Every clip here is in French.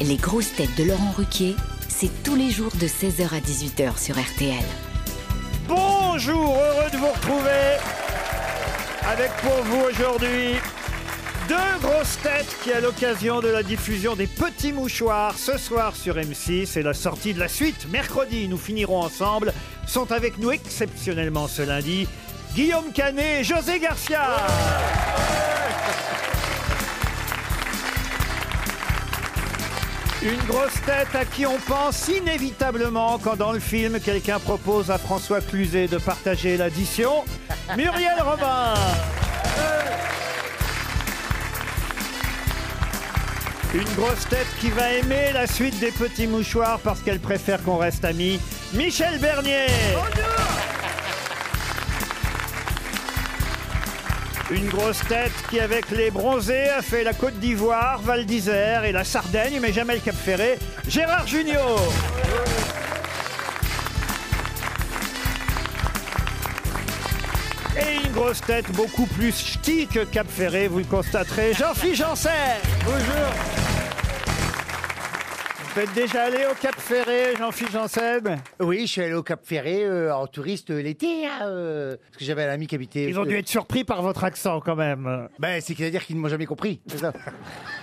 Les grosses têtes de Laurent Ruquier, c'est tous les jours de 16h à 18h sur RTL. Bonjour, heureux de vous retrouver avec pour vous aujourd'hui deux grosses têtes qui, à l'occasion de la diffusion des petits mouchoirs ce soir sur M6 et la sortie de la suite mercredi, nous finirons ensemble, sont avec nous exceptionnellement ce lundi. Guillaume Canet et José Garcia. Une grosse tête à qui on pense inévitablement quand dans le film quelqu'un propose à François Cluzet de partager l'addition. Muriel Robin. Une grosse tête qui va aimer la suite des petits mouchoirs parce qu'elle préfère qu'on reste amis. Michel Bernier. Une grosse tête qui, avec les bronzés, a fait la Côte d'Ivoire, Val d'Isère et la Sardaigne, mais jamais le Cap Ferré, Gérard Junior. Et une grosse tête beaucoup plus ch'ti que Cap Ferré, vous le constaterez, Jean-Philippe Janssen. Bonjour. Vous êtes déjà allé au Cap Ferré, Jean-Philippe Janssen Oui, je suis allé au Cap Ferré euh, en touriste euh, l'été, hein, euh, parce que j'avais un ami qui habitait. euh, Ils ont dû être surpris par votre accent quand même. Ben, c'est à dire qu'ils ne m'ont jamais compris. c'est ça.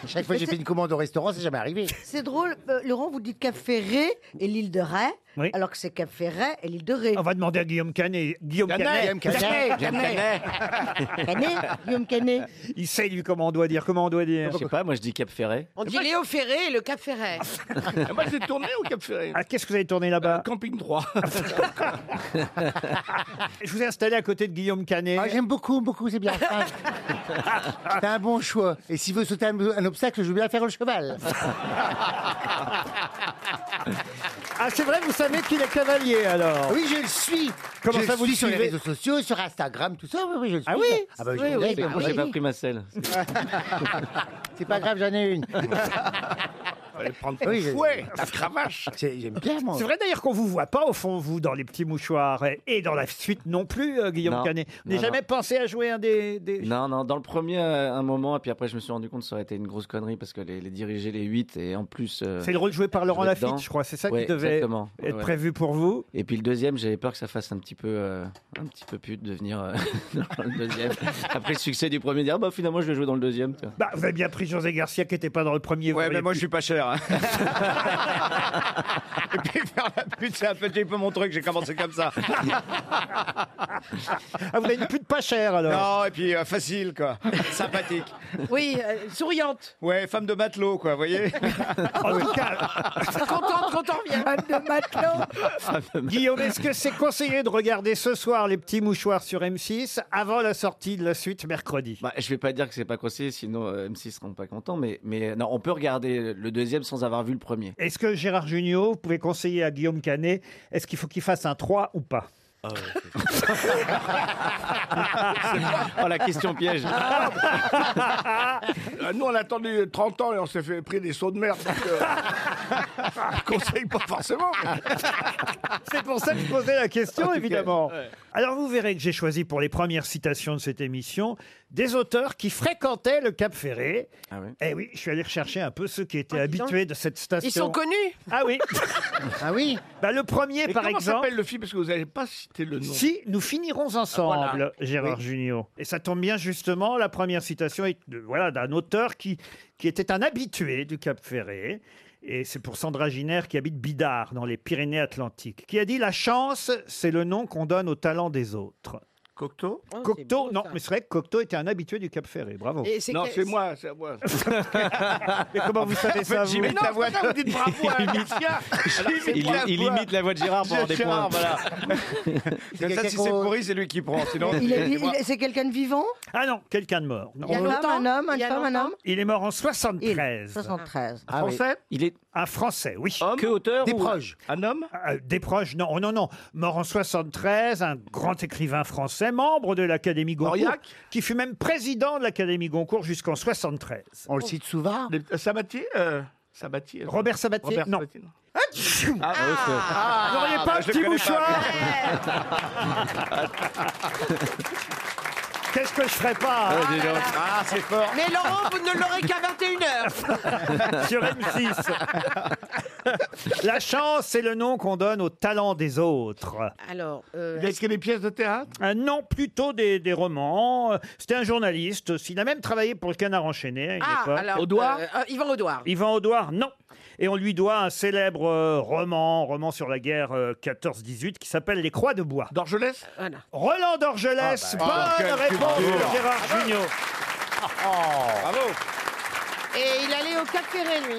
Chaque fois que j'ai fait une commande au restaurant, c'est jamais arrivé. C'est drôle, euh, Laurent, vous dites Cap Ferré et l'île de Ré, Oui. alors que c'est Cap Ferré et l'île de Ré. On va demander à Guillaume Canet. Guillaume Canet, J'aime Canet. Canet. Canet, Guillaume Canet. il sait lui comment on doit dire, comment on doit dire. Je sais pas, moi je dis Cap Ferret. On dit Léo Ferré et le Cap Ferret. Moi, j'ai tourné au Cap Ferré. Ah, qu'est-ce que vous avez tourné là-bas Euh, Camping 3. Je vous ai installé à côté de Guillaume Canet. Ah, J'aime beaucoup, beaucoup, c'est bien. Ah. c'est un bon choix. Et si vous sautez un, un obstacle, je veux bien faire le cheval. Ah, c'est vrai, vous savez qu'il est cavalier alors. Oui, je le suis. Comment je ça, le vous suis le sur les suivez réseaux sociaux, sur Instagram, tout ça. Oui, oui, je le suis. Ah oui Ah bah, je Oui, le oui, laisse, bah bah, Moi j'ai oui. pas pris ma selle. C'est pas grave, Ah, j'en ai une. Allez prendre Oui, je- ton fouet, ta cravache. C'est- J'aime bien, moi. C'est vrai d'ailleurs qu'on vous voit pas au fond, vous, dans les petits mouchoirs et- et dans la suite non plus, euh, Guillaume Non. Canet. Vous n'avez Non, jamais pensé à jouer un des. des- Non, non, dans le premier, euh, un moment, et puis après je me suis rendu compte que ça aurait été une grosse connerie parce que les, les diriger les 8 et en plus. euh, C'est le rôle joué par Laurent Jouer Lafitte, dedans. je crois. C'est ça Ouais, qui devait exactement. Ouais, être ouais. prévu pour vous. Et puis le deuxième, j'avais peur que ça fasse un petit peu, euh, un petit peu pute de venir euh, dans le deuxième. Après le succès du premier, dire ah bah finalement je vais jouer dans le deuxième. tu vois. Bah, vous avez bien pris José Garcia qui n'était pas dans le premier. vous Ah. Ouais, mais auriez moi, pu- je suis pas cher. hein. Et puis, faire la pute, c'est un petit peu mon truc. J'ai commencé comme ça. Ah, vous avez une pute pas chère alors. Non, et puis, euh, facile, quoi. Sympathique. Oui, euh, souriante. Ouais, femme de matelot, quoi, vous voyez En tout cas, Contente quand on revient. de matelot. Guillaume, est-ce que c'est conseillé de regarder ce soir les petits mouchoirs sur M6 avant la sortie de la suite mercredi Bah, je vais pas dire que c'est pas conseillé, sinon euh, M6 seront pas contents. Mais, mais euh, non, on peut regarder le deuxième sans avoir vu le premier. Est-ce que Gérard Junior, vous pouvez conseiller à Guillaume Canet, est-ce qu'il faut qu'il fasse un 3 ou pas Oh la question piège. Euh, Nous, on a attendu 30 ans et on s'est fait pris des sauts de merde. donc, euh, Je conseille pas forcément. C'est pour ça que je posais la question, évidemment. Alors vous verrez que j'ai choisi pour les premières citations de cette émission des auteurs qui fréquentaient le Cap Ferré. Ah ouais. Eh oui, je suis allé rechercher un peu ceux qui étaient Ah, dis donc. habitués de cette station. Ils sont connus. Ah oui. Ah oui Bah, le premier, Et par comment exemple. s'appelle le film Parce que vous n'avez pas cité le nom. Si nous finirons ensemble, Gérard Junior. Ah, Et ça tombe bien justement, la première citation est de- voilà d'un auteur qui qui était un habitué du Cap Ferré. Et c'est pour Sandra Giner qui habite Bidart dans les Pyrénées-Atlantiques, qui a dit la chance, c'est le nom qu'on donne au talent des autres. Cocteau Oh, c'est Cocteau, beau, non, ça. mais c'est vrai que Cocteau était un habitué du Cap Ferré, bravo. Et c'est Non, que- c'est moi, c'est moi. Mais comment vous savez ça, vous Mais non, c'est ça, vous dites bravo à Alicia. Alors, c'est Il, moi, il moi. imite la voix de Gérard pour avoir des points. Gérard, voilà. Comme ça, si c'est pourri, c'est lui qui prend. Il est- il est- C'est quelqu'un de vivant Ah non, quelqu'un de mort. Il y a une femme, un homme, Il une y a femme, un longtemps homme Il est mort en 73. 73. Ah oui. Il est Un Français, oui. que auteur Des ou- proches. Un homme Euh, Des proches, non, non, non. Mort en 73, un grand écrivain français, membre de l'Académie Goncourt, Mauriac qui fut même président de l'Académie Goncourt jusqu'en 73. On le cite souvent. Les- euh, Sabatier euh, Sabatier. euh, Robert Sabatier, Robert non. bah Sabatier, Ah, ouais, c'est- Vous ah, n'auriez bah, pas un petit mouchoir Qu'est-ce que je ferais pas hein, dis donc. Ah, c'est fort. Mais Laurent, vous ne l'aurez qu'à 21h. sur M6 La chance, c'est le nom qu'on donne au talent des autres. Alors, euh, Il a écrit des pièces de théâtre Euh, non, plutôt des, des romans. Euh, C'était un journaliste aussi. Il a même travaillé pour le Canard enchaîné à une ah, époque. alors, Audouard euh, euh, Yvan Audouard. Yvan Audouard, non. Et on lui doit un célèbre euh, roman, roman sur la guerre euh, 14-18, qui s'appelle Les Croix de Bois. D'Orgelès Voilà. Roland Ah, d'Orgelès, bah, bonne réponse de Ah, Gérard bah. Jugnot. Bravo Et il allait au Cap Ferré, lui.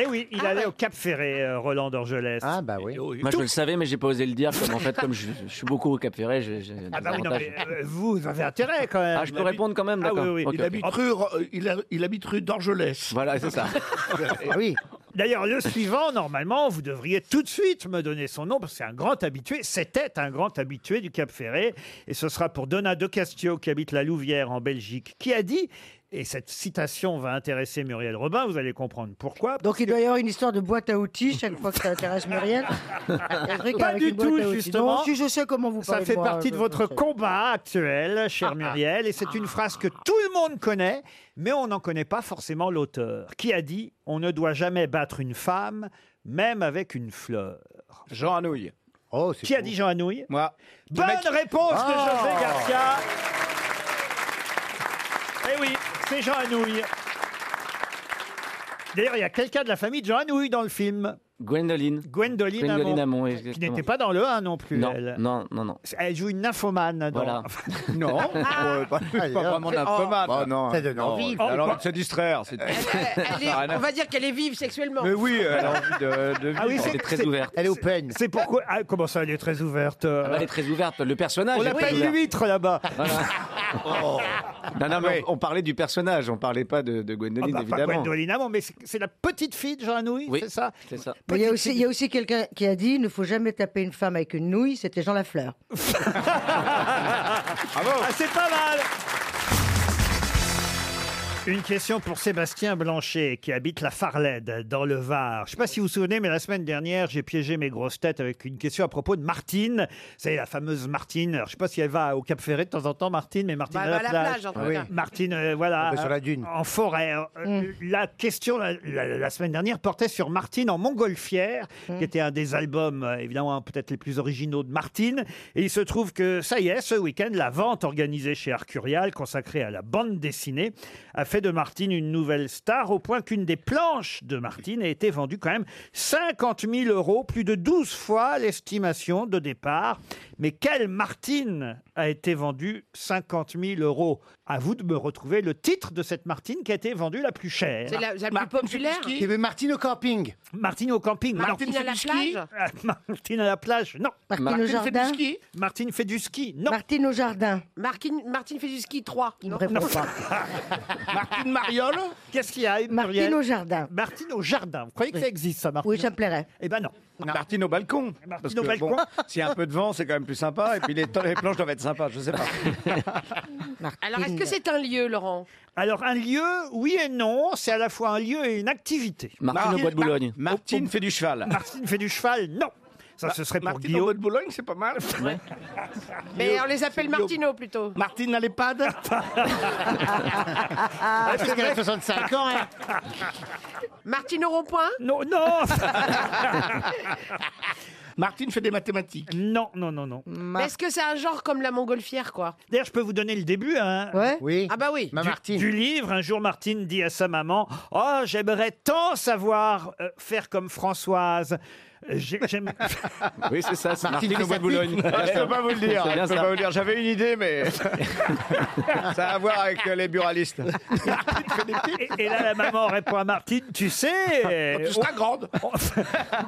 Eh oui, il Ah allait ouais. au Cap Ferré, euh, Roland d'Orgelès. Ah bah oui. Moi, je le savais, mais j'ai pas osé le dire. Comme en fait, comme je, je suis beaucoup au Cap Ferret, j'ai j'ai des Ah bah oui, non, avantages. mais, euh, vous avez intérêt quand même. Ah, je peux répondre quand même, Ah d'accord. oui, oui, Ok, Il ok. habite rue, euh, il, a- il habite rue d'Orgelès. Voilà, c'est ça. Ah oui. D'ailleurs, le suivant, normalement, vous devriez tout de suite me donner son nom, parce que c'est un grand habitué. C'était un grand habitué du Cap Ferré. Et ce sera pour Donna De Castio, qui habite la Louvière en Belgique, qui a dit, et cette citation va intéresser Muriel Robin, vous allez comprendre pourquoi. Donc il doit y avoir une histoire de boîte à outils chaque fois que ça intéresse Muriel. Il y a un truc Pas avec du une boîte tout, à outils. justement. Non, si je sais comment vous Ça parlez fait moi, euh, Ah. partie je- de votre je sais. combat actuel, cher Muriel, et c'est une phrase que tout le monde connaît, mais on n'en connaît pas forcément l'auteur, qui a dit « On ne doit jamais battre une femme, même avec une fleur Jean Anouilh. Oh, ». c'est Qui a beau. dit Jean Anouilh Moi. Bonne réponse de Oh. José Garcia. Eh oui, c'est Jean Anouilh. D'ailleurs, il y a quelqu'un de la famille de Jean Anouilh dans le film, Gwendoline. Gwendoline, Gwendoline Amont, Amon, qui exactement. n'était pas dans le 1 non plus. Non, elle. non, non, non. Elle joue une nymphomane. dans- Voilà. Non, Ah. euh, pas, pas vraiment nymphomane. Oh non. Ça donne envie. Bah, Elle a envie de se distraire, c'est tout. Elle- elle- elle est- Ça a rien à- on va dire qu'elle est vive sexuellement. Mais oui, euh, elle a envie de, de vivre. Ah oui, Elle est très c'est- ouverte. Ah bah, Elle est open. C'est pourquoi. Ah, comment ça, elle est très ouverte euh, Elle est très ouverte. Le personnage. On est très l'appelle ouvert. l'huître là-bas. Non, non, mais on, on parlait du personnage, on parlait pas de, de Ah Gwendoline, bah, pas évidemment. Gwendoline Amont, mais c'est c'est la petite fille de Jean Anouilh, Oui. c'est ça C'est ça. Mais Il y a aussi, il y a aussi quelqu'un qui a dit il ne faut jamais taper une femme avec une nouille, c'était Jean Lafleur. Ah, c'est pas mal une question pour Sébastien Blanchet, qui habite la Farlède, dans le Var. Je ne sais pas si vous vous souvenez, mais la semaine dernière, j'ai piégé mes grosses têtes avec une question à propos de Martine. C'est la fameuse Martine. Alors, je ne sais pas si elle va au Cap Ferré de temps en temps, Martine, mais Martine Bah, à bah, la, à la plage, en tout Oui. cas. Martine, euh, voilà. Ah bah, sur la dune. En forêt. Euh, La question, la, la- la semaine dernière, portait sur Martine en Montgolfière, qui était un des albums, euh, évidemment, hein, peut-être les plus originaux de Martine. Et il se trouve que, ça y est, ce week-end, la vente organisée chez Arcurial, consacrée à la bande dessinée, a fait de Martine une nouvelle star, au point qu'une des planches de Martine a été vendue quand même 50 000 euros, plus de 12 fois l'estimation de départ. Mais quelle Martine a été vendue 50 000 euros À vous de me retrouver le titre de cette Martine qui a été vendue la plus chère. C'est la, la plus populaire. Il y avait Martine au camping. Martine au camping, non. Martine à la plage. Martine à la plage, non. Martine, Martine au jardin. Martine fait du ski, non. Martine au jardin. Martine, Martine fait du ski 3. Il me répond pas. Martine Mariol Qu'est-ce qu'il y a Muriel Martine au jardin. Martine au jardin. Vous croyez que Oui. ça existe, ça, Martine Oui, ça me plairait. Eh ben non. Martine au balcon. Martine Parce au que, balcon. Bon, S'il y a un peu de vent, c'est quand même plus sympa. Et puis les, les planches doivent être sympas, je sais pas. Alors, est-ce que c'est un lieu, Laurent Alors, un lieu, oui et non, c'est à la fois un lieu et une activité. Martine au Bois de Boulogne. Martine fait du cheval. Martine fait du cheval, non. Ça, ce serait pour Martine au Guillaume. Bois de Boulogne, c'est pas mal. Mais Ben, on les appelle Guillaume. Martino plutôt. Martine à l'EHPAD Ah, parce qu'elle a 65 ans. hein. Martino Rond-Point Non, non, Martine fait des mathématiques. non, non, non, non. Mais Est-ce que c'est un genre comme la montgolfière, quoi D'ailleurs, je peux vous donner le début. Hein. Ouais. Oui. Ah bah oui. Ma du- Martine. Du livre, un jour Martine dit à sa maman Oh, j'aimerais tant savoir euh, faire comme Françoise. j'ai- j'aime- Oui, c'est ça, c'est Martine, de Bois-Boulogne. Ouais. Je peux pas vous le dire. C'est bien Je peux ça. pas vous le dire. J'avais une idée, mais ça a à voir avec euh, les buralistes. Et, et là, la maman répond à Martine, tu sais, Quand tu on, seras grande.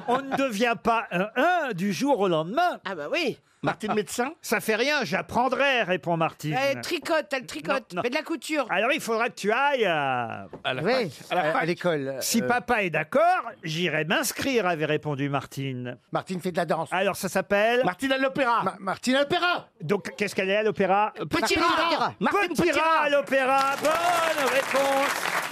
on, ne devient pas un, un du jour au lendemain. Ah bah oui. Martine médecin Ça fait rien, j'apprendrai, répond Martine. Euh, tricote, elle tricote. Fais de la couture. Alors il faudra que tu ailles à, Oui, fac. à la à- fac. à l'école. Si Euh, papa est d'accord, j'irai m'inscrire, avait répondu Martine. Martine fait de la danse. Alors ça s'appelle Martine à l'opéra. Martine à l'opéra. Donc qu'est-ce qu'elle est à l'opéra Petit rat. Petit rat. Martine Petit Petit rat rat. à l'opéra. Bonne réponse.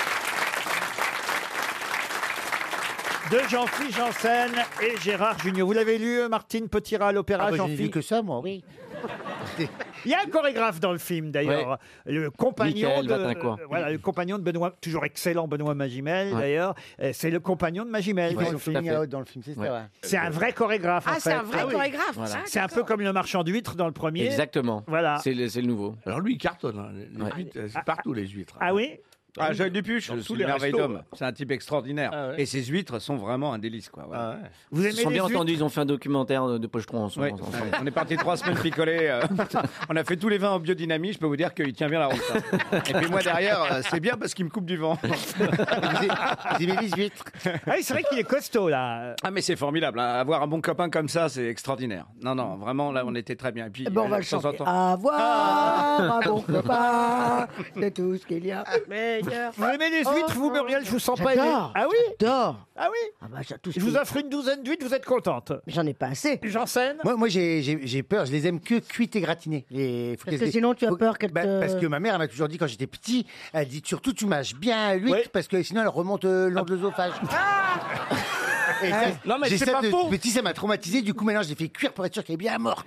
De Jean-Philippe Janssen et Gérard Junior. Vous l'avez lu, euh, Martine Petit rat à l'opéra, Ah bah, j'ai Jean-Philippe lu que ça, moi. Oui. Il y a un chorégraphe dans le film, d'ailleurs. Le compagnon Michael de, Vatincourt. euh, voilà, le compagnon de Benoît, toujours excellent Benoît Magimel, Ouais. d'ailleurs. Euh, C'est le compagnon de Magimel. Ouais, dans le tout à film. fait. Out dans le film, c'est ça, Ouais. ouais. C'est un vrai chorégraphe. Ah, en c'est fait. un vrai Ah oui. chorégraphe, Voilà. ça, C'est un peu comme le marchand d'huîtres dans le premier. Exactement. Voilà. C'est le, c'est le nouveau. Alors lui, il cartonne. hein. Les huîtres, euh, c'est partout les huîtres. Ah oui Ah, Joël Dupuche, Dans c'est tous une les merveille restos, d'homme. ouais. C'est un type extraordinaire. Ah ouais. Et ses huîtres sont vraiment un délice. Quoi. Ah voilà. Vous Ils se sont bien entendus, ils ont fait un documentaire de de Pochetron ensemble. Ouais. ensemble. On est parti trois semaines picoler. euh, on a fait tous les vins en biodynamie. Je peux vous dire qu'il tient bien la route. hein. Et puis moi derrière, euh, c'est bien parce qu'il me coupe du vent. Ah oui, c'est vrai qu'il est costaud là. Ah mais c'est formidable. hein. Avoir un bon copain comme ça, c'est extraordinaire. Non non, vraiment là, on était très bien. Et puis euh, Bon, on va de le temps en chanter. Ah, temps- Avoir Ah. un bon copain, c'est tout ce qu'il y a. Meilleur. Vous aimez les huîtres, vous, Muriel Je vous sens pas aimer. J'adore. Ah oui J'adore. Ah oui Ah bah, j'ai tout ce Je vous qui- offre une douzaine d'huîtres, vous êtes contente. J'en ai pas assez. Janssen Moi, moi j'ai- j'ai j'ai peur, je les aime que cuites et gratinées. Les- faut Parce qu'elles que les- sinon, tu as faut- peur qu'elles Bah, te- Parce que ma mère, elle m'a toujours dit quand j'étais petit, elle dit surtout tu mâches bien l'huître parce que sinon elle remonte euh, l'endœsophage. Ah Et ça, Non, mais j'ai c'est ça pas de faux. petit, ça m'a traumatisé. Du coup, maintenant, je l'ai fait cuire pour être sûr qu'elle est bien morte.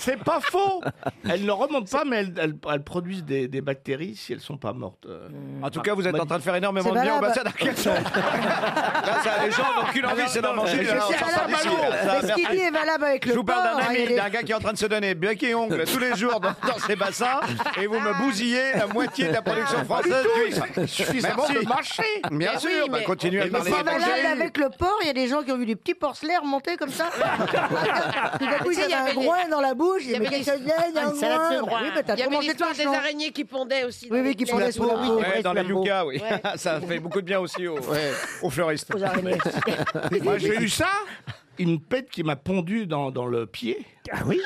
C'est pas faux. Elles ne remontent pas, mais elles, elles- elles produisent des, des bactéries si elles sont pas mortes. Euh, En tout cas, vous êtes en train de faire énormément C'est de bien au valable. bassin d'Arcachon. Là, ça, les gens n'ont aucune envie, c'est d'en manger. Mais là, on c'est sort valable, pas d'ici, Malon. là. Ça, Mais ce qu'il merci. dit est valable avec Je le vous parle d'un porc, ami, il est- d'un gars qui est en train de se donner bec et ongle tous les jours dans, dans ses bassins, et vous me bousillez la moitié de la production Ah, Pas du française. tout, d'huître. il suffit Mais simplement bon, de marcher. Bien Mais sûr, oui, bah, mais- continuez à mais parler. c'est C'est valable avec le porc, il y a des gens qui ont eu des petits porcelaires montés comme ça. Tout d'un coup, Tu sais, il ils avaient y avait un des- groin dans la bouche. il y Ils avait avaient des- un Une salade de groin. groin. hein, Oui, mais t'as Il y trop avait mangé de l'histoire des cochon. araignées qui pondaient aussi. Oui, oui, qui pondaient pondaient sous la peau. Ouais, Ouais, dans les c'est la yucca, peau. oui. Ouais. ça fait beaucoup de bien aussi aux, aux fleuristes. Moi, j'ai eu ça. Une pète qui m'a pondu dans, dans le pied. Ah oui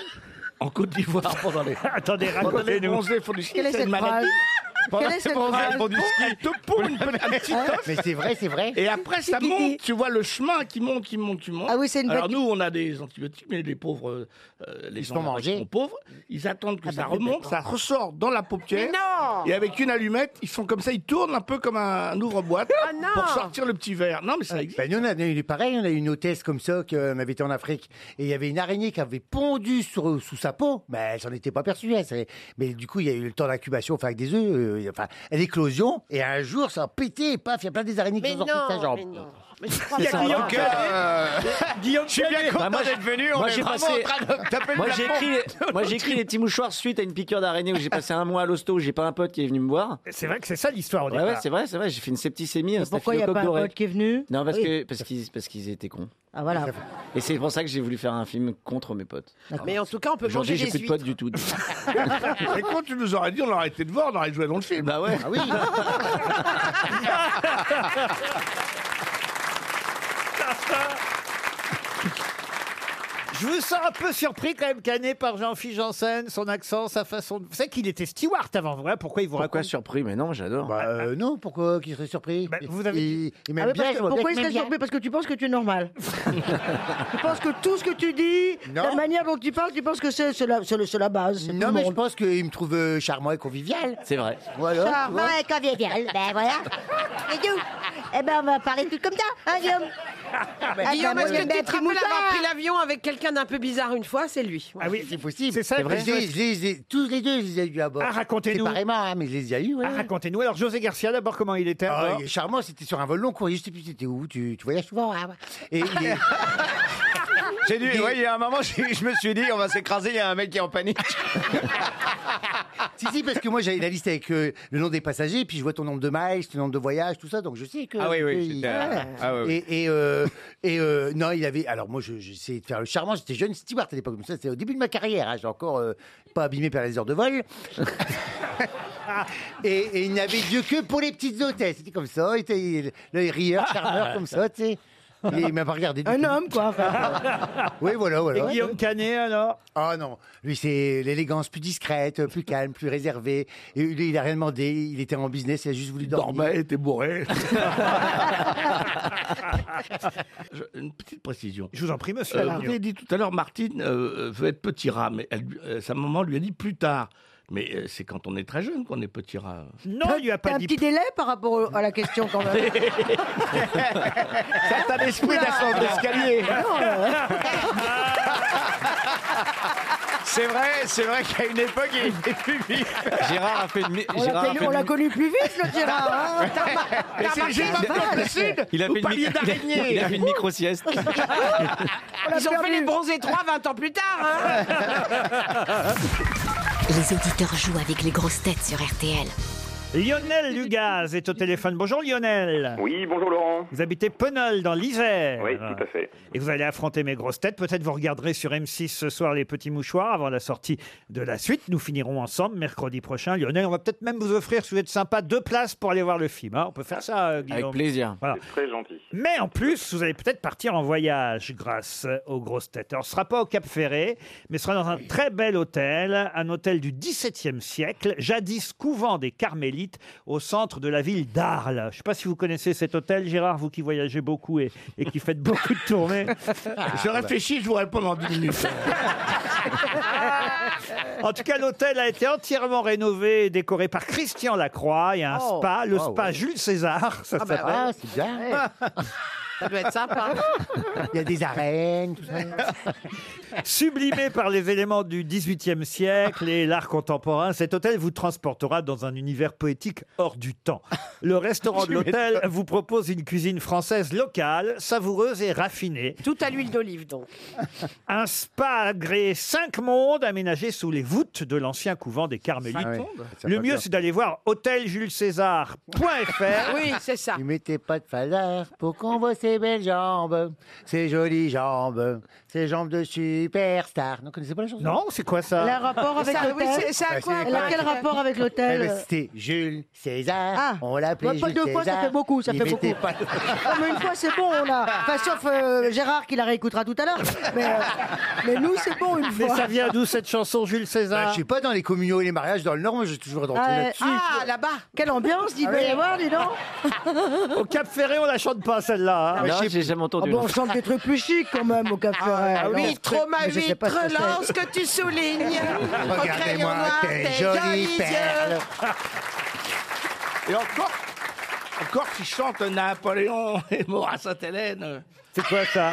En Côte d'Ivoire pendant les. Attendez, Pendant les racontez-nous. bronzés font du ski, Quelle est c'est cette une maladie. phrase Pendant Quelle est les cette bronzés phrase font du ski, elle te pond une petite toffe. Mais c'est vrai, c'est vrai. Et après, ça monte, tu vois le chemin qui monte, qui monte, qui monte. Ah oui, c'est une Alors vague- nous, on a des antibiotiques, mais les pauvres, euh, euh, les Ils se gens font là-bas qui manger. sont pauvres, ils attendent que Ah ça bah, remonte, complètement. ça ressort dans la paupière. Mais non Et avec une allumette, ils font comme ça, ils tournent un peu comme un, un ouvre-boîte Ah non pour sortir le petit verre. Non, mais ça existe. Ben, nous, on a eu pareil, on a eu une hôtesse comme ça, qu'on avait été en Afrique, et il y avait une araignée qui avait pondu sur- euh, sous sa peau, mais elle s'en était pas perçue. elle, c'est- mais du coup, il y a eu le temps d'incubation, enfin, avec des œufs, euh, enfin, l'éclosion, et un jour, ça a pété, et paf, il y a plein des araignées Mais qui sont sorties de sa non, jambe. mais non. Mais je crois Il y a pas. Guillaume En tout cas, euh, Guillaume je suis bien Canet. content Bah, moi, j'ai- d'être venu. on moi, est j'ai vraiment passé- en train de taper le Moi j'ai plafond. écrit, moi j'ai écrit les petits mouchoirs suite à une piqûre d'araignée où j'ai passé un mois à l'hosto où j'ai pas un pote qui est venu me voir. C'est vrai que c'est ça l'histoire au Ouais, départ. ouais, c'est vrai, c'est vrai. J'ai fait une septicémie. un Pourquoi il n'y a pas un staphylocoque doré. pote qui est venu Non, parce Oui. que parce qu'ils parce qu'ils étaient cons. Ah voilà. Et c'est pour ça que j'ai voulu faire un film contre mes potes. Mais en tout cas, on peut manger Aujourd'hui, j'ai des plus de potes huîtres. du tout. Et quand tu nous aurais dit, on aurait été de voir, on aurait joué dans le film. bah ouais. Ah oui, Je vous sens un peu surpris quand même, Canet, par Jean-Philippe Janssen, son accent, sa façon de... Vous savez qu'il était steward avant, voilà pourquoi il vous Pourquoi raconte... surpris Mais non, j'adore. Bah, euh, non, pourquoi qu'il serait surpris Bah, vous avez Il, il m'aime Ah oui, parce bien, que- je vois bien pourquoi il qu'il m'aime serait bien. surpris Parce que tu penses que tu es normal. tu penses que tout ce que tu dis, Non. la manière dont tu parles, tu penses que c'est c'est la, c'est le- c'est la base. c'est tout Non, le mais je monde. pense qu'il me trouve euh, charmant et convivial. C'est vrai. Voilà. tu vois. et convivial, ben voilà. Et tout. Eh ben on va parler tout comme ça, hein Guillaume Ah, bah, Ah, ben, bah, Guillaume, est-ce que tu te rappelles avoir pris l'avion avec quelqu'un d'un peu bizarre une fois C'est lui. Ah oui, C'est possible. C'est ça, Je vrai. les ai- je les ai- tous les deux, je les ai eu à bord. Ah, racontez-nous. Séparément, hein, mais je les ai eu. Ouais. Ah, racontez-nous. Alors, José Garcia, d'abord, comment il était à Ah, bord il est charmant, c'était sur un vol long courrier. Je sais plus c'était où, tu, tu voyages souvent. hein, ouais. Et il est- J'ai dû, ouais, il y a un moment, j'ai- je me suis dit, on va s'écraser, il y a un mec qui est en panique. Si, si, parce que moi, j'avais la liste avec euh, le nom des passagers, puis je vois ton nombre de miles, ton nombre de voyages, tout ça, donc je sais que. Ah oui, oui, que- c'était- ah oui, oui. Et, et, euh, et, euh, non, il avait. Alors, moi, je- j'essayais de faire le charmant, j'étais jeune steward à l'époque, comme ça, c'était au début de ma carrière, hein, j'ai encore euh, pas abîmé par les heures de vol. et, et il n'avait Dieu que pour les petites hôtesses, c'était comme ça, il était il- le rieur, charmeur, comme ça, tu sais. Il il m'a pas regardé. Un homme, quoi. oui, voilà, voilà. Et Guillaume Canet, alors Ah non, lui, c'est l'élégance plus discrète, plus calme, plus réservée. Et lui, il a rien demandé, il était en business, il a juste voulu dormir. Dormait, il était bourré. Je- une petite précision. Je vous en prie, monsieur Euh, Lavignon. vous avez dit tout à l'heure, Martine euh, euh, veut être petit rat, mais elle lui- euh, sa maman lui a dit plus tard. Mais euh, c'est quand on est très jeune qu'on est petit rat. Non, il lui a T'as un petit délai par rapport au- à la question quand même. Ça t'a l'esprit Oula. d'ascendre l'escalier. C'est vrai, c'est vrai qu'à une époque, il était plus vite. Gérard a fait une. mi- On l'a Gérard a connu- fait on une l'a mi- connu plus vite, le Gérard. hein. T'as remarqué- Mais t'as c'est remarqué Gérard la Bloch balle. le Sud Il a Vous fait une parliez mi- d'araignée. Il a fait une micro-sieste. On l'a Ils ont fait perdu. les bronzés 3 20 ans plus tard. hein. Les auditeurs jouent avec les grosses têtes sur RTL. Lionel Lugaz est au téléphone. Bonjour Lionel. Oui, bonjour Laurent. Vous habitez Penol dans l'Isère. Oui, tout à fait. Et vous allez affronter mes grosses têtes. Peut-être vous regarderez sur M6 ce soir les petits mouchoirs avant la sortie de la suite. Nous finirons ensemble mercredi prochain. Lionel, on va peut-être même vous offrir, si vous êtes sympa, deux places pour aller voir le film. hein. On peut faire ça, euh, Guillaume. Avec plaisir. Voilà. Très gentil. Mais en plus, vous allez peut-être partir en voyage grâce aux grosses têtes. Alors, ce sera pas au Cap Ferré, mais ce sera dans un très bel hôtel, un hôtel du XVIIe siècle, jadis couvent des Carmélites, au centre de la ville d'Arles. Je ne sais pas si vous connaissez cet hôtel, Gérard, vous qui voyagez beaucoup et, et qui faites beaucoup de tournées. je réfléchis, je vous réponds dans 10 minutes. En tout cas, l'hôtel a été entièrement rénové et décoré par Christian Lacroix. Il y a un Oh. spa, le Ah ouais. spa Jules César, ça Ah bah s'appelle. Ah, c'est bien. Ça doit être sympa. Il y a des arènes, tout ça. Sublimé par les éléments du XVIIIe siècle et l'art contemporain, cet hôtel vous transportera dans un univers poétique hors du temps. Le restaurant de l'hôtel vous propose une cuisine française locale, savoureuse et raffinée. Tout à l'huile d'olive, donc. Un spa agréé cinq mondes aménagé sous les voûtes de l'ancien couvent des Carmélites. Ah ouais. Ça Le va mieux, bien. c'est d'aller voir hôteljulescésar.fr. Oui, c'est ça. Tu mettais pas de falard pour qu'on voit ses belles jambes, ses jolies jambes, ses jambes de superstar. Non, connaissez pas la chanson Non, c'est quoi ça Elle a un rapport avec Ça, oui, l'hôtel. c'est- ça a Bah, quoi c'est Elle a avec- quel rapport avec Eh ben, l'hôtel C'était Jules César. Ah. On l'appelait Ouais, pas Jules deux fois, César. ça fait beaucoup, ça Il fait mettait beaucoup. pas- Non, mais une fois, c'est bon, on a. Enfin, sauf euh, Gérard qui la réécoutera tout à l'heure. Mais, euh, mais nous, c'est bon une Mais fois. ça vient d'où cette chanson, Jules Bah, César je sais pas, dans les communions et les mariages, dans le Nord, moi j'ai toujours entendu Ah, là-dessus. Ah, là-bas. Ah Quelle ambiance, il doit y avoir, dis donc. Au Cap Ferré, on la chante pas celle-là. hein. Non, j'ai jamais Ah entendu. bon, on chante des trucs plus chics quand même au Café Ah, Ferret. oui, trop ma Mais je sais huître, pas ce que c'est. lance que tu soulignes. Au crayon Regardez-moi noir, tes jolies perles. Et encore, encore qui chante Napoléon et Mora Sainte-Hélène. C'est quoi ça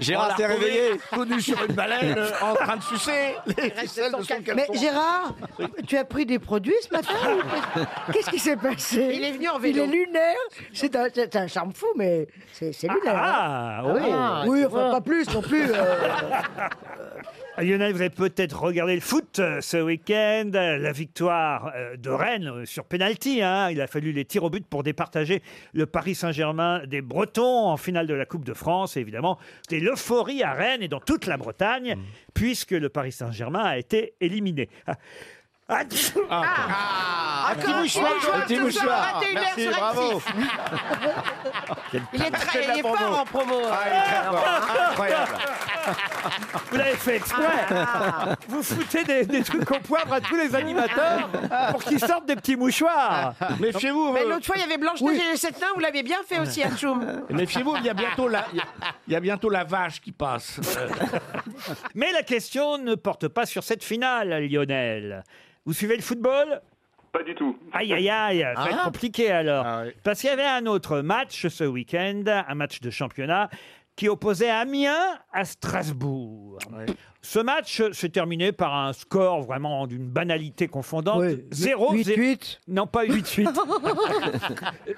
Gérard t'es réveillé Connu sur une baleine, euh, en train de sucer les ficelles de son Mais caleçon. Gérard, tu as pris des produits ce matin ou- Qu'est-ce qui s'est passé Il est venu en Il vélo. est lunaire. C'est un, c'est un charme fou, mais c'est c'est lunaire. hein. Ah, oui. Ah, oui, tu enfin, vois. pas plus non plus. euh. Ah, Lionel, vous avez peut-être regardé le foot euh, ce week-end, euh, la victoire euh, de Rennes euh, sur penalty. hein. Il a fallu les tirs au but pour départager le Paris Saint-Germain des Bretons en finale de la Coupe de France. Et évidemment, c'était l'euphorie à Rennes et dans toute la Bretagne, Mm. puisque le Paris Saint-Germain a été éliminé. Ah. Ah, Ah, encore un mouchoir, petit mouchoir, un petit tout seul, mouchoir. 21 heures Merci, sur bravo. M6. Il est très, il est promo. fort en promo. hein. Ah, il est très fort, incroyable. vous l'avez fait exprès Ah. Vous foutez des, des trucs au poivre à tous les animateurs pour qu'ils sortent des petits mouchoirs Méfiez-vous, Mais euh, l'autre fois, il y avait Blanche Neige et les sept nains. Vous l'avez bien fait aussi, Hachoum. méfiez-vous, il y a bientôt la, il y a- il y a bientôt la vache qui passe. Euh, Mais la question ne porte pas sur cette finale, Lionel. Vous suivez le football Pas du tout. Aïe, aïe, aïe, ça va Ah être compliqué alors. Parce qu'il y avait un autre match ce week-end, un match de championnat. qui opposait Amiens à Strasbourg. Ce match euh, s'est terminé par un score vraiment d'une banalité confondante. 0 8-8 Non, pas 8-8.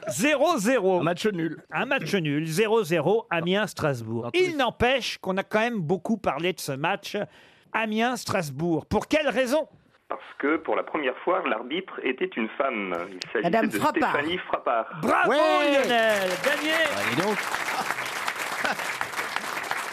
0-0. Un match nul. Un match nul, 0-0, Amiens-Strasbourg. Il n'empêche qu'on a quand même beaucoup parlé de ce match Amiens-Strasbourg. Pour quelle raison Parce que pour la première fois, l'arbitre était une femme. Il s'agissait Madame de Frappard. Stéphanie Frappard. Bravo Lionel Gagné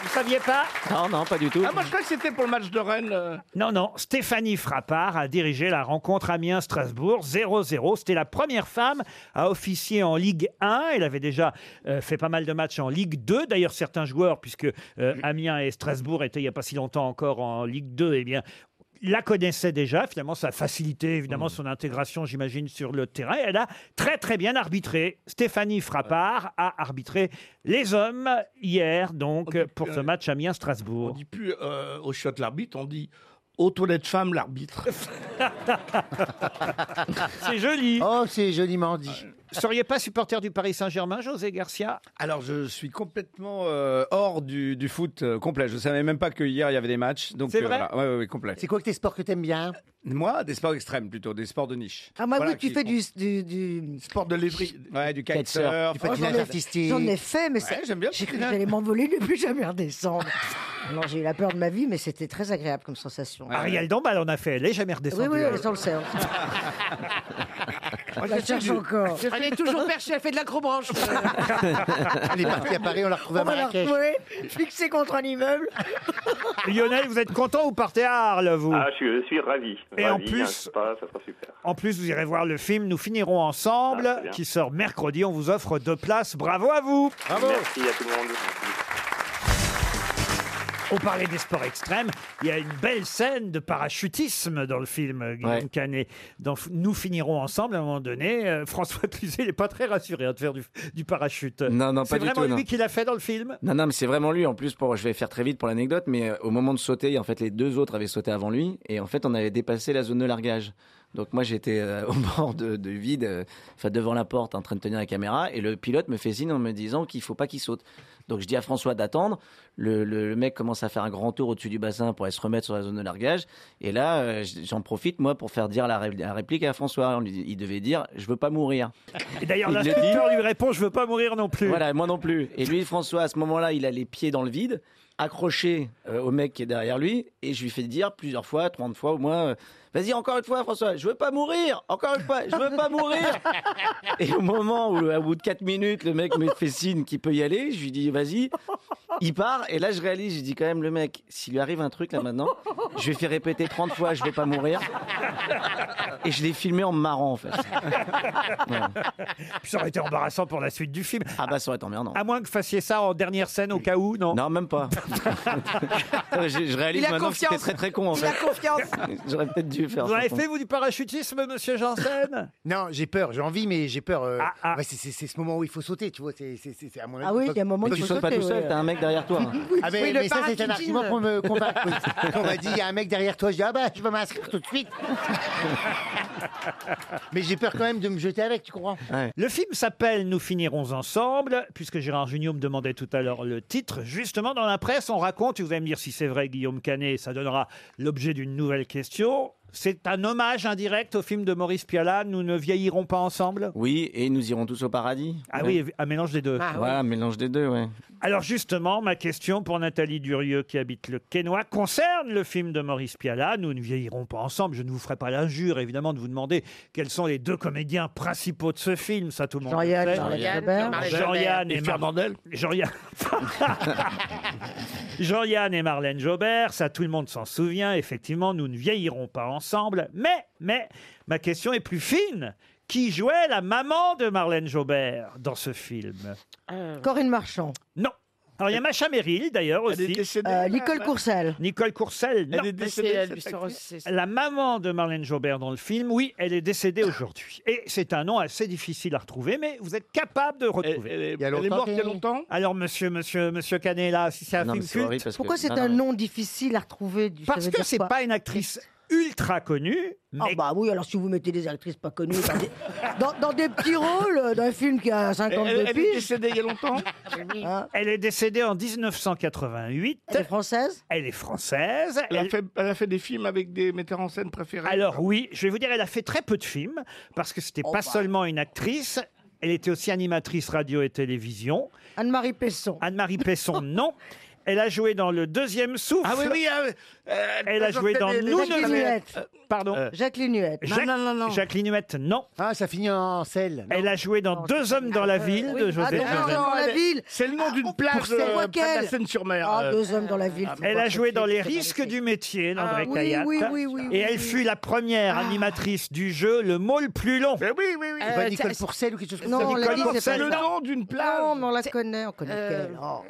Vous saviez pas Non, non, pas du tout. Ah, moi, je crois que c'était pour le match de Rennes. euh. Non, non, Stéphanie Frappard a dirigé la rencontre Amiens-Strasbourg 0-0. C'était la première femme à officier en Ligue 1. Elle avait déjà euh, fait pas mal de matchs en Ligue 2. D'ailleurs, certains joueurs, puisque euh, Amiens et Strasbourg étaient il n'y a pas si longtemps encore en Ligue 2, eh bien, la connaissait déjà. Finalement, ça a facilité Mm. évidemment son intégration, j'imagine, sur le terrain. Et Elle a très très bien arbitré. Stéphanie Frappard a arbitré les hommes hier, donc, pour ce match Amiens-Strasbourg. Et puis, euh, au shot l'arbitre, on dit aux toilettes femmes l'arbitre. c'est joli. Oh, c'est joliment dit. Euh, Seriez pas supporter du Paris Saint-Germain, José Garcia Alors, je suis complètement euh, hors du, du foot euh, complet. Je savais même pas que hier il y avait des matchs. Donc, C'est euh, vrai voilà. Ouais, ouais, ouais, complet. C'est quoi que tes sports que t'aimes bien Moi, des sports extrêmes plutôt, des sports de niche. Ah, moi, Voilà oui, tu qui- fais du, du, du- Sport de lévry. Ouais, du kitesurf. Oh, j'en ai- J'en ai fait, mais ça- Ouais, j'aime bien. J'ai cru que j'allais m'envoler, ne plus jamais redescendre. Alors, j'ai eu la peur de ma vie, mais c'était très agréable comme sensation. Ah, Ariel hein. Dombal en a fait, elle est jamais Oui, redescendue. oui, elle. oui, on le sait. on le sait. Ah, la cherche encore. Elle est toujours perchée, elle fait de l'acrobranche. Ah, Elle est partie à Paris, on l'a retrouvée à On va la Marrakech. retrouver, fixée contre un immeuble. Lionel, vous êtes content ou partez à Arles, vous Ah, je suis, je suis ravi. Et en Ravi, plus- hein, c'est pas- ça sera super. En plus, vous irez voir le film Nous finirons ensemble, Ah, c'est bien. qui sort mercredi. On vous offre deux places. Bravo à vous Merci à tout le monde. On parlait des sports extrêmes. Il y a une belle scène de parachutisme dans le film euh, Guillaume Canet. Dans F- Nous finirons ensemble, à un moment donné, euh, François Cluzet n'est pas très rassuré hein, de faire du, du parachute. Non, non, C'est pas du tout, vraiment lui non. qui l'a fait dans le film Non, non, mais c'est vraiment lui. En plus, pour, je vais faire très vite pour l'anecdote, mais euh, au moment de sauter, en fait, les deux autres avaient sauté avant lui, et en fait, on avait dépassé la zone de largage. Donc moi, j'étais euh, au bord de, de vide, euh, enfin devant la porte, en train de tenir la caméra, et le pilote me fait signe en me disant qu'il faut pas qu'il saute. Donc je dis à François d'attendre. Le, le- le mec commence à faire un grand tour au-dessus du bassin pour aller se remettre sur la zone de largage, et là, euh, j'en profite moi pour faire dire la, ré- la réplique à François. On lui- il devait dire, je veux pas mourir. Et d'ailleurs, Il le dit. l'inspecteur lui répond Je veux pas mourir non plus. Voilà, moi non plus. Et lui, François, à ce moment-là, il a les pieds dans le vide, accroché euh, au mec qui est derrière lui, et je lui fais dire plusieurs fois, 30 fois au moins, euh, vas-y encore une fois, François, je veux pas mourir, encore une fois, je veux pas mourir. et au moment où, à bout de 4 minutes, le mec me fait signe qu'il peut y aller, je lui dis, vas-y, il part, et là, je réalise, je dis quand même, le mec, s'il lui arrive un truc là maintenant, je lui fais répéter 30 fois, je veux pas mourir. Et je l'ai filmé en me marrant, en fait. Puis ça aurait été embarrassant pour la suite du film. Ah bah, ça aurait été emmerdant. À moins que vous fassiez ça en dernière scène au cas où, non Non, même pas. je, je réalise Il a maintenant que c'était confiance. très très con en Il fait. a confiance. J'aurais peut-être dû faire Vous ça. avez fait, vous, du parachutisme, monsieur Janssen Ah, Non, j'ai peur, j'ai envie, mais j'ai peur. euh, ouais, c'est- c'est c'est ce moment où il faut sauter, tu vois. C'est c'est- c'est- c'est à mon avis. Ah oui, faut- il y a un moment où faut il faut sauter, sauter, ouais. ouais. T'as un mec derrière toi. hein. Ah, mais, Oui, le mais ça, c'est un parachutisme. argument qu'on me- qu'on m'a qu'on m'a dit il y a un mec derrière toi. Je dis ah bah, je vais m'inscrire tout de suite. mais j'ai peur quand même de me jeter avec, tu comprends Le film s'appelle Nous finirons ensemble, puisque Gérard Junior me demandait tout à l'heure le titre. Justement, dans la presse, on raconte, et vous allez me dire si c'est vrai, Guillaume Canet, ça donnera l'objet d'une nouvelle question. C'est un hommage indirect au film de Maurice Pialat, Nous ne vieillirons pas ensemble Oui, et nous irons tous au paradis. Ah Ouais. oui, un mélange des deux. Voilà, un mélange des deux, ouais. Alors justement, ma question pour Nathalie Durieux qui habite le Quénois concerne le film de Maurice Pialat. Nous ne vieillirons pas ensemble. Je ne vous ferai pas l'injure, évidemment, de vous demander quels sont les deux comédiens principaux de ce film. Ça, tout le monde le Jean-Yann, sait. Jean-Yann, Jean-Yann, Jean-Yann Et et Mar- Fernandel Jean-Yann. Jean-Yann et Marlène Jobert, ça tout le monde s'en souvient, effectivement, nous ne vieillirons pas ensemble. Mais, mais, ma question est plus fine. Qui jouait la maman de Marlène Jobert dans ce film Corinne Marchand. Non. Alors il y a Macha Merrill d'ailleurs aussi. Euh, Nicole Courcelle. Nicole Courcelle, non. Elle est décédée, C'est Elvis cette Ross, actrice c'est La maman de Marlène Jobert dans le film, oui, elle est décédée aujourd'hui. Et c'est un nom assez difficile à retrouver, mais vous êtes capable de retrouver. Elle, est- elle est morte il y a longtemps Alors, monsieur, monsieur, monsieur Canet, là, si c'est un Non, mais film c'est horrible culte. parce que- Pourquoi c'est Non, non, un mais- nom difficile à retrouver du- ça Parce veut que dire c'est quoi pas une actrice ultra connues. Ah bah oui, alors si vous mettez des actrices pas connues dans des, dans- dans des petits rôles, euh, dans un film qui a 52 Elle- elle est piges. décédée il y a longtemps Hein Elle est décédée en 1988. Elle est française Elle est française. Elle a fait- elle a fait des films avec des metteurs en scène préférés Alors oui, je vais vous dire, elle a fait très peu de films parce que c'était Oh bah. pas seulement une actrice. Elle était aussi animatrice radio et télévision. Anne-Marie Pesson. Anne-Marie Pesson, non. Elle a joué dans le deuxième souffle. Ah oui, oui, ah oui, euh, elle a joué dans présentait des- Nous des- ne des- Huette. Euh, Pardon. Jacqueline Huette. Jacques- Jacqueline Huette, non. Ah, ça finit en selle. Elle a joué Oh, dans Deux hommes dans la ville de José deux hommes Jeunel. Ah, dans la ville. Ah, oh, C'est le nom d'une Pour plage c'est euh, près moi de la qu'elle. Seine-sur-Mer. Ah, euh, deux hommes dans la ville. faut Elle voir a ce joué film, dans Les c'est magnifique. risques du métier d'André Ah, oui, Cayatte. oui, oui, oui, Ah. et elle fut la première animatrice du jeu Le mot le plus long. oui, oui, oui. C'est pas Eh ben, Euh, Nicole Pourcel ou quelque chose comme ça Euh, Non, on Nicole l'a dit, c'est pas Porcel, ça. le nom d'une plage. Non, mais on la connaît, on connaît Euh, quelle. Oh,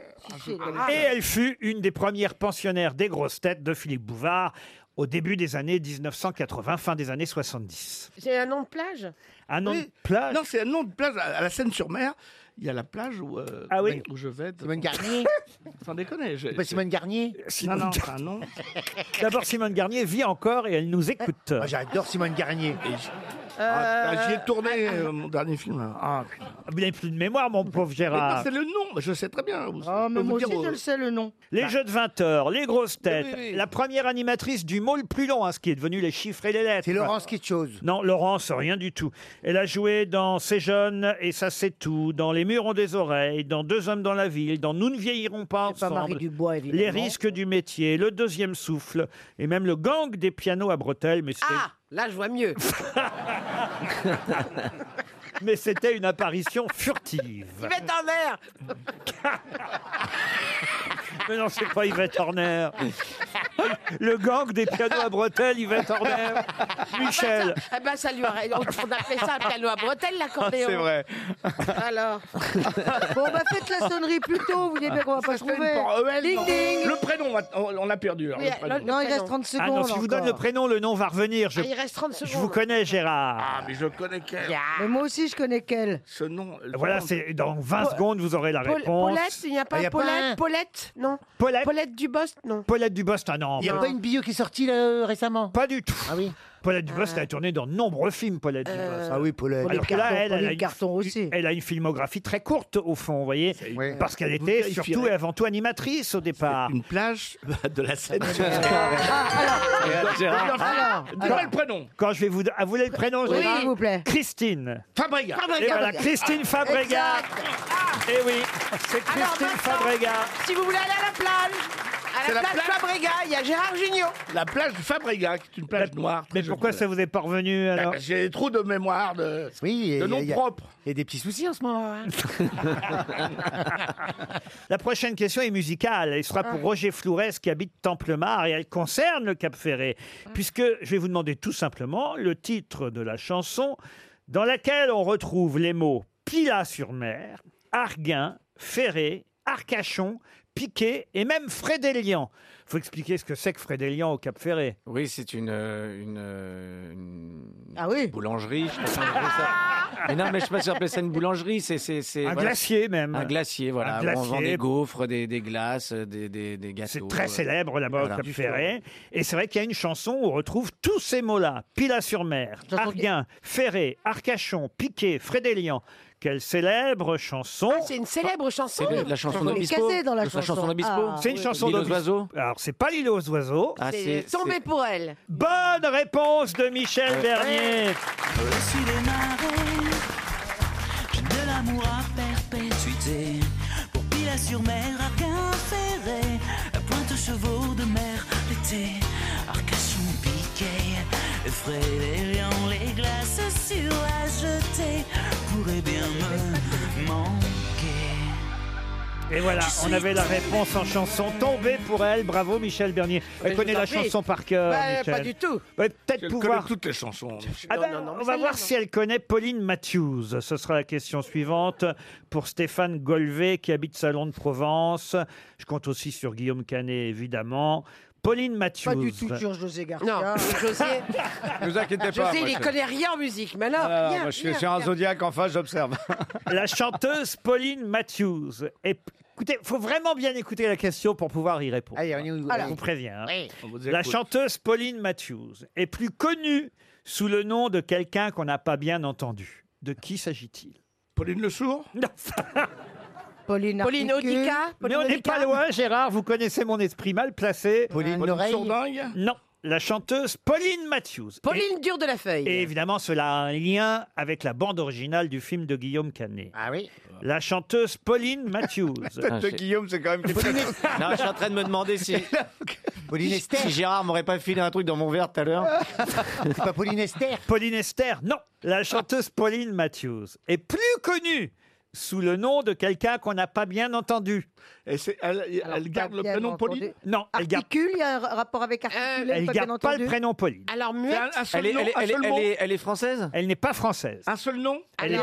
si, je Ah. connais. Et elle fut une des premières pensionnaires des grosses têtes de Philippe Bouvard au début des années 1980, fin des années 70. C'est un nom de plage Un nom Oui. de plage. Non, c'est un nom de plage. À à la Seine-sur-mer, il y a la plage où, euh, Ah oui. où je vais. Simone Garnier. Sans déconner. je- C'est pas Simone Garnier Non, Simone non, Garnier. c'est un nom. D'abord, Simone Garnier vit encore et elle nous écoute. Ah, J'adore Simone Garnier. Et j- Euh, Ah, bah, J'y ai tourné euh, mon dernier film. Ah, putain. Vous n'avez plus de mémoire, mon pauvre Mais non, Gérard. c'est le nom. Je sais très bien. Vous- Ah, je mais peux vous moi aussi, dire, je euh, le sais, le nom. Les jeux de 20 heures, les grosses têtes, Oui, oui, oui. la première animatrice du mot le plus long, hein, ce qui est devenu les chiffres et les lettres. C'est Laurence quelque chose. Non, Laurence, rien du tout. Elle a joué dans C'est jeune et ça c'est tout, dans Les murs ont des oreilles, dans Deux hommes dans la ville, dans Nous ne vieillirons pas C'est pas Marie ensemble, Dubois, évidemment. Les risques du métier, Le deuxième souffle et même Le gang des pianos à bretelles. Mais c'était, Ah, là, je vois mieux. mais c'était une apparition furtive. Yvette en mer mais non, c'est pas Yvette Horner. Le gang des pianos à bretelles, Yvette Horner. Michel. Eh ben, ça lui aurait... On on appelait ça un piano à bretelles, Ah, l'accordéon. C'est vrai. Alors Ah, Bon, bah faites la sonnerie plus tôt, vous voyez bien qu'on va pas ça se fait une trouver. par- EL, Ding non. ding Le prénom, on- on l'a perdu. alors, Oui, le prénom. le- Non, il prénom. reste 30 secondes. hein, Ah non, si je vous donne le encore. prénom, le nom va revenir. Je, Ah, il reste 30 secondes. je vous connais, Gérard. Ah, mais je connais quel. Mais moi aussi, je connais quelle. Ce nom. le Voilà, nom- c'est dans 20 Paul- secondes, vous aurez la Paul- réponse. Paulette, il n'y a pas Ah, il y a pas Paulette un. Paulette Non. Paulette, Paulette Dubost Non. Paulette Dubost, ah non, Il n'y a Non. pas une bio qui est sortie là, euh, récemment pas du tout. Ah oui Paulette Dubost elle a tourné dans de nombreux films, Paulette Dubost. Ah oui, Paulette. Alors que là, Carton, elle, elle, a Pauline une, Carton aussi. elle a une filmographie très courte, au fond, vous voyez, Ouais. parce qu'elle Vous était vérifierez. surtout et avant tout animatrice au départ. Ah, Une plage de la Ah, Seine-sur-mer. Alors, Dis-moi le prénom. Quand je vais vous... Ah, vous voulez le prénom, oui, Gérard s'il vous plaît. Christine. Fabregas. Et voilà, Christine Fabrega. Et Ah, eh oui, c'est Christine maintenant- Fabrega. Si vous voulez aller à la plage, à C'est la, la plage, plage. Fabrega, il y a Gérard Jugnot. La plage de Fabregas, qui est une plage noire. très Mais pourquoi jolie. ça vous est pas revenu Ah, alors bah, J'ai des trous de mémoire de, Oui, et il de y a- nom il y a- propre. Il y a des petits soucis en ce moment. hein. La prochaine question est musicale. Elle sera pour Roger Flourez qui habite Templemar et elle concerne le Cap Ferré. Puisque je vais vous demander tout simplement le titre de la chanson dans laquelle on retrouve les mots Pila-sur-Mer, Arguin, Ferré, Arcachon, Piquet et même Frédélian. faut expliquer ce que c'est que Frédélian au Cap Ferré. Oui, c'est une, euh, une, euh, une Ah oui. boulangerie. Je sais pas si on appelle ça. Mais non, mais je sais pas si on appelle ça une boulangerie. C'est, c'est, c'est, Un voilà. glacier même. Un glacier, voilà. Un Où On vend glacier. des gaufres, des, des glaces, des, des, des gâteaux. euh, C'est très célèbre là-bas Voilà. au Cap Ferré. Et c'est vrai qu'il y a une chanson où on retrouve tous ces mots-là. Pila-sur-Mer, Chanson qui- Arguin, Ferré, Arcachon, Piquet, Frédélian. Quelle célèbre chanson C'est une célèbre chanson. C'est le- la chanson Il est d'Obispo. casé dans la Le- chanson. chanson d'Obispo. Ah, C'est une chanson L'île aux d'Obispo. oiseaux. Alors, c'est pas l'île aux oiseaux. Ah, C'est tombé pour elle. Bonne réponse de Michel Bernier. Au-dessus des marais, j'ai de l'amour à perpétuité. Pour Pila sur mer, Arquin ferré, pointe aux chevaux de mer l'été. Arcachon piquet, Frédérian, les glaces sur la jetée pourraient bien me manquer. Et voilà, on avait la réponse en chanson. Tombée pour elle. Bravo, Michel Bernier. Elle je connaît vous en la prie. chanson par cœur. Bah, Michel. pas du tout. Ouais, Peut-être Je pouvoir. connais toutes les chansons. Ah Non, ben, non, non, mais on va celle-là, voir non. si elle connaît Pauline Matthews. Ce sera la question suivante pour Stéphane Golvet qui habite Salon de Provence. Je compte aussi sur Guillaume Canet, évidemment. Pauline Matthews. Pas du tout sur José Non, Garcia. José, Ne vous inquiétez pas. José moi, il je- connaît rien en musique. Mais alors, Ah, rien, moi, je suis rien, sur un rien. zodiaque en face, j'observe. La chanteuse Pauline Matthews. Écoutez Écoutez, faut vraiment bien écouter la question pour pouvoir y répondre. Alors. Je vous préviens. hein. Oui. On vous La écoute. chanteuse Pauline Matthews est plus connue sous le nom de quelqu'un qu'on n'a pas bien entendu. De qui s'agit-il Pauline Le Sourd Pauline, Pauline Articule. Audica Mais on Pauline n'est pas Audica loin, Gérard, vous connaissez mon esprit mal placé. Pauline Pauline L'Oreille Sourdingue Non, la chanteuse Pauline Matthews. Pauline Dure de la Feuille. Et évidemment, cela a un lien avec la bande originale du film de Guillaume Canet. Ah oui La chanteuse Pauline Matthews. tête de Guillaume, c'est quand même. Ah, Non, je suis en train de me demander si. Pauline Esther. Si Gérard m'aurait pas filé un truc dans mon verre tout à l'heure. C'est pas Pauline Esther Pauline Esther, non. La chanteuse Pauline Matthews est plus connue sous le nom de quelqu'un qu'on n'a pas bien entendu. elle, garde le bien prénom entendu. Pauline Non, elle garde, Articule, il y a un r- rapport avec articule. elle garde pas le prénom Pauline. Euh, Alors, muette. Elle est- elle est- elle est- elle est- elle est française Elle n'est pas française. Un seul nom Ah, Elle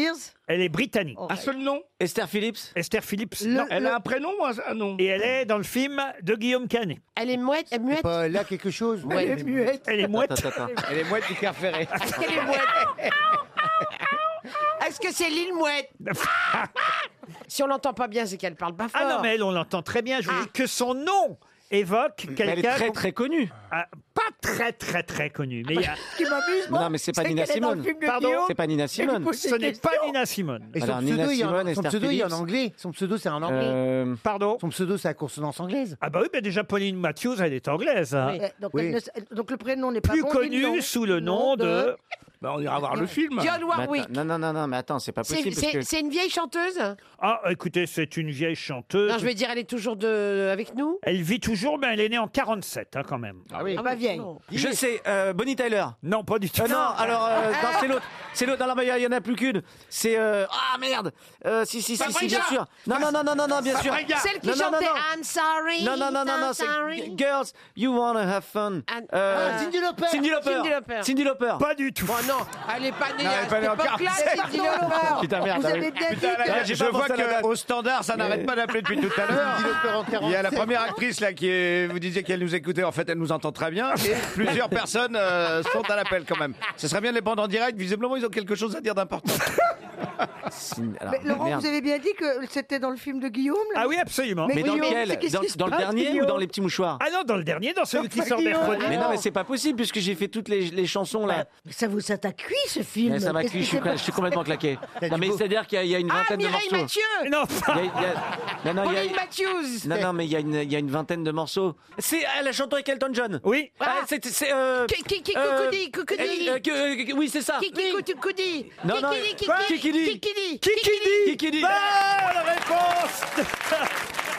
est- Elle est britannique. Un seul nom Esther Phillips Esther Phillips. Le- non. Elle a le- un prénom ou un- un nom Et elle est dans le film de Guillaume Canet. Elle est muette. Elle est muette. Pas là quelque chose. Ouais. Elle est muette. Elle est muette. Elle est mouette du cœur ferré. Elle est mouette. Est-ce que c'est l'île mouette Si on l'entend pas bien, c'est qu'elle parle pas fort. Ah non, mais elle, on l'entend très bien. Je vous dis que son nom évoque quelqu'un. elle est très, qu'on- très connue. Ah, pas très, très, très connue. Mais il y a- Ce qui m'amuse, moi, Non, mais c'est pas c'est Nina qu'elle est dans le Simone. film de Pardon Guillaume. C'est pas Nina Simone. Ce n'est pas Nina Simone. Et son Alors, pseudo, Nina il y en- Simone, son Esther pseudo, il est en Phillips. anglais. Son pseudo, c'est en anglais. Euh, Pardon Son pseudo, c'est la consonance anglaise. Ah bah oui, mais déjà Pauline Matthews, elle est anglaise. hein. Ouais, Donc, elle ne s- elle- donc le prénom n'est pas Plus bon, il connue non. sous le nom de... on ira voir le film. Dionne Warwick. Non, non, non, non, mais attends, c'est pas C'est possible. parce c'est- que- c'est une vieille chanteuse Ah, écoutez, c'est une vieille chanteuse. Non, je vais dire, elle est toujours de... avec nous. Elle vit toujours, mais elle est née en 47, hein, quand même. Ah bah vieille. Je sais, euh, Bonnie Tyler. Non, pas du tout. non, alors, euh, Ah. non, c'est l'autre. C'est l'autre. Dans la il n'y en a plus qu'une. C'est. euh, Ah merde Euh, Si, si, si, si, Fabrica bien sûr. Non, non, non, non, non, non, bien sûr. Ah, Celle qui Non, non, non, chantait non. I'm sorry. Non, non, non, non, non, I'm c'est sorry. G- Girls, you wanna have fun. Euh, Ah, Cyndi Lauper. Cindy Lauper. Cyndi Lauper. Cindy Lauper. Pas du tout. Oh non, elle n'est pas Non, née elle à est cette pas née en époque-là, 47. Cindy Lauper. Putain, merde, Vous ah oui. avez bien Putain, dit là, que- je vois qu'au standard, ça Mais- n'arrête pas d'appeler depuis tout à l'heure. Il y a la première actrice là qui est- vous disiez qu'elle nous écoutait. En fait, elle nous entend très bien. Et plusieurs personnes euh, sont à l'appel quand même. Ce serait bien de les prendre en direct. Visiblement, ils ont quelque chose à dire d'important. Mais Laurent, vous avez bien dit que c'était dans le film de Guillaume là Ah oui, absolument. Mais, dans Guillaume, lequel c'est qu'est-ce Dans, qui se dans le passe, dernier ou Guillaume dans les petits mouchoirs Ah non, dans le dernier, dans celui qui sort mercredi. Mais non, mais c'est pas possible puisque j'ai fait toutes les, les chansons là. Bah, Ça vous ça t'a cuit ce film Mais ça m'a Qu'est-ce cuit, qui je suis, s'est cla- je passé suis complètement claqué. Non, mais c'est-à-dire qu'il y, a- il y a une Ah, vingtaine de Mireille morceaux. Mathieu Non, Il y a- il y a- non, non, il y a- Pauline Matthews non, non, mais il y, a une- il y a une vingtaine de morceaux. C'est elle a chanté avec Elton John. Oui. Ah, c'est c'est, euh, Qui- qui- qui- euh, Koukoudi, Koukoudi. euh, que- que- oui, c'est ça. Kiki Koutou Koudi Non, non, Kikidi, quoi Kikidi, Kikidi. Kikidi, Kikidi Kikidi. Bonne réponse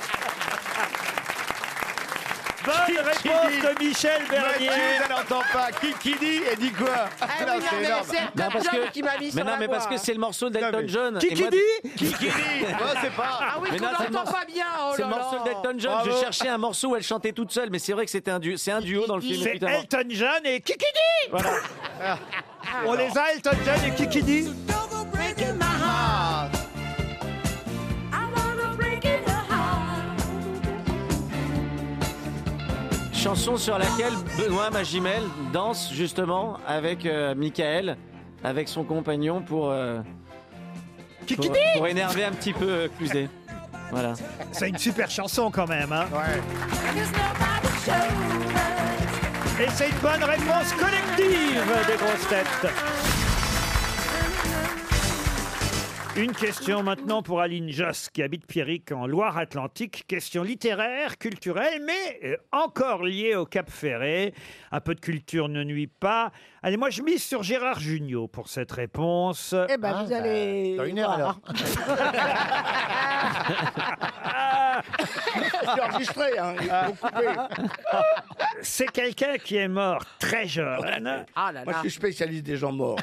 Bonne réponse de Michel Bernier Mathieu, elle n'entend pas. Qui qui dit et dit quoi Ah Non, oui, non, c'est mais énorme. c'est Non, parce Elton John que- qui m'a mis mais sur non, la mais parce voie. que c'est le morceau Non, d'Elton mais- John. Kikidi Et moi- Qui qui dit Oh, c'est pas. Ah oui, Mais qu'on non, c'est le morceau- n'entend pas bien, oh C'est le là morceau là d'Elton John. Je cherchais un morceau où elle chantait toute seule, mais c'est vrai que c'était un duo. C'est un duo dans le film. C'est évidemment. Elton John et Kikidi Voilà. Ah. On les a, Elton John et Kikidi Don't go breaking my heart. I wanna break in your heart. Chanson sur laquelle Benoît Magimel danse justement avec euh, Michael, avec son compagnon pour, euh, pour, pour énerver un petit peu euh, Cluzet. Voilà. C'est une super chanson quand même. Hein. There's nobody's shoulder. Et c'est une bonne réponse collective des grosses têtes. Une question maintenant pour Aline Josse, qui habite Pierrick en Loire-Atlantique. Question littéraire, culturelle, mais euh, encore liée au Cap Ferré. Un peu de culture ne nuit pas. Allez, moi je mise sur Gérard Jugnot pour cette réponse. Eh ben vous allez. Dans une heure alors. C'est enregistré, hein. Ils l'ont coupé. C'est quelqu'un qui est mort très jeune. Ah là Moi, je là suis spécialiste des gens morts.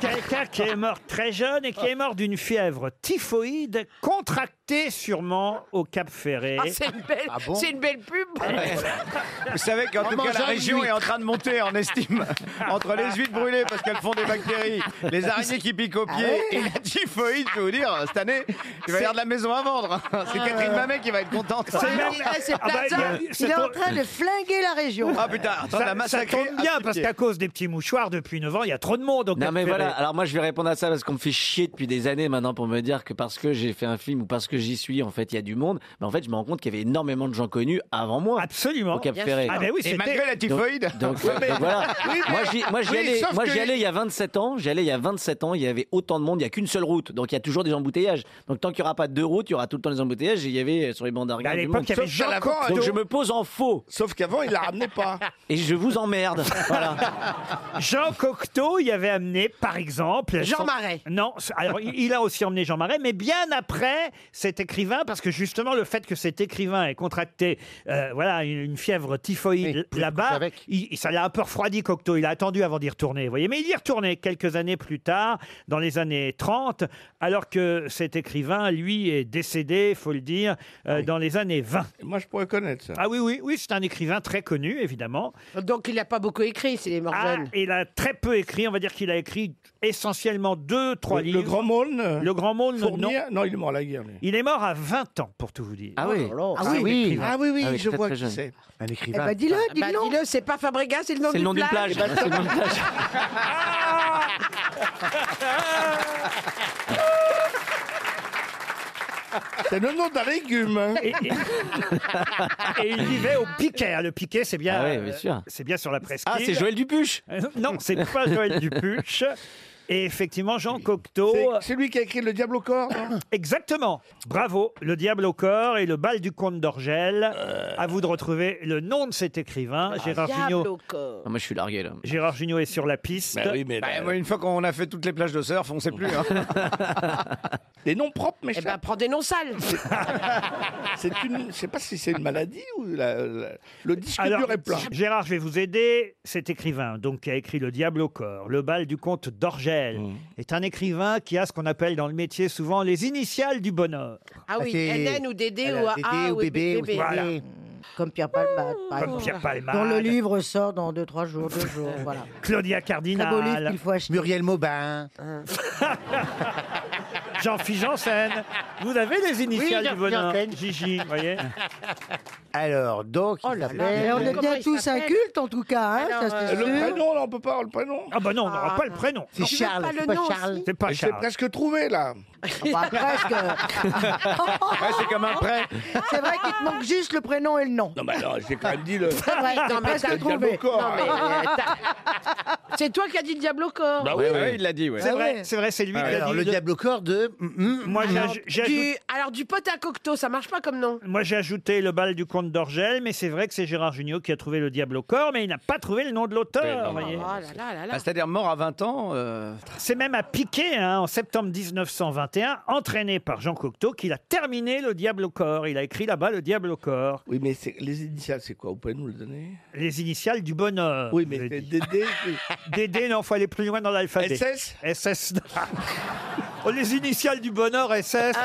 Quelqu'un qui est mort très jeune et qui est mort d'une fièvre typhoïde contractée sûrement au Cap Ferré. Ah, c'est une belle, bon c'est une belle pub. Ah Eh Vous savez qu'en tout cas, la région est en train de monter en estime entre les huîtres brûlées parce qu'elles font des bactéries, les araignées qui piquent aux pieds et la typhoïde. Je vais vous dire, cette année, il va y avoir de la maison à vendre. C'est Catherine Mamet qui va être contente. C'est même- Eh, c'est Ah bah, Plaza. il y a- Il c'est est pour- en train de flinguer la région. Ah putain, en train de la ça, ça massacrer. tombe bien parce qu'à cause des petits mouchoirs depuis 9 ans, il y a trop de monde au Non Cap mais Ferré. voilà, alors moi je vais répondre à ça parce qu'on me fait chier depuis des années maintenant pour me dire que parce que j'ai fait un film ou parce que j'y suis, en fait, il y a du monde. Mais en fait, je me rends compte qu'il y avait énormément de gens connus avant moi. Absolument. Au Cap Bien Ferret. sûr. Ah ben oui, Et c'était- malgré la typhoïde. Donc, donc, Ouais, mais- donc voilà. Oui, mais- moi j'y moi, j'y Oui, allais, sauf moi, que- j'y allais il y a 27 ans, j'y allais il y a 27 ans, il y avait autant de monde, il y a qu'une seule route. Donc il y a toujours des embouteillages. Donc tant qu'il y aura pas deux routes, il y aura tout le temps des embouteillages. Et il y avait euh, sur les bandes Bah, arrière. à du l'époque, monde. il y avait Sauf Jean qu'avant- Corrado. Donc je me pose en faux. Sauf qu'avant, il la ramenait pas. Et je vous emmerde. Voilà. Jean Cocteau y avait amené, par exemple. Jean Marais. Non, c- alors il il a aussi emmené Jean Marais, mais bien après cet écrivain, parce que justement le fait que cet écrivain ait contracté euh, voilà, une, une fièvre typhoïde là-bas, il- ça l'a un peu refroidi Cocteau. Il a attendu avant d'y retourner, vous voyez. Mais il y est retourné quelques années plus tard, dans les années 30, alors que cet écrivain, lui, est décédé, faut le dire, euh, dans les années 20. Moi, je pourrais connaître ça. Ah oui, oui, oui, c'est un écrivain très connu, évidemment. Donc il n'a pas beaucoup écrit, c'est les morts Ah, il a très peu écrit. On va dire qu'il a écrit essentiellement deux, trois Le- le livres. Grand Maulne euh, Le Grand Maulne, non. Fournier Non, il est mort à la guerre, lui. Il est mort à 20 ans, pour tout vous dire. Ah oui. Oh là là. Ah oui. Ah oui, oui, Ah oui, je très, vois très qui jeune. c'est. Un Eh ben, dis-le, dis-le. dis-le, c'est pas Fabregas, c'est le nom C'est le nom d'une plage. Eh ben, C'est le nom d'une plage. Ah C'est le nom d'un légume. hein. Et il vivait au Piquet. hein. Le Piquet, c'est bien, Ah oui, bien euh, sûr. c'est bien sur la presqu'île. Euh, Ah, c'est Joël Dupuche Non, c'est pas Joël Dupuche. Et effectivement, Jean Cocteau. euh, C'est lui qui a écrit Le Diable au corps, non Exactement. Bravo. Le Diable au corps et le bal du comte d'Orgel. Euh. À vous de retrouver le nom de cet écrivain, Gérard Jugnot. Ah, moi je suis largué là. Gérard Jugnot est sur la piste. Bah oui, mais Bah, moi, une fois qu'on a fait toutes les plages de surf, on sait plus. hein. Des noms propres, mais eh ben, prends des noms sales. c'est une. Je sais pas si c'est une maladie ou la- la- le disque Alors, dur est plein. Gérard, je vais vous aider. Cet écrivain, donc, qui a écrit Le Diable au corps, Le bal du comte d'Orgel, est un écrivain qui a ce qu'on appelle dans le métier souvent les initiales du bonheur. Ah oui, Hélène ou Dédé ou voilà, AA Dédé ou bébé, ou Voilà. bébé. Comme Pierre Palmade, par Comme exemple. Pierre Palmade. Dont le livre sort dans 2-3 jours, 2 jours, voilà. Claudia Très beau livre Cardinal, qu'il faut acheter. Ah. Muriel Maubin. Jean-Philippe Janssen. Vous avez les initiales du bonheur, Gigi, vous voyez Alors, donc, il s'appelle- Oh Mais on est bien tous incultes, en tout cas, hein, ça c'est le sûr. prénom, là, on peut pas avoir le prénom. Ah bah non, on n'aura pas le prénom. C'est Charles, c'est pas Charles. C'est pas Et Charles. presque trouvé, là. Bah, presque. c'est comme un prêt. C'est vrai qu'il te manque juste le prénom et le nom. Non, mais alors, j'ai quand même dit le. C'est vrai, Non, t'es mais presque t'as- trouvé. Non, mais, euh, t'as- c'est toi qui as dit le diable au corps. Bah oui, oui, il l'a dit, ouais. C'est Ah vrai, ouais. c'est vrai, c'est lui Ah qui ouais. a Alors, dit le de- Diable au corps de. mmh. Moi, j'ai aj- j'ai Du, alors du pote à cocteau, ça marche pas comme nom. Moi, j'ai ajouté le bal du comte d'Orgel, mais c'est vrai que c'est Gérard Jugnot qui a trouvé le diable au corps, mais il n'a pas trouvé le nom de l'auteur. vous voyez. Oh là là là Bah, là. Ah, C'est-à-dire mort à 20 ans. euh, C'est même à Piquet, hein, en septembre 1921, entraîné par Jean Cocteau, qu'il a terminé le diable au corps. Il a écrit là-bas le diable au corps. Oui, mais c'est- les initiales, c'est quoi Vous pouvez nous le donner Les initiales du bonheur. Oui, vous mais avez c'est dit. Dédé. Dédé, non, faut aller plus loin dans l'alphabet. SS SS. Oh, les initiales du bonheur, SS.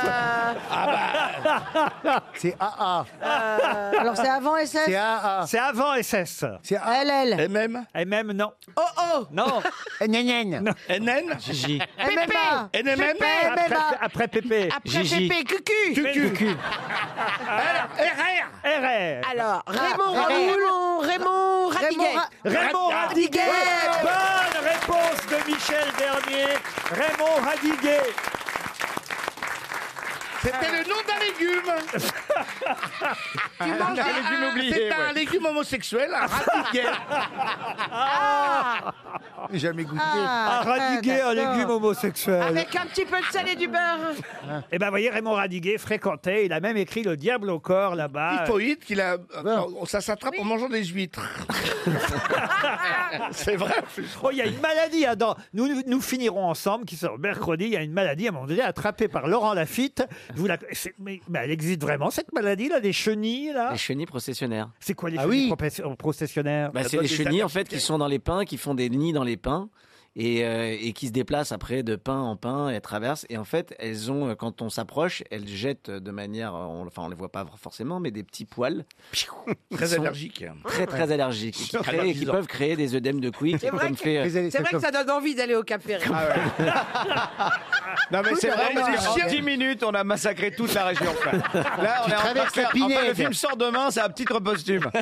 Ah. C'est AA. Euh, Alors c'est avant C'est SF AA. C'est avant SS. C'est LL. MM MM, non. Oh oh Non. NNN. NN Gigi. MMA NMM Après, MMA après Pépé. Après Gigi. Pépé, cucu. QQ RR. RR. Alors Raymond, Ah, Raoul, Raymond, Radiguet. Ra- Raymond Ra- Radiguet Radiguet Bonne réponse de Michel Bernier Raymond Radiguet C'était le nom d'un légume Tu manges des- C'est un légume homosexuel, un radiguet. Ah. Jamais goûté. Ah, Ah, Radiguet, un d'accord. légume homosexuel Ah, avec un petit peu de sel et du beurre. Eh ben, voyez, Raymond Radiguet fréquentait, il a même écrit Le Diable au corps, là-bas. Typhoïde qu'il a. Ça s'attrape en mangeant des huîtres. c'est vrai. Oh, il y a une maladie, hein, dans- nous, nous, nous finirons ensemble, qui sort mercredi, il y a une maladie, à un moment donné, attrapée par Laurent Lafitte. Je vous la... c'est- mais, mais elle existe vraiment, cette maladie, là, des chenilles, ah. là Les chenilles processionnaires. C'est quoi les Ah chenilles oui. process- processionnaires Bah, c'est doit les des chenilles en fait qui sont dans les pins, qui font des nids dans les pins et, euh, et qui se déplacent après de pin en pin, elles traversent et en fait elles ont, euh, quand on s'approche, elles jettent de manière, euh, on- enfin on les voit pas forcément, mais des petits poils Très allergique. très très allergiques et qui, créent- et qui Allergisants. peuvent créer des œdèmes de couilles C'est vrai, comme Ah que, fait. euh, c'est vrai que ça donne envie d'aller au Cap Ferret. Non, mais c'est vrai, non, parce non, que en non. 10 minutes, on a massacré toute la région. quoi. Là, on est en train de traverses la faire- enfin, le Pinède. film sort demain, c'est à petite repostume. Ah,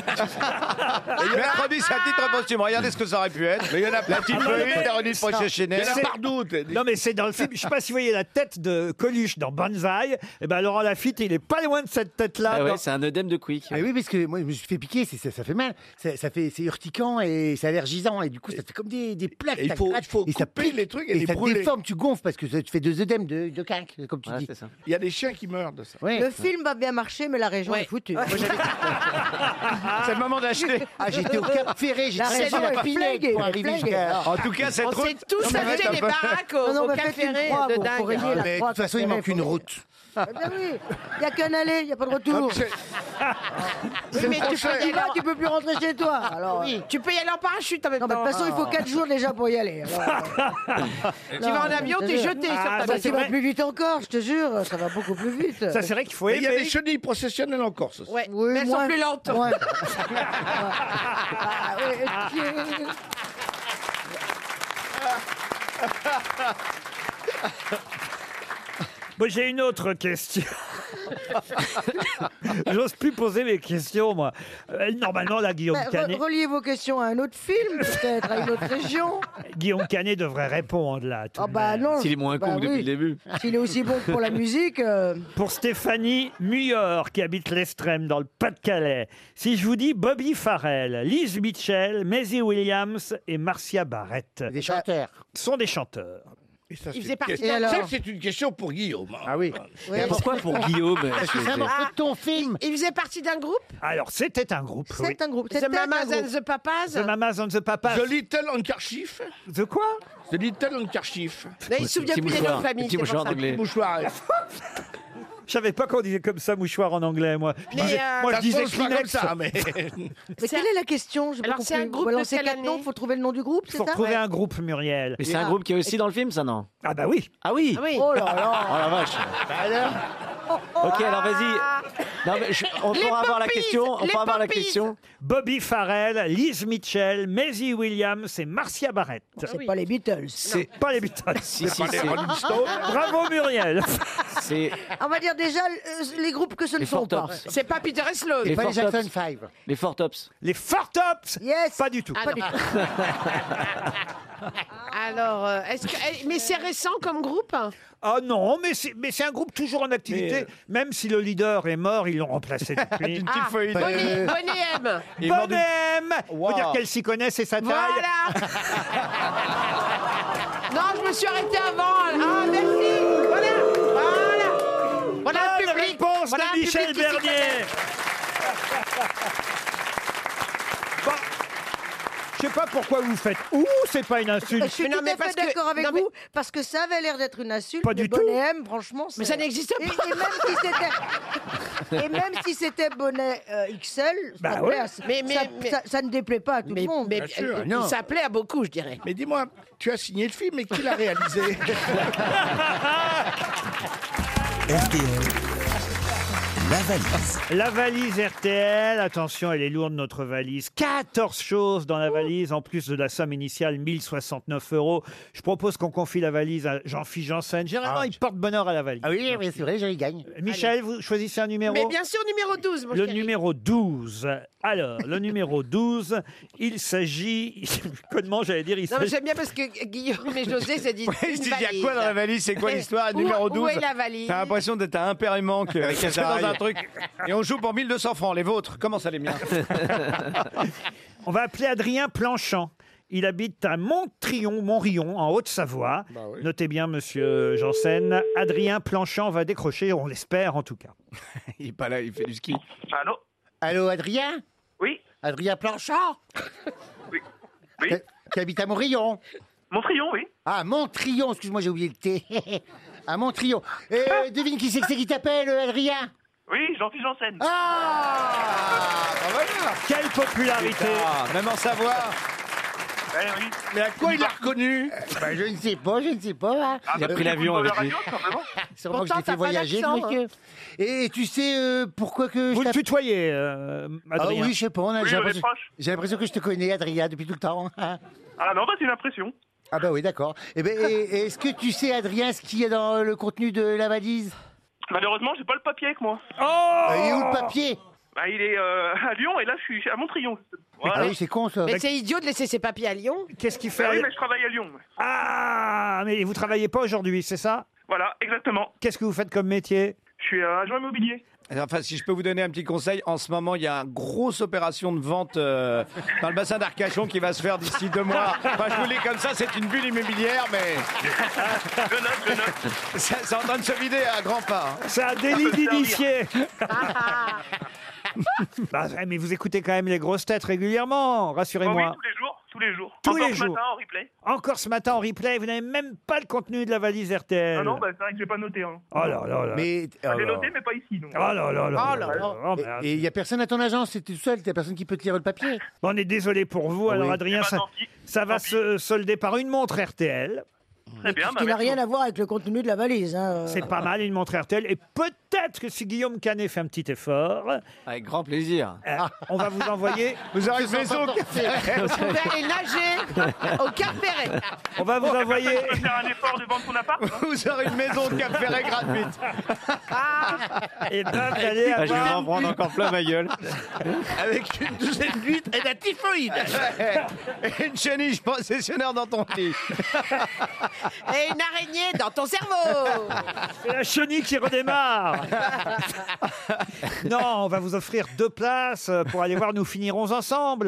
Ah, Mercredi, c'est à petite repostume. Regardez ce que ça aurait pu être. Mais il y en a La petite feuille, la connu de Franck Mais Chéchennel. c'est- Non, mais c'est dans le film. Je sais pas si vous voyez la tête de Coluche dans Banzai. Eh ben, Laurent Lafitte, il est pas loin de cette Ah tête-là. dans- euh, un œdème de quick. Ah oui, parce que moi, je me suis fait piquer, c'est- ça, ça fait mal. Ça, ça fait, c'est urticant et c'est allergisant. Et du coup, ça fait comme des, des plaques. Et il tac, faut- tac, il faut et ça couper pique, les trucs et les ça te brûler. déforme, tu gonfles parce que ça- tu fais deux œdèmes de, de calque, comme tu dis. Il y a des chiens qui meurent de ça. Le film va bien marcher, mais la région est foutue. C'est le moment d'acheter. Ah, j'étais au Cap Ferré, j'étais La région sur la est Pinède flinguée, pour elle est arriver flinguée. jusqu'à- En tout cas, cette On s'est route. tous Non, mais acheté arrête des un peu. baraques Non, non, au, au mais Cap faites une Ferré croix, de vous, dingue. vous rayez la Ah, Mais de croix, toute façon, il Ferré, manque faut une rayer. route. Eh ben oui, il n'y a qu'un aller, il n'y a pas de retour. Ah, Oui, mais tu peux y y vas, aller en- tu peux plus rentrer chez toi. Alors, euh, Tu peux y aller en parachute en même non, mais de toute façon, il faut 4 jours déjà pour y aller. Alors, Tu non, vas en je avion, te t'es jure. jeté sur Ah, ta bah, bagnole. Ça va plus vite encore, je te jure, ça va beaucoup plus vite. Ça, c'est vrai qu'il faut Mais il y a aimer. des chenilles processionnelles en Corse. aussi. Ouais, Oui, mais elles moins- sont plus lentes. moins. Ah, ouais, Bon, j'ai une autre question. J'ose plus poser mes questions, moi. Euh, Normalement, là, Guillaume Bah, re- Canet. reliez vos questions à un autre film, peut-être, à une autre région. Guillaume Canet devrait répondre là. tout Ah de bah même. non. bah oui. S'il est aussi bon que pour la musique, euh, Pour Stéphanie Muyor, qui habite l'Estrême, dans le Pas-de-Calais, si je vous dis Bobby Farrell, Liz Mitchell, Maisie Williams et Marcia Barrett. Des chanteurs. Sont des chanteurs. Et ça, Il c'est faisait une partie question- de- Et alors Ça, c'est une question pour Guillaume. hein. Ah oui. Ouais. pourquoi pour Guillaume Parce que c'est un morceau de ton film. Il faisait partie d'un groupe Alors, c'était un groupe. C'est oui. un groupe. C'était The Mamas un groupe. and the Papas The Mamas and the Papas. The Little Handkerchief. De quoi The Little Handkerchief. Mais il se souvient Petit plus des mouchoir. noms de famille, Petit c'est pour mouchoir ça. d'anglais. Petit mouchoir. Je savais pas qu'on disait comme ça mouchoir en anglais, moi. Je Mais, disais- euh, moi, je Ça se disais prononce pas Kleenex. comme ça, mais- Mais quelle est la question J'ai pas Alors, c'est compris. un groupe Vous de balancez quelle quatre noms, année faut trouver le nom du groupe, c'est Faut ça retrouver un groupe, Muriel. Mais c'est un groupe qui est aussi dans le film, ça, non Ah bah oui. Ah oui Oh là là Oh la vache Ok, alors vas-y. Non, mais je- on Ah. Les pourra avoir la Poppies question. On Les pourra avoir la Poppies question. Bobby Farrell, Liz Mitchell, Maisie Williams et Marcia Barrett. Ah C'est pas les Beatles. C'est pas les Beatles. Si, si, c'est- Bravo Muriel. C'est On va dire déjà euh, les groupes que ce ne Les sont Four pas. Tops. C'est pas Peter et Sloan. Les Four Tops. Five. Les Four Tops. Les Four Tops Yes. Pas du tout. Ah, non. Alors, euh, est-ce que. eh, Mais c'est récent comme groupe hein Ah non, mais c'est, mais c'est un groupe toujours en activité. Même si le leader est mort, ils l'ont remplacé depuis. Ah, Bonnet Bonnet M. Bonne M Faut dire qu'elle s'y connaît, c'est sa taille. Voilà Non, je me suis arrêtée avant. Ah, merci Voilà Voilà Voilà un Bonne public réponse voilà un de public Michel qui s'y connaît. Bernier Bon. Je sais pas pourquoi vous faites ouh, c'est pas une Je insulte. suis Mais non, tout mais à parce fait que- d'accord avec non, mais- vous, parce que ça avait l'air d'être une insulte. Pas mais du Bonnet tout. M, franchement, c'est- Mais ça n'existe Et, pas. et même si c'était... Et même si c'était bonnet euh, XL, ça, Bah plaît ouais. Ah à- ça- Mais- mais- ça, mais- ça- ça ne déplaît pas à tout Mais, le monde. mais Bien sûr, euh, non. il s'appelait à beaucoup, je dirais. Mais dis-moi, tu as signé le film, mais qui l'a réalisé La valise. La valise RTL, attention, elle est lourde notre valise. 14 choses dans la valise, en plus de la somme initiale, 1069 euros. Je propose qu'on confie la valise à Jean-Philippe Janssen. Généralement, il porte bonheur à la valise. Euh, Ah oui, oui, c'est vrai, je les gagne. Michel, vous choisissez un numéro Mais bien sûr, numéro 12, mon Le chéri. numéro 12. Alors, le numéro 12, il s'agit... Comment j'allais dire il Non, mais s'agit- j'aime bien parce que Guillaume et José s'est dit. Il une se dit, il y a valise. quoi dans la valise C'est Eh, quoi l'histoire Où- Numéro 12. Où est la valise T'as l'impression d'être à un père et manque euh, caché dans un truc. Et on joue pour 1200 francs. Les vôtres, comment ça les miens On va appeler Adrien Planchant. Il habite à Montrion, Montrion, en Haute-Savoie. Notez bien, monsieur Janssen, Adrien Planchant va décrocher, on l'espère en tout cas. Il est pas là, il fait du ski. Allô Allô, Adrien Oui Adrien Planchard Oui. T'ha- T'habites à Montrion Montrion, oui. Ah, Montrion, excuse-moi, j'ai oublié le T. à Montrion. Euh, devine qui c'est que c'est qui t'appelle, euh, Adrien Oui, Jean-Philippe Janssen. Ah bah voilà Quelle popularité Ah, même en savoir. Eh oui. Mais à quoi il l'a reconnu Bah, Je ne sais pas, je ne sais pas. hein. Ah, Il a bah, pris c'est l'avion pour avec la lui. radio, simplement. Sûrement que je Pourtant, l'ai fait t'as pas voyager, le d'accent, monsieur. Et tu sais euh, pourquoi que je Vous le t'appelle tutoyez, euh, Ah Adrien. oui, je sais pas, on a- Oui, j'ai on est l'impression- proche. j'ai l'impression que je te connais, Adrien, depuis tout le temps. ah Ah non, bah, c'est une impression. bah oui, d'accord. Eh ben, et- et est-ce que tu sais, Adrien, ce qu'il y a dans le contenu de la valise Malheureusement, j'ai pas le papier avec moi. Oh Et Euh, où le papier Bah, il est euh, à Lyon et là, je suis à Montrion. Voilà. Ah oui, c'est con ça. Mais c'est idiot de laisser ses papiers à Lyon. Qu'est-ce qu'il Bah oui, mais je travaille à Lyon. Ah, mais vous travaillez pas aujourd'hui, c'est ça Voilà, exactement. Qu'est-ce que vous faites comme métier Je suis euh, agent immobilier. Enfin, si je peux vous donner un petit conseil, en ce moment, il y a une grosse opération de vente euh, dans le bassin d'Arcachon qui va se faire d'ici deux mois. Enfin, je vous le dis comme ça, c'est une bulle immobilière, mais ça, c'est en train de se vider à grands pas. hein. C'est un délit d'initié. Ah, Bah, mais vous écoutez quand même les grosses têtes régulièrement, Oh oui, rassurez-moi. tous les jours, tous les jours. Tous Encore les ce jours. matin en replay. Encore ce matin en replay, vous n'avez même pas le contenu de la valise RTL. Ah non, bah, c'est vrai que j'ai pas noté. Hein. Oh là là là. Mais- Ah, oh j'ai là. noté, mais pas ici. Donc. Oh là là là là là. Oh, merde. Et il n'y a personne à ton agence, c'est tout seul, il n'y a personne qui peut te lire le papier. Bon, on est désolé pour vous. Alors, Oui. Adrien, Eh ben, ça, tant ça va se solder par une montre RTL. euh, Très bien, Ce qui n'a rien à voir avec le contenu de la valise. hein. C'est pas mal, une montre RTL. Et peut-être que si Guillaume Canet fait un petit effort, Avec grand plaisir. euh, on va vous envoyer. Vous aurez une maison Vous pouvez aller nager au Cap Ferret. On va vous envoyer. Tu peux faire un effort de vendre ton appart Vous aurez une maison de Cap Ferret gratuite. Et là, vous allez Ah, je vais avoir- en prendre encore plein ma gueule. Avec une douzaine d'huîtres et la typhoïde. Et une chenille possessionnaire dans ton lit. Et une araignée dans ton cerveau. C'est la chenille qui redémarre. non, on va vous offrir deux places euh, pour aller voir Nous finirons ensemble.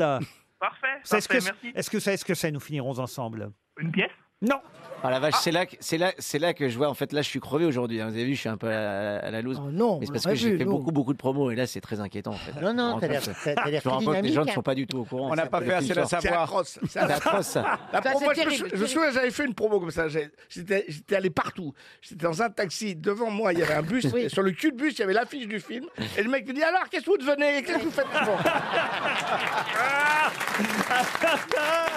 Parfait, C'est parfait ce que merci. est-ce que ça est-ce que c'est Nous finirons ensemble Une pièce Non. Ah la vache, c'est là, que- c'est là, c'est là que je vois. En fait, là, je suis crevé aujourd'hui. hein. Vous avez vu, je suis un peu à, la- à la loose. Oh non, mais c'est on parce l'a que j'ai vu, fait non. beaucoup, beaucoup de promos et là, c'est très inquiétant. En fait. Je Non, non, me t'as rends l'air- compte que- t'as- t'as l'air Je me rends très compte que les gens ne dynamique, sont pas du tout au courant. On n'a Ça pas peut fait être assez une de sorte. savoir. atroce. C'est atroce. ça. La Ça, promo, c'est moi, je, me terrible, sou- je me terrible. souviens, j'avais fait une promo comme ça. J'ai- J'étais j'étais allé partout. J'étais dans un taxi. Devant moi, il y avait un bus. Et sur le cul de bus, il y avait l'affiche du film. Et le mec me dit Alors, qu'est-ce que vous devenez Qu'est-ce que vous faites maintenant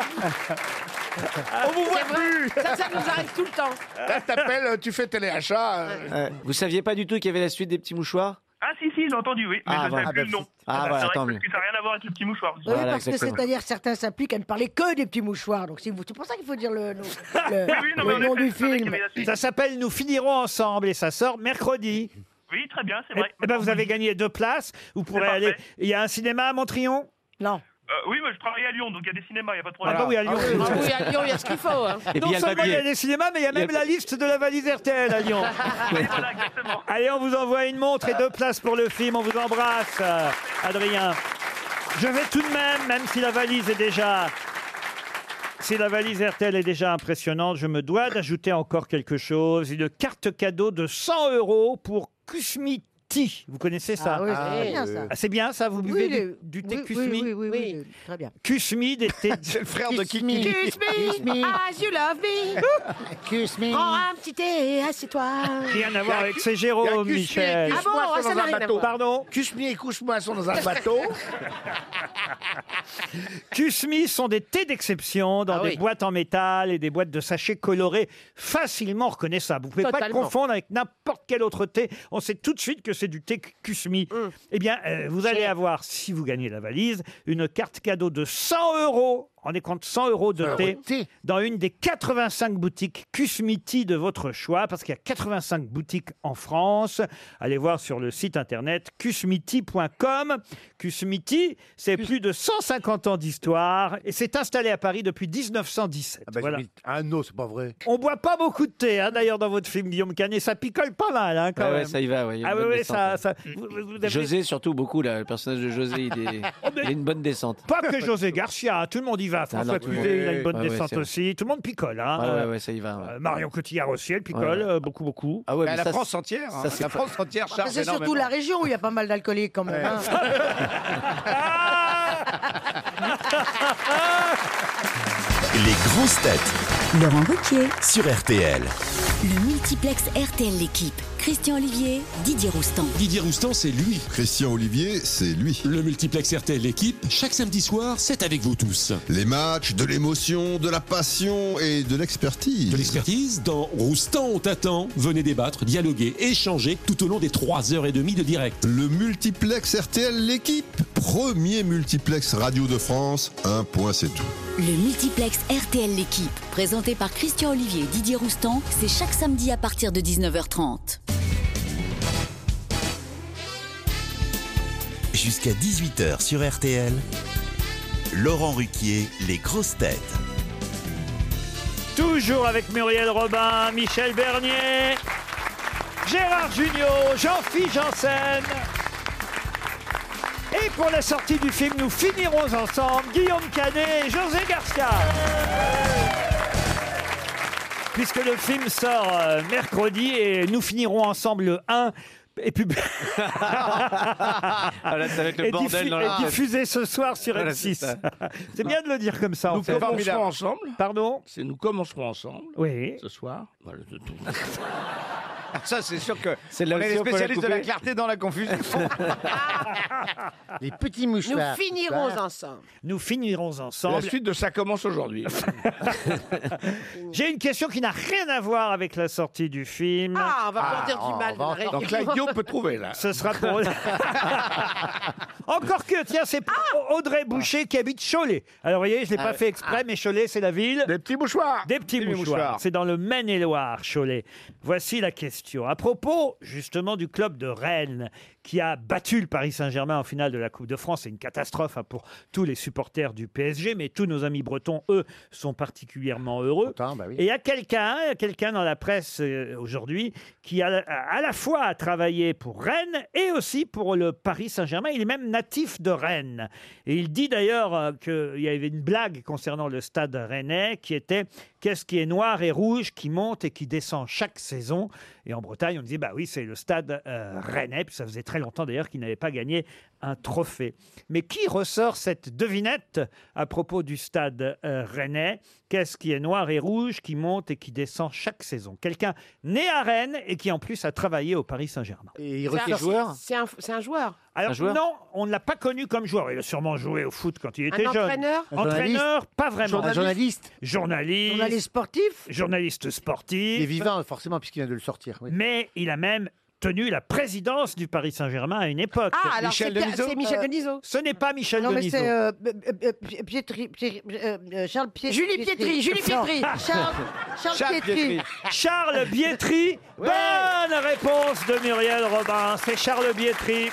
Ah. On vous voit plus Ça, ça nous arrive tout le temps. Là, t'appelles, euh, tu fais téléachat. euh, Ouais. Vous saviez pas du tout qu'il y avait la suite des petits mouchoirs Ah si, si, j'ai entendu, oui. Mais Ah, je ne savais voilà. plus Ah, le bah, nom. ah, C'est voilà, vrai, tant parce mieux. que ça n'a rien à voir avec le petit mouchoir. Oui, Voilà, parce que exactement. c'est-à-dire certains s'appliquent à ne parler que des petits mouchoirs. Donc c'est c'est pour ça qu'il faut dire le, nom- le- Oui, oui, non, mais le en nom effet, du je savais qu'il y film. avait la suite. Ça s'appelle Nous finirons ensemble et ça sort mercredi. Oui, très bien, c'est Eh vrai. eh ben, vous avez gagné deux places. Vous pourrez parfait. aller. Il y a un cinéma à Montrion Non. Euh, oui, mais je travaille à Lyon, donc il y a des cinémas, il n'y a pas de Ah problème. bah oui, à Lyon. Ah oui, à Lyon, il y a ce qu'il faut. hein. Et puis, il y Non a le seulement il y a papier. des cinémas, mais il y a même la liste de la valise RTL à Lyon. Voilà, exactement. Allez, on vous envoie une montre et deux places pour le film. On vous embrasse, euh, Adrien. Je vais tout de même, même si la valise est déjà... Si la valise RTL est déjà impressionnante, je me dois d'ajouter encore quelque chose. Une carte cadeau de 100 euros pour Kusmiti. Vous connaissez ça Ah oui, c'est Ah, bien oui. ça. Ah, C'est bien ça Vous buvez Oui, du, le- du thé oui, Kusmi oui, oui, oui, oui, très bien. Kusmi des thés... C'est le frère de Kiss Kiki. Kiss me, as you love me. Kiss me. Prends un petit thé et assieds-toi. Rien à voir avec ces Il y a Jérôme, Kusmi et Michel. Ah bon, Couche-moi ah, sont ça dans n'a un rien à bateau. voir. Pardon Cuche-mi et couche-moi sont dans un bateau. Kusmi sont des thés d'exception dans Ah des oui. boîtes en métal et des boîtes de sachets colorés facilement reconnaissables. Vous ne pouvez pas le Totalement. confondre avec n'importe quel autre thé. On sait tout de suite que c'est du thé Kusmi. Eh bien, euh, vous allez avoir, si vous gagnez la valise, une carte cadeau de 100 euros. On est compte 100 euros de thé thé. dans une des 85 boutiques Kusmiti de votre choix, parce qu'il y a 85 boutiques en France. Allez voir sur le site internet kusmiti.com. Kusmiti, c'est plus de 150 ans d'histoire et c'est installé à Paris depuis 1917. Ah, bah, Voilà. j'ai mis- ah non, c'est pas vrai. On boit pas beaucoup de thé, hein, d'ailleurs, dans votre film, Guillaume Canet. Ça picole pas mal, hein, quand Ouais, ouais, même. ça y va. ouais, il y a ah une oui, bonne oui, descente, ça... ouais. ça- vous- vous avez- José, surtout beaucoup, là, le personnage de José, il est, il a une bonne descente. Pas que José Garcia, hein, tout le monde y va. François Ah non, tout le monde. Cluzet, il a une bonne Ouais, ouais, descente c'est vrai. aussi. Tout le monde picole. Hein. Ouais, ouais, Euh, ouais, ça y va. ouais. euh, Marion Cotillard aussi, elle picole Ouais, ouais. euh, beaucoup, beaucoup. Ah ouais, Bah, mais la ça, France entière. hein. ça, c'est la France entière charge Parce que Bah, Ah, C'est surtout la énormément. région où il y a pas mal d'alcooliques quand même. hein. Les grosses têtes Laurent Ruquier, sur RTL. le multiplex RTL L'équipe. Christian Olivier, Didier Roustan. Didier Roustan, c'est lui. Christian Olivier, c'est lui. Le multiplex RTL l'équipe, chaque samedi soir, c'est avec vous tous. Les matchs, de l'émotion, de la passion et de l'expertise. De l'expertise, dans Roustan, on t'attend. Venez débattre, dialoguer, échanger tout au long des 3h30 de direct. Le multiplex RTL, l'équipe. Premier multiplex radio de France. Un point, c'est tout. Le multiplex RTL L'équipe, présenté par Christian Olivier et Didier Roustan, c'est chaque samedi à partir de 19h30. Jusqu'à 18h sur RTL, Laurent Ruquier, les grosses têtes. Toujours avec Muriel Robin, Michel Bernier, Gérard Junior, Jean-Philippe Janssen. Et pour la sortie du film, nous finirons ensemble Guillaume Canet et José Garcia. Puisque le film sort euh, mercredi et nous finirons ensemble le 1 et puis Ah, là, ça va être le et bordel dans et la- diffusé ce soir sur Voilà, M6. c'est ça. C'est bien de le dire comme ça. en Nous fait. commencerons ensemble. Pardon C'est nous commencerons ensemble. Oui. Ce soir. Voilà, je tourne. Ça, c'est sûr que. C'est là on est aussi, les on peut la spécialistes de la couper. clarté dans la confusion. Les petits mouchoirs. Nous finirons ensemble. Nous finirons ensemble. La suite de ça commence aujourd'hui. J'ai une question qui n'a rien à voir avec la sortie du film. Ah, on va pouvoir dire du mal de la région. Ce sera pour. Encore que, tiens, c'est Ah Audrey Boucher qui habite Cholet. Alors, vous voyez, je ne l'ai Ah pas oui. fait exprès, mais Cholet, c'est la ville. Des petits mouchoirs. Des petits Des mouchoirs. mouchoirs. C'est dans le Maine-et-Loire, Cholet. Voici la question. À propos, justement, du club de Rennes qui a battu le Paris Saint-Germain en finale de la Coupe de France. C'est une catastrophe hein, pour tous les supporters du PSG, mais tous nos amis bretons, eux, sont particulièrement heureux. Et il y a quelqu'un, il y a quelqu'un dans la presse euh, aujourd'hui qui a, a à la fois a travaillé pour Rennes et aussi pour le Paris Saint-Germain. Il est même natif de Rennes. Et il dit d'ailleurs euh, qu'il y avait une blague concernant le stade rennais qui était qu'est-ce qui est noir et rouge qui monte et qui descend chaque saison. Et en Bretagne, on disait bah oui, c'est le stade euh, rennais. Puis ça faisait très longtemps d'ailleurs qu'il n'avait pas gagné un trophée. Mais qui ressort cette devinette à propos du stade euh, rennais Qu'est-ce qui est noir et rouge qui monte et qui descend chaque saison Quelqu'un né à Rennes et qui en plus a travaillé au Paris Saint-Germain. Et C'est un- C'est un, c'est un joueur. alors non, on ne l'a pas connu comme joueur. Il a sûrement joué au foot quand il était jeune. entraîneur Un Entraîneur, journaliste pas vraiment. Un journaliste Journaliste. Journaliste sportif. Journaliste sportif. Il est vivant, forcément, puisqu'il vient de le sortir. oui. Mais il a même tenu la présidence du Paris Saint-Germain à une époque. Ah, alors Michel c'est- Denisot c'est Michel Denisot. Ce n'est pas Michel Non, mais Denisot. c'est euh, euh, euh, Pi- Pietri, Pietri- euh, euh, Charles Pietri. Julie Pietri, Julie Non, Pietri. Charles, Charles, Pietri. Charles Bietri. Bonne réponse de Muriel Robin. C'est Charles Bietri.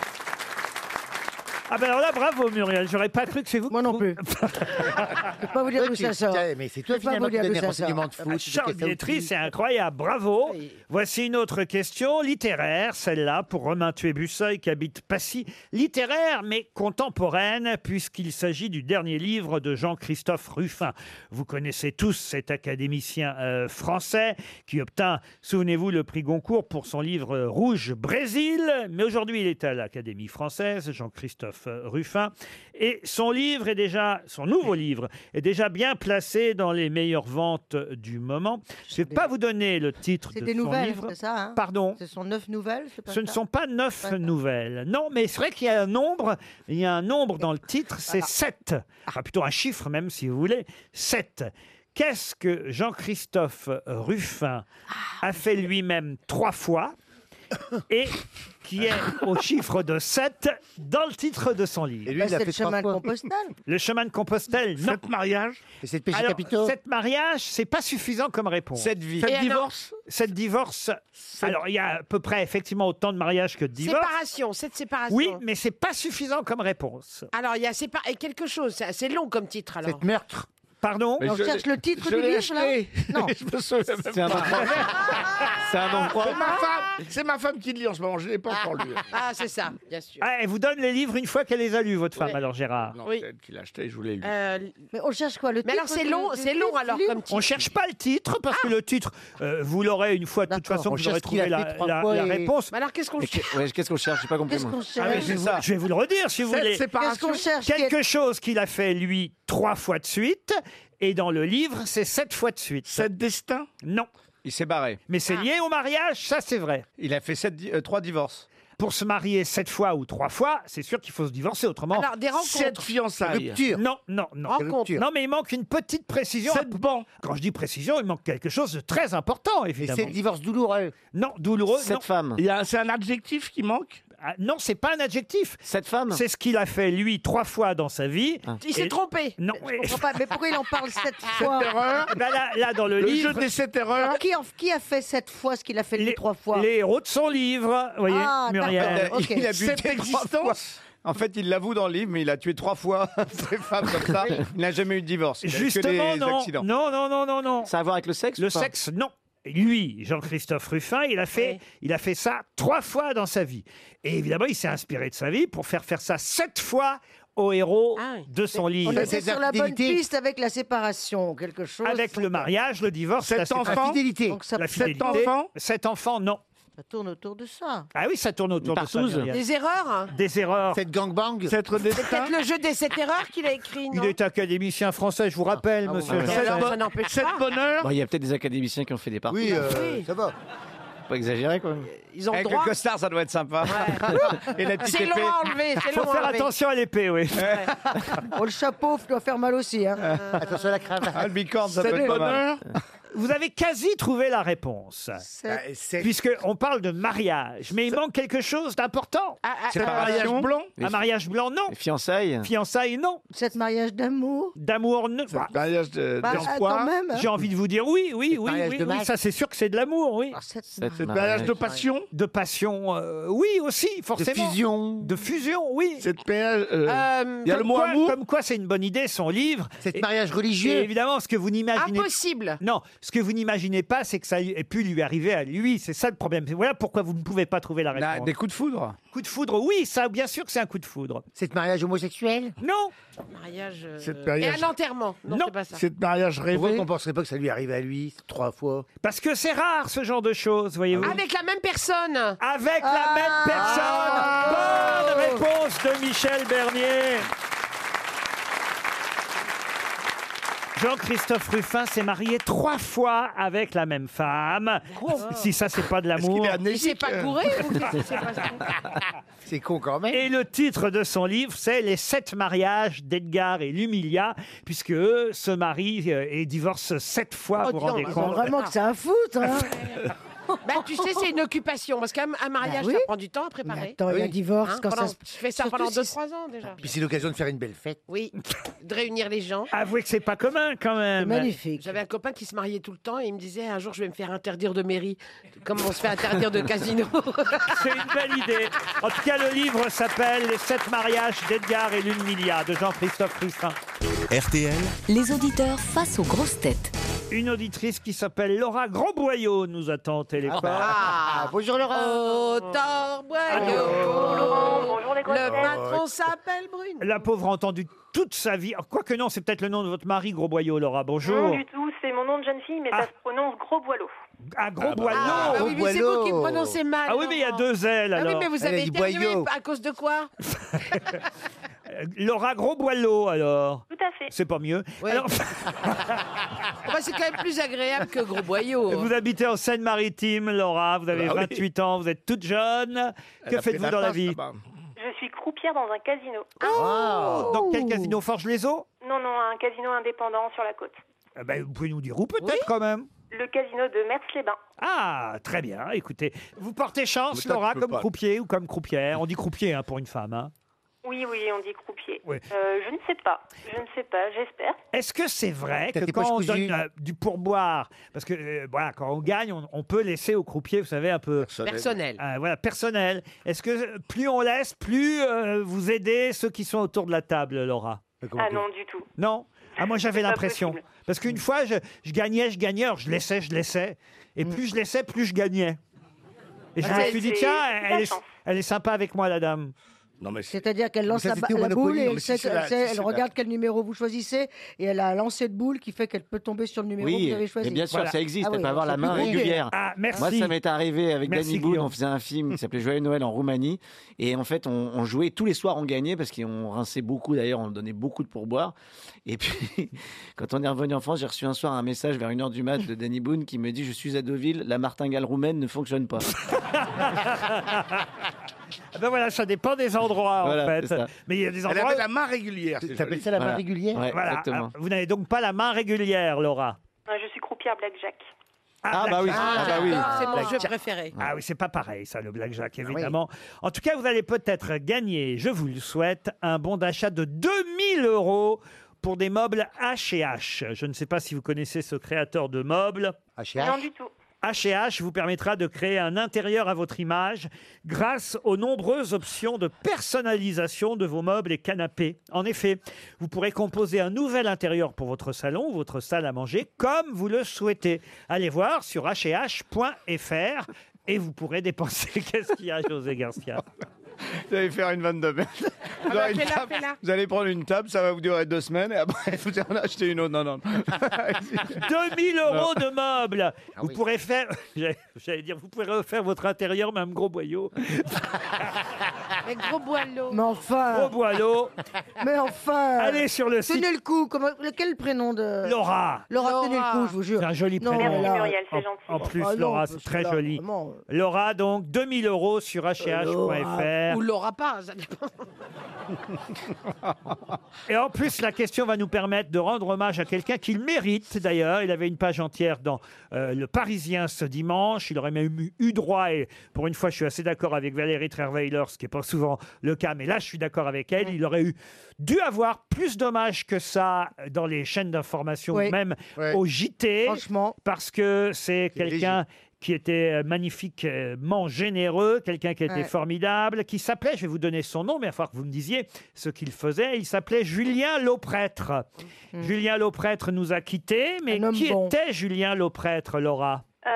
Ah ben alors là, bravo Muriel. J'aurais pas cru que c'est vous. Moi non plus. Je peux pas vous dire Toi, où tu- ça sort. t'as- mais c'est toi, Je peux pas finalement, vous dire qui donnes où les ça renseignements sort. de foot. Ah, Charles Qu'est-ce que ça vous Bietri, dit c'est incroyable, bravo. Voici une autre question littéraire, celle-là pour Romain Tuébusseuil qui habite Passy. Littéraire mais contemporaine puisqu'il s'agit du dernier livre de Jean-Christophe Ruffin. Vous connaissez tous cet académicien euh, français qui obtint, souvenez-vous, le prix Goncourt pour son livre euh, Rouge Brésil. Mais aujourd'hui, il est à l'Académie française, Jean-Christophe euh, Ruffin. Et son livre est déjà, son nouveau livre, est déjà bien placé dans les meilleures ventes du moment. Je ne vais pas vous donner le titre C'est de des son nouvelles, livre. c'est ça hein Pardon. Ce sont neuf nouvelles c'est pas Ce ne ça sont pas neuf nouvelles. Non, mais c'est vrai qu'il y a un nombre. Il y a un nombre dans le titre, c'est sept. Enfin, plutôt un chiffre même, si vous voulez. Sept. Qu'est-ce que Jean-Christophe Ruffin Ah, a fait lui-même trois fois et qui est au chiffre de 7 dans le titre de son livre. Bah, c'est le chemin de Compostelle. Le chemin de Compostelle, non. Sept mariages Sept péchés capitaux Sept mariages, c'est pas suffisant comme réponse. Sept vies. Sept Et alors- divorces Sept divorces. Alors, il y a à peu près effectivement autant de mariages que de divorces. Séparation, cette séparation. Oui, mais c'est pas suffisant comme réponse. Alors, il y a sépar... et quelque chose, c'est assez long comme titre alors. meurtre. Pardon Mais On je cherche l'ai- le titre je du l'ai livre, là acheté. Non. Je me souviens même C'est un pas. enfant. C'est un enfant. C'est ma femme, c'est ma femme qui le lit en ce moment. Je l'ai pas encore lu. Ah, c'est ça, bien sûr. Ah, elle vous donne les livres une fois qu'elle les a lus, votre femme, Ouais. alors Gérard. Non, Oui. c'est elle qui l'a acheté, je voulais le Mais on cherche quoi le Euh, Mais titre alors, c'est du- long, du- c'est du- long du alors livre comme titre. Ah. On cherche pas le titre parce que le titre, euh, vous l'aurez une fois de toute façon on que j'aurai cherche qu'il a trouvé la, fait trois la- fois la et- réponse. alors, qu'est-ce qu'on Mais qu'est- ouais, Qu'est-ce qu'on cherche J'ai pas compris. Qu'est-ce moi. qu'on cherche Ah, mais c'est ça. Je vais vous le redire si vous Cette voulez. séparation. Qu'est-ce qu'on cherche Quelque chose qu'il a fait lui trois fois de suite et dans le livre c'est sept fois de suite. Sept destins Non. Il s'est barré. Mais c'est lié au mariage, ça c'est vrai. Il a fait sept di- euh, trois divorces. Pour se marier sept fois ou trois fois, c'est sûr qu'il faut se divorcer autrement. Alors, des rencontres. Sept fiançailles. Rupture. Non, non, non. Des Rencontres. ruptures. Non, mais il manque une petite précision. Quand je dis précision, il manque quelque chose de très important, évidemment. sept divorces douloureux. Non, douloureux. Sept non. femmes. C'est un adjectif qui manque Ah, Non, c'est pas un adjectif. Cette femme C'est ce qu'il a fait, lui, trois fois dans sa vie. Il s'est Et- trompé. Non. Je comprends pas, mais pourquoi il en parle sept fois Bah là, là, dans le, livre, Alors, qui, en- qui a fait sept fois ce qu'il a fait les trois fois les héros de son livre, vous voyez, Ah, Euh, Muriel. d'accord, ok. Il a buté trois fois. En fait, il l'avoue dans le livre, mais il a tué trois fois ses femmes comme ça. Il n'a jamais eu de divorce. Il a eu que Justement, des non. accidents. Non, non, non, non, non. Ça a à voir avec le sexe Le pas sexe, non. Lui, Jean-Christophe Ruffin, il a, fait, il a fait ça trois fois dans sa vie. Et évidemment, il s'est inspiré de sa vie pour faire faire ça sept fois au héros de son livre. Ah On était sur la bonne piste avec la séparation, quelque chose. Avec le mariage, le divorce, Cet la séparation. enfant- La fidélité. Donc ça- la Cet fidélité. enfant Cet enfant, non. Ça tourne autour de ça. Ah oui, ça tourne autour de ça. Muriel. Des erreurs hein. Des erreurs. Cette gangbang. Cette C'est peut-être le jeu des sept erreurs qu'il a écrit, Il non est académicien français, je vous Ah, rappelle, monsieur. ouais. Janssen. Sept Ça n'empêche pas. Bon, Il y a peut-être des académiciens qui ont fait des parcours. Oui, euh, ça va. Pas exagéré, quoi. Ils ont Avec droit. le costard, ça doit être sympa. Ah, Et la petite C'est épée. Laurent enlevé, c'est Faut Laurent faire enlevé. attention à l'épée, oui. Oh, le chapeau doit faire mal aussi. Hein. Attention à la cravate. Ah, le bicorne, ça C'est peut des être pas mal. Vous avez quasi trouvé la réponse. Bah, Euh, Puisque on parle de mariage, mais il manque quelque chose d'important. ah, Séparation. mariage blanc Un mariage blanc, non. Fiançailles Fiançailles, non. Cette mariage d'amour. D'amour, non. Mariage de. Bah, d'espoir. quand même, hein. J'ai envie de vous dire oui, oui, oui, mariage oui, de oui, masse. Ça, c'est sûr que c'est de l'amour, oui. Ah, C'est le mariage de mariage. passion. De passion, euh, oui aussi, forcément. fusion. De fusion, oui. Cette période. Euh, il y a le comme mot quoi- amour. Comme quoi, c'est une bonne idée, son livre. Cet Et- mariage religieux. et évidemment, ce que vous n'imaginez Impossible. Non, ce que vous n'imaginez pas, c'est que ça ait pu lui arriver à lui. C'est ça le problème. Voilà pourquoi vous ne pouvez pas trouver la Bah, réponse. des coups de foudre. Coup de foudre, oui, ça, bien sûr que c'est un coup de foudre. C'est mariage homosexuel Non Mariage. euh, Cette Et mariage- un enterrement. Non, c'est pas ça. mariage rêvé Pourquoi on penserait pas que ça lui arrive à lui trois fois Parce que c'est rare ce genre de choses, voyez-vous. Ah, Avec la même personne. Ah. Avec Ah. la même Oh. personne. Bonne réponse de Michel Bernier. Jean-Christophe Ruffin s'est marié trois fois avec la même femme. Si ça, c'est pas de l'amour. Il s'est pas gouré ou qu'est-ce qui s'est passé euh C'est con quand même. Et le titre de son livre, c'est Les sept mariages d'Edgar et Lumilia, puisque eux se marient euh, et divorcent sept fois, vous vous rendez Oh, Ils ont compte. vraiment que ça à foutre. Hein. Bah, tu sais, c'est une occupation. Parce qu'un un mariage, Bah oui. ça prend du temps à préparer. Hein, attends, il y a un divorce, quand ça pendant- se- Je fais ça surtout pendant si- Ah. 2-3 ans déjà. Puis c'est l'occasion de faire une belle fête. Oui, de réunir les gens. Avouez que c'est pas commun quand Euh, même. J'avais un copain qui se mariait tout le temps et il me disait un jour je vais me faire interdire de mairie, comme on se fait interdire de casino. C'est une belle idée. En tout cas, le livre s'appelle Les sept mariages d'Edgar et Lumilia de Jean-Christophe Ruffin. RTL, Les auditeurs face aux grosses têtes. Une auditrice qui s'appelle Laura Grosboyau nous attend au téléphone. Ah, bonjour Laurent. Oh, Ah. Bonjour les Le grosses têtes. patron s'appelle Bruno. La pauvre a entendu toute sa vie. Oh, Quoique non, c'est peut-être le nom de votre mari, Grosboyau, Laura. Non Ah, Bonjour. du tout, c'est mon nom de jeune fille, mais ça se prononce Gros Boileau. Ah, Grosboyau. Ah, bah oui, mais c'est vous qui me prononcez mal. Ah oui, mais il y a deux L Ah alors. oui, mais vous avez éternué à cause de quoi Euh, Laura Grosboyau alors. Tout à fait. C'est pas mieux. Alors, Enfin, Bah, c'est quand même plus agréable que Gros Boyau. vous habitez en Seine-Maritime, Laura. Vous avez Bah oui. 28 ans, vous êtes toute jeune. Elle que a fait faites-vous la dans la passe, vie Je suis croupière dans un casino. Oh Dans quel casino Forge-les-Eaux Non, non, un casino indépendant sur la côte. Eh ben, Vous pouvez nous dire où peut-être quand même Le casino de Mers-les-Bains. Ah, très bien. Écoutez, vous portez chance, Mais toi, Laura, tu peux comme pas. croupier ou comme croupière. On dit croupier hein, pour une femme. hein. Oui, oui, on dit croupier. Oui. Euh, je ne sais pas, je ne sais pas, j'espère. Est-ce que c'est vrai T'as que tes quand poches on cousues donne euh, du pourboire, parce que euh, voilà, quand on gagne, on, on peut laisser au croupier, vous savez, un peu Personnel. Euh, voilà, personnel. Est-ce que euh, plus on laisse, plus euh, vous aidez ceux qui sont autour de la table, Laura Ah non, du tout. Non Ah, moi j'avais C'est pas l'impression. possible. Parce qu'une fois, je, je gagnais, je gagnais, alors je laissais, je laissais. Et plus je laissais, plus je gagnais. Et je Ah, me c'est- suis dit, c'est- tiens, c'est la elle est, chance. elle est sympa avec moi, la dame. Non, mais C'est-à-dire qu'elle lance Mais ça, la, c'était au ba- la boule Monopoly. et Non, mais elle, si sait- c'est elle la- sait- si elle c'est la- regarde quel numéro vous choisissez et elle a un lancer de boule qui fait qu'elle peut tomber sur le numéro que vous avez choisi. mais bien sûr, Voilà. ça existe. Ah on oui, peut avoir c'est la plus main compliqué. régulière. Moi, ça m'est arrivé avec Ah, Merci, Danny Boone. Guillaume. On faisait un film qui s'appelait Joyeux Noël en Roumanie. Et en fait, on, on jouait tous les soirs, on gagnait parce qu'on rinçait beaucoup. D'ailleurs, on donnait beaucoup de pourboire. Et puis, quand on est revenu en France, j'ai reçu un soir un message vers 1h du mat de Danny Boone qui me dit Je suis à Deauville, la martingale roumaine ne fonctionne pas. Ah ben voilà, ça dépend des endroits Voilà, en fait. c'est ça. Mais il y a des endroits. Elle avait la main régulière. c'est joli. Voilà. Ouais, Voilà. exactement. Ah, Vous n'avez donc pas la main régulière, Laura. Non, Euh, je suis croupière Blackjack. Ah, bah oui, ah, bah oui. Ah C'est mon Blackjack. jeu préféré. Ah oui, c'est pas pareil, ça, le blackjack, évidemment. En tout cas, vous allez peut-être gagner, je vous le souhaite, un bon d'achat de 2000 euros pour des meubles H&H. Je ne sais pas si vous connaissez ce créateur de meubles. Non du tout. H&H vous permettra de créer un intérieur à votre image grâce aux nombreuses options de personnalisation de vos meubles et canapés. En effet, vous pourrez composer un nouvel intérieur pour votre salon ou votre salle à manger comme vous le souhaitez. Allez voir sur hh.fr et vous pourrez dépenser. Qu'est-ce qu'il y a, José Garcia Vous allez faire une vanne de merde. Vous, aurez une fais-la, table- fais-la. vous allez prendre une table, ça va vous durer deux semaines, et après, vous allez en acheter une autre. Non, non. 2000 euros Non. de meubles. vous oui. pourrez faire, j'allais- j'allais dire, vous pourrez refaire votre intérieur, même gros boyau. Avec gros boileau. Mais enfin. Gros boileau. Mais enfin. Allez sur le site. Tenez le coup. Comment, quel prénom de. Laura. Laura, tenez le coup, je vous jure. C'est un joli Non, prénom. là- En- En plus, Ah non, Laura, parce c'est que très là, joli. vraiment, Euh, Laura, donc, 2000 euros sur hh.fr. Ou l'aura pas, ça dépend. Ah, Et en plus, la question va nous permettre de rendre hommage à quelqu'un qu'il mérite d'ailleurs. Il avait une page entière dans euh, Le Parisien ce dimanche. Il aurait même eu, eu droit, et pour une fois, je suis assez d'accord avec Valérie Trerweiler, ce qui n'est pas souvent le cas, mais là, je suis d'accord avec elle. Il aurait eu dû avoir plus d'hommages que ça dans les chaînes d'information, Oui. même Ouais. au JT. Franchement. Parce que c'est quelqu'un qui était euh, magnifiquement généreux, quelqu'un qui était Ouais. formidable, qui s'appelait, je vais vous donner son nom, mais il va falloir que vous me disiez ce qu'il faisait. Il s'appelait Julien Lauprêtre. Julien Lauprêtre nous a quittés, mais qui était Julien Lauprêtre, Laura Euh,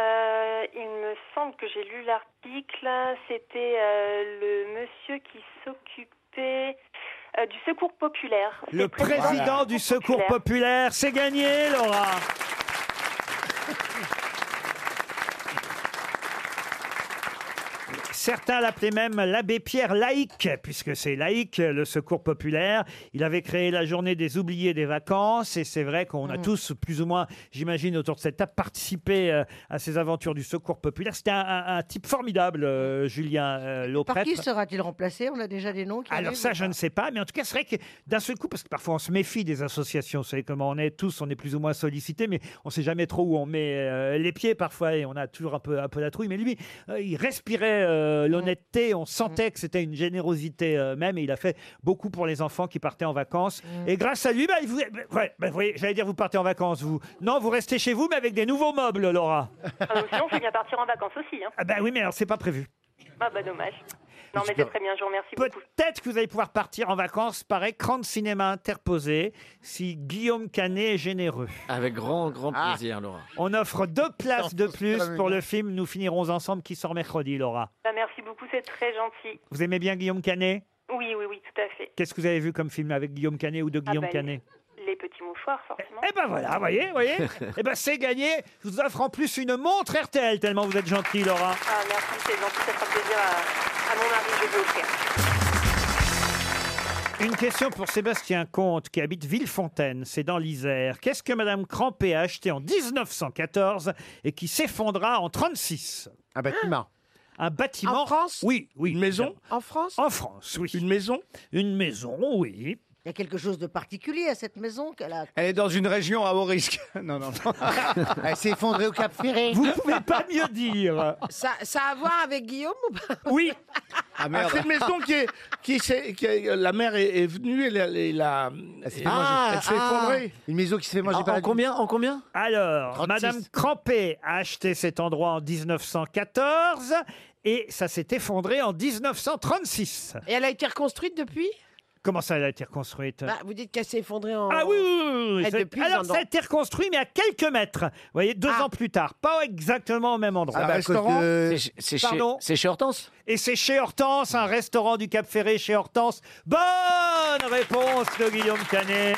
il me semble que j'ai lu l'article. C'était euh, le monsieur qui s'occupait euh, du secours populaire. Le C'est très- président du Secours Populaire. C'est gagné, Laura Certains l'appelaient même l'abbé Pierre laïque, puisque c'est laïque, le secours populaire. Il avait créé la journée des oubliés des vacances, et c'est vrai qu'on a tous, plus ou moins, j'imagine, autour de cette table, participé euh, à ces aventures du secours populaire. C'était un, un- un type formidable, euh, Julien euh, Par Lauprette. qui sera-t-il remplacé On a déjà des noms qui Alors arrivent ça, ou je pas ne sais pas, mais en tout cas, c'est vrai que d'un seul coup, parce que parfois on se méfie des associations, vous savez comment on est tous, on est plus ou moins sollicité, mais on ne sait jamais trop où on met euh, les pieds parfois et on a toujours un peu, un peu la trouille. Mais lui, euh, il respirait euh, l'honnêteté, on sentait que c'était une générosité euh, même, et il a fait beaucoup pour les enfants qui partaient en vacances. Et grâce à lui, bah, il vous, bah, ouais, bah, vous voyez, j'allais dire, vous partez en vacances, vous. Non, vous restez chez vous, mais avec des nouveaux meubles, Laura. Ah, donc sinon, on fait bien partir en vacances aussi. Hein. Ah bah oui, mais alors c'est pas prévu. Ah bah dommage. Non mais c'est très bien, je vous remercie beaucoup. Peut-être que vous allez pouvoir partir en vacances par écran de cinéma interposé si Guillaume Canet est généreux. Avec grand, grand Ah. plaisir, Laura. On offre deux places de plus Ah. très pour mignon. le film Nous finirons ensemble qui sort mercredi, Laura. Bah, merci beaucoup, c'est très gentil. Vous aimez bien Guillaume Canet Oui, oui, oui, tout à fait. Qu'est-ce que vous avez vu comme film avec Guillaume Canet ou de Ah Guillaume bah, Canet Les petits mouchoirs, forcément. Eh ben voilà, voyez, voyez. eh ben c'est gagné. Je vous offre en plus une montre RTL tellement vous êtes gentil, Laura. Ah merci, c'est gentil, ça fera plaisir à, à mon mari, je vais vous offrir. Une question pour Sébastien Comte qui habite Villefontaine, c'est dans l'Isère. Qu'est-ce que Madame Crampé a acheté en 1914 et qui s'effondra en 36 Un bâtiment. Un bâtiment. En France Oui, oui. Une maison En France En France, oui. Une maison Une maison, oui. Il y a quelque chose de particulier à cette maison qu'elle a. Elle est dans une région à haut risque. Non, non, non. Elle s'est effondrée au Cap Ferré. Vous pouvez pas mieux Ah, dire. Ça, ça a à voir avec Guillaume ou pas Oui. Ah, Ah, c'est une maison qui est. Qui s'est- qui est- la mère est, est venue et la. et la- s'est et- fait manger. elle s'est effondrée. Ah, Une maison qui s'est fait manger par la- En combien Alors, 36. Madame Crampé a acheté cet endroit en 1914 et ça s'est effondré en 1936. Et elle a été reconstruite depuis Comment ça, elle a été reconstruite Bah, Vous dites qu'elle s'est effondrée en. Ah oui, oui, oui, oui, oui. Et Ça- depuis, Alors, ils en ont- ça a été reconstruit, mais à quelques mètres. Vous voyez, deux ans plus tard. Pas exactement au même endroit. Un restaurant C'est ch- bah, euh, c'est chez- Pardon c'est chez Hortense Et c'est chez Hortense, un restaurant du Cap Ferré chez Hortense. Bonne réponse de Guillaume Canet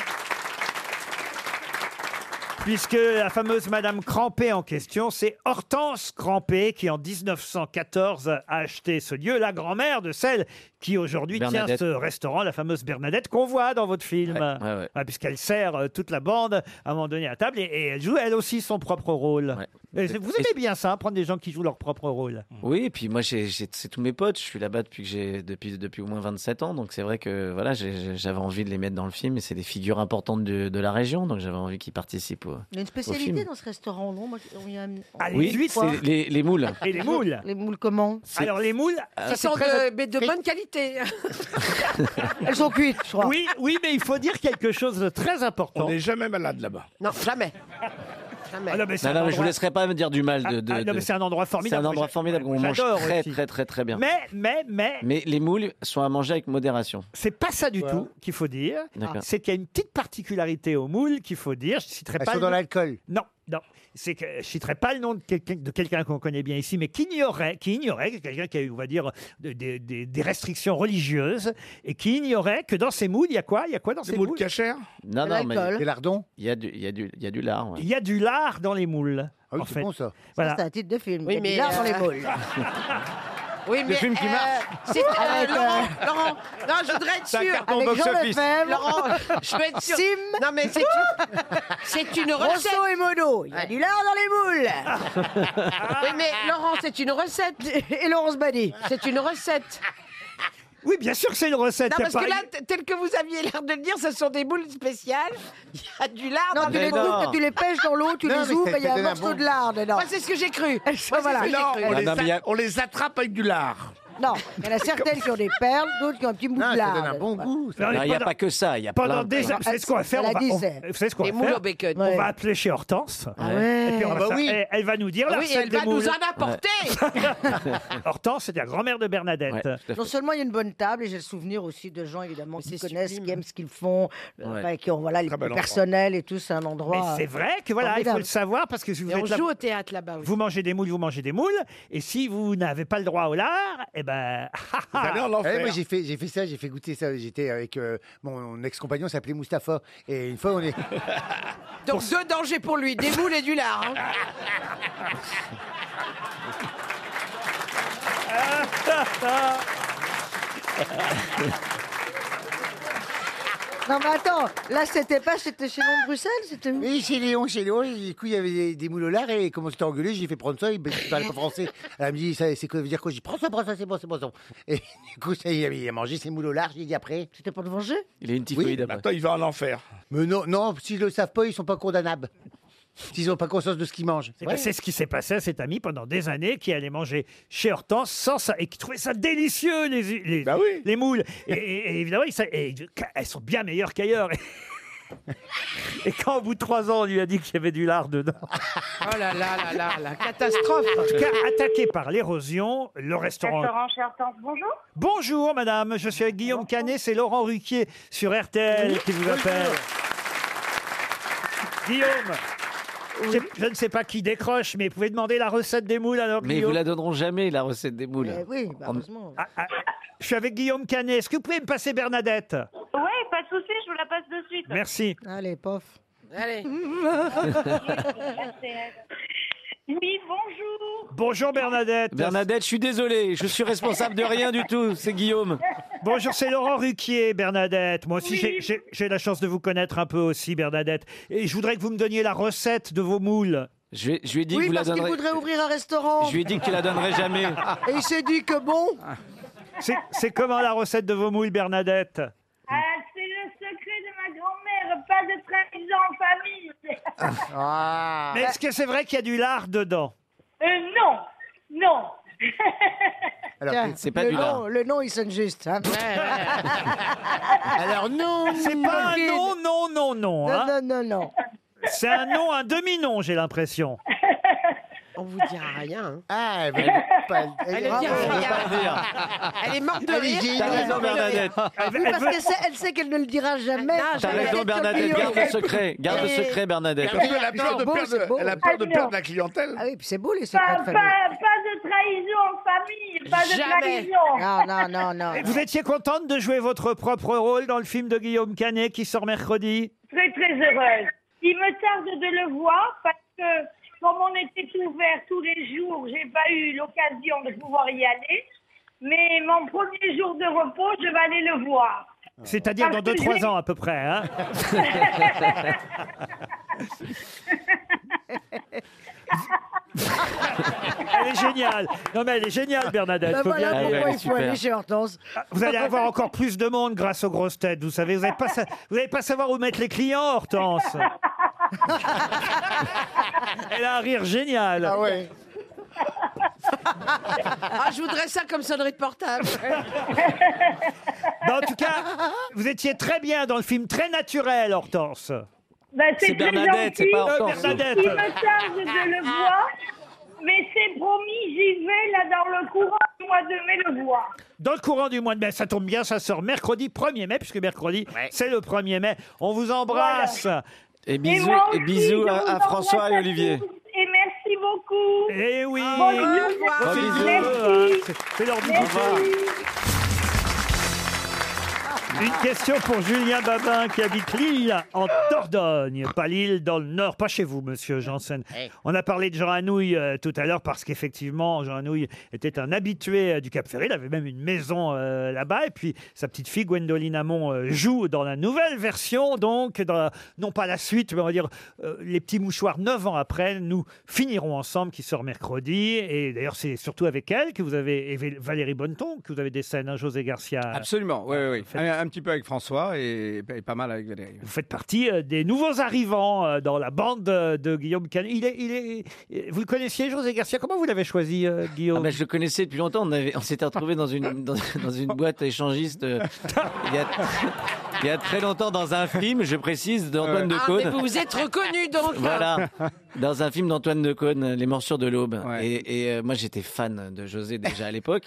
Puisque la fameuse Madame Crampé en question, c'est Hortense Crampé qui, en 1914, a acheté ce lieu, la grand-mère de celle qui aujourd'hui tient Bernadette. ce restaurant, la fameuse Bernadette qu'on voit dans votre film. Ah, Puisqu'elle sert euh, toute la bande à un moment donné à table et, et elle joue elle aussi son propre rôle. Et c'est- vous aimez bien ça, prendre des gens qui jouent leur propre rôle. Mmh. Oui, et puis moi, j'ai- j'ai- c'est tous mes potes. Je suis là-bas depuis que j'ai depuis depuis au moins 27 ans, donc c'est vrai que voilà, j'ai- j'ai- j'avais envie de les mettre dans le film. Et c'est des figures importantes de, de la région, donc j'avais envie qu'ils participent au. Il y a une au spécialité film. dans ce restaurant, non Moi, on y a- Ah, oui, c'est les, les moules. Ah, Et les moules Les moules comment Alors, les moules, Qui ça, c'est sont très- de, mais de bonne qualité. Elles sont cuites, je crois. Oui, oui, mais il faut dire quelque chose de très important. On n'est jamais malade là-bas. non, jamais. jamais. Ah non, mais c'est Non, un non, mais je vous endroit- laisserai pas me dire du mal de. de- Ah, non, mais de- c'est un endroit formidable. C'est un Moi, endroit j'a- formidable où on moi, mange j'adore très, aussi. très, très, très bien. Mais, mais, mais, Mais les moules sont à manger avec modération. c'est pas ça du tout qu'il faut dire. D'accord. C'est qu'il y a une petite particularité aux moules qu'il faut dire. Je citerai Elles pas. sont le dans nom- l'alcool. Non, non. C'est que je citerai pas le nom de quelqu'un de quelqu'un qu'on connaît bien ici, mais qui ignorait, qui ignorait, quelqu'un qui a eu, on va dire, de- des, des- des restrictions religieuses et qui ignorait que dans ces moules, il y a quoi Il y a quoi dans ces moules cachères Non, non, mais. lardons Il y a du, il y a du, il y a du lard. ouais. Il y a du lard dans les moules. Ah oui, en c'est fait. bon, ça. Voilà. Ça, C'est un titre de film. Il Oui, y a du mais, lard dans les euh, boules. Oui, mais. film qui euh, marche. c'est- Avec, euh, Ah. euh, Laurent, Laurent, non, je voudrais être C'est un sûr. carton Avec box Jean office. Lefebvre. Laurent, je veux être sûr. Sim. Non, mais c'est une, c'est une recette. Ah. Rosso et Mono, il y a du lard dans les boules. Ah. Oui, mais Laurent, c'est une recette. Et Laurence Badi. C'est une recette. Oui, bien sûr que c'est une recette. Non, il y a parce que pas- là, t- tel que vous aviez l'air de le dire, ce sont des boules spéciales. Il y a du lard. Non, dans tu les les coupes, tu les pêches dans l'eau, tu Non, les mais ouvres, ça- et il y ça a un donne un morceau bon- de lard dedans. Moi, c'est ce que j'ai cru. Moi, c'est voilà. ce que j'ai Non, cru. on, les non, mais il y a- a- on les attrape avec du lard. Non, il y en a certaines qui ont des perles, d'autres qui ont un petit bout Ah, Non, de Ah, ça lard. donne un bon goût. ça. Non, mais Non, il n'y a pendant- pas que ça. Il y a Pendant plein de- des heures, vous savez ce qu'on va faire Elle on a va, dit on- c'est. vous savez ce qu'on Des va moules faire au bacon. On Ouais. va appeler chez Hortense. Ouais. Et puis on va Ah bah sa- oui. elle, elle va nous dire la Oui, recette elle des va nous moules. en apporter. Hortense, c'est la grand-mère de Ouais, Bernadette. tout à fait. Non seulement il y a une bonne table, et j'ai le souvenir aussi de gens évidemment qui c'est connaissent, sublime. qui aiment ce qu'ils font, euh, Ouais. enfin, qui ont voilà les Très bel endroit. personnels et tout, c'est un endroit. euh, Mais c'est vrai que voilà, il faut formidable. le savoir parce que si vous Et on êtes là- joue au théâtre là-bas aussi. vous mangez des moules, vous mangez des moules, et si vous n'avez pas le droit au lard, eh ben, Vous allez en Eh, enfer. moi j'ai fait j'ai fait ça j'ai fait goûter ça j'étais avec euh, mon ex-compagnon s'appelait Mustapha et une fois on est Donc, deux dangers pour lui des moules et du lard. hein. Non mais attends, là c'était pas, c'était chez Londres Bruxelles, c'était où Oui, chez Léon, chez Léon, et du coup, il y avait des, des moules au lard, et comme on s'était engueulé, j'ai fait prendre ça, il ne parlait pas français. Elle me dit, ça, c'est quoi, veut dire quoi J'ai dit, prends ça, prends ça, c'est bon, c'est bon, c'est bon. Et du coup, ça, il, a, il a mangé ses moules au lard, j'ai dit après. C'était pour le venger Il est une typhoïde après. Maintenant, il va en enfer. Mais non, non, s'ils ne le savent pas, ils sont pas condamnables. S'ils n'ont pas conscience de ce qu'ils mangent. Eh ben, c'est ce qui s'est passé à cet ami pendant des années qui allait manger chez Hortense sans ça et qui trouvait ça délicieux les les, Bah oui. les moules et, et- et évidemment il sa- et- elles sont bien meilleures qu'ailleurs et quand au bout de trois ans on lui a dit qu'il y avait du lard dedans Oh là là là là, la catastrophe. en tout cas attaqué par l'érosion le restaurant Restaurant chez Hortense, bonjour. bonjour madame je suis avec Guillaume Canet c'est Laurent Ruquier sur RTL qui vous appelle Guillaume je, je ne sais pas qui décroche mais vous pouvez demander la recette des moules alors Mais ils Oh, Guillaume vous la donneront jamais, la recette des moules. Eh Oui, bah, En- heureusement. Ah, ah, je suis avec Guillaume Canet. Est-ce que vous pouvez me passer Bernadette Ouais, pas de souci, je vous la passe de suite. Merci. Allez, pof. Allez. Oui, bonjour. Bonjour Bernadette. Bernadette, je suis désolé, je suis responsable de rien du tout, c'est Guillaume. Bonjour, c'est Laurent Ruquier, Bernadette. Moi aussi, Oui. j'ai- j'ai- j'ai la chance de vous connaître un peu aussi, Bernadette. Et je voudrais que vous me donniez la recette de vos moules. Je, lui ai- je lui ai dit que Oui, vous la parce qu'il donnerez. voudrait ouvrir un restaurant. Je lui ai dit que tu la donnerais jamais. Et il s'est dit que bon, C'est- C'est comment la recette de vos moules, Bernadette Ah, c'est le secret de ma grand-mère, pas de trahison en famille. Mais est-ce que c'est vrai qu'il y a du lard dedans Euh, non, non. Alors, Tiens, c'est pas le du nom, lard. Le nom, il sonne juste. hein. alors non C'est pas un Aucune. nom, non, non, non. Non, hein. non, non, non. C'est un nom, un demi-nom, j'ai l'impression. On vous dira rien. hein. Ah, elle veut pas- elle- Elle, bravo. dira rien. Dire. Elle est morte de Elle est rire. géniale. T'as raison, Bernadette. Elle- Oui, elle parce veut- qu'elle sait, elle sait qu'elle ne le dira jamais. Ah, T'as raison, Bernadette. Garde le secret. Garde le secret, Bernadette. Elle a peur non, de beau, perdre- c'est beau. elle a peur de Ah, non. perdre la clientèle. Ah oui, puis c'est beau les secrets Pas, de pas, pas famille. de trahison en famille, pas de Ah, Jamais. trahison. Non, non, Ah, non, non. Et Vous étiez contente de jouer votre propre rôle dans le film de Guillaume Canet qui sort mercredi Très, très heureuse. Il me tarde de le voir parce que, comme on était ouvert tous les jours, j'ai pas eu l'occasion de pouvoir y aller. Mais mon premier jour de repos, je vais aller le voir. Ah. C'est-à-dire dans Parce que 2-3 j'ai- ans à peu près. Hein elle est géniale. Non mais elle est géniale Bernadette. Bah Faut bien voilà dire. pourquoi elle est il faut super. aller chez Hortense. Vous allez avoir encore plus de monde grâce aux grosses têtes. Vous savez, vous n'allez pas, sa- vous allez pas savoir où mettre les clients, Hortense. Elle a un rire génial. Ah ouais. Ah, je voudrais ça comme sonnerie de portable. Bah, Mais en tout cas, vous étiez très bien dans le film, très naturel, Hortense. Euh, Ben, C'est très Bernadette, c'est gentil. pas Hortense. Bernadette. Il me charge de le voir, mais c'est promis, j'y vais là dans le courant du mois de mai le voir. Dans le courant du mois de mai, ça tombe bien, ça sort mercredi 1er mai, puisque mercredi, c'est le 1er mai. On vous embrasse Et bisous- moi et aussi, bisous je à- vous à François et embrasse à Olivier. Et merci beaucoup. Eh oui. Bonjour. Bon bisous. Merci. C'est- C'est leur Merci. Une question pour Julien Babin qui habite Lille en Dordogne, pas Lille dans le Nord, pas chez vous, Monsieur Janssen. On a parlé de Jean Anouilh euh, tout à l'heure parce qu'effectivement Jean Anouilh était un habitué euh, du Cap Ferré, il avait même une maison euh, là-bas et puis sa petite fille Gwendoline Amon euh, joue dans la nouvelle version, donc dans la- non pas la suite, mais on va dire euh, les petits mouchoirs neuf ans après. Nous finirons ensemble qui sort mercredi et d'ailleurs c'est surtout avec elle que vous avez et Valérie Bonneton que vous avez des scènes, hein, José Garcia. Absolument, oui, oui. oui. Un, un petit peu avec François et, et pas mal avec Valérie. Vous faites partie euh, des nouveaux arrivants euh, dans la bande euh, de Guillaume Canet. Il est, il est- il- vous le connaissiez, José Garcia Comment vous l'avez choisi, euh, Guillaume Ah ben, je le connaissais depuis longtemps. On, avait- on s'était retrouvés dans une, dans, dans une boîte échangiste euh, il, y a, il y a très longtemps dans un film, je précise, d'Antoine de Ah, mais vous vous êtes reconnus donc hein. Voilà, dans un film d'Antoine de Caunes, Les morsures de l'aube. Et, et, euh, moi, j'étais fan de José déjà à l'époque.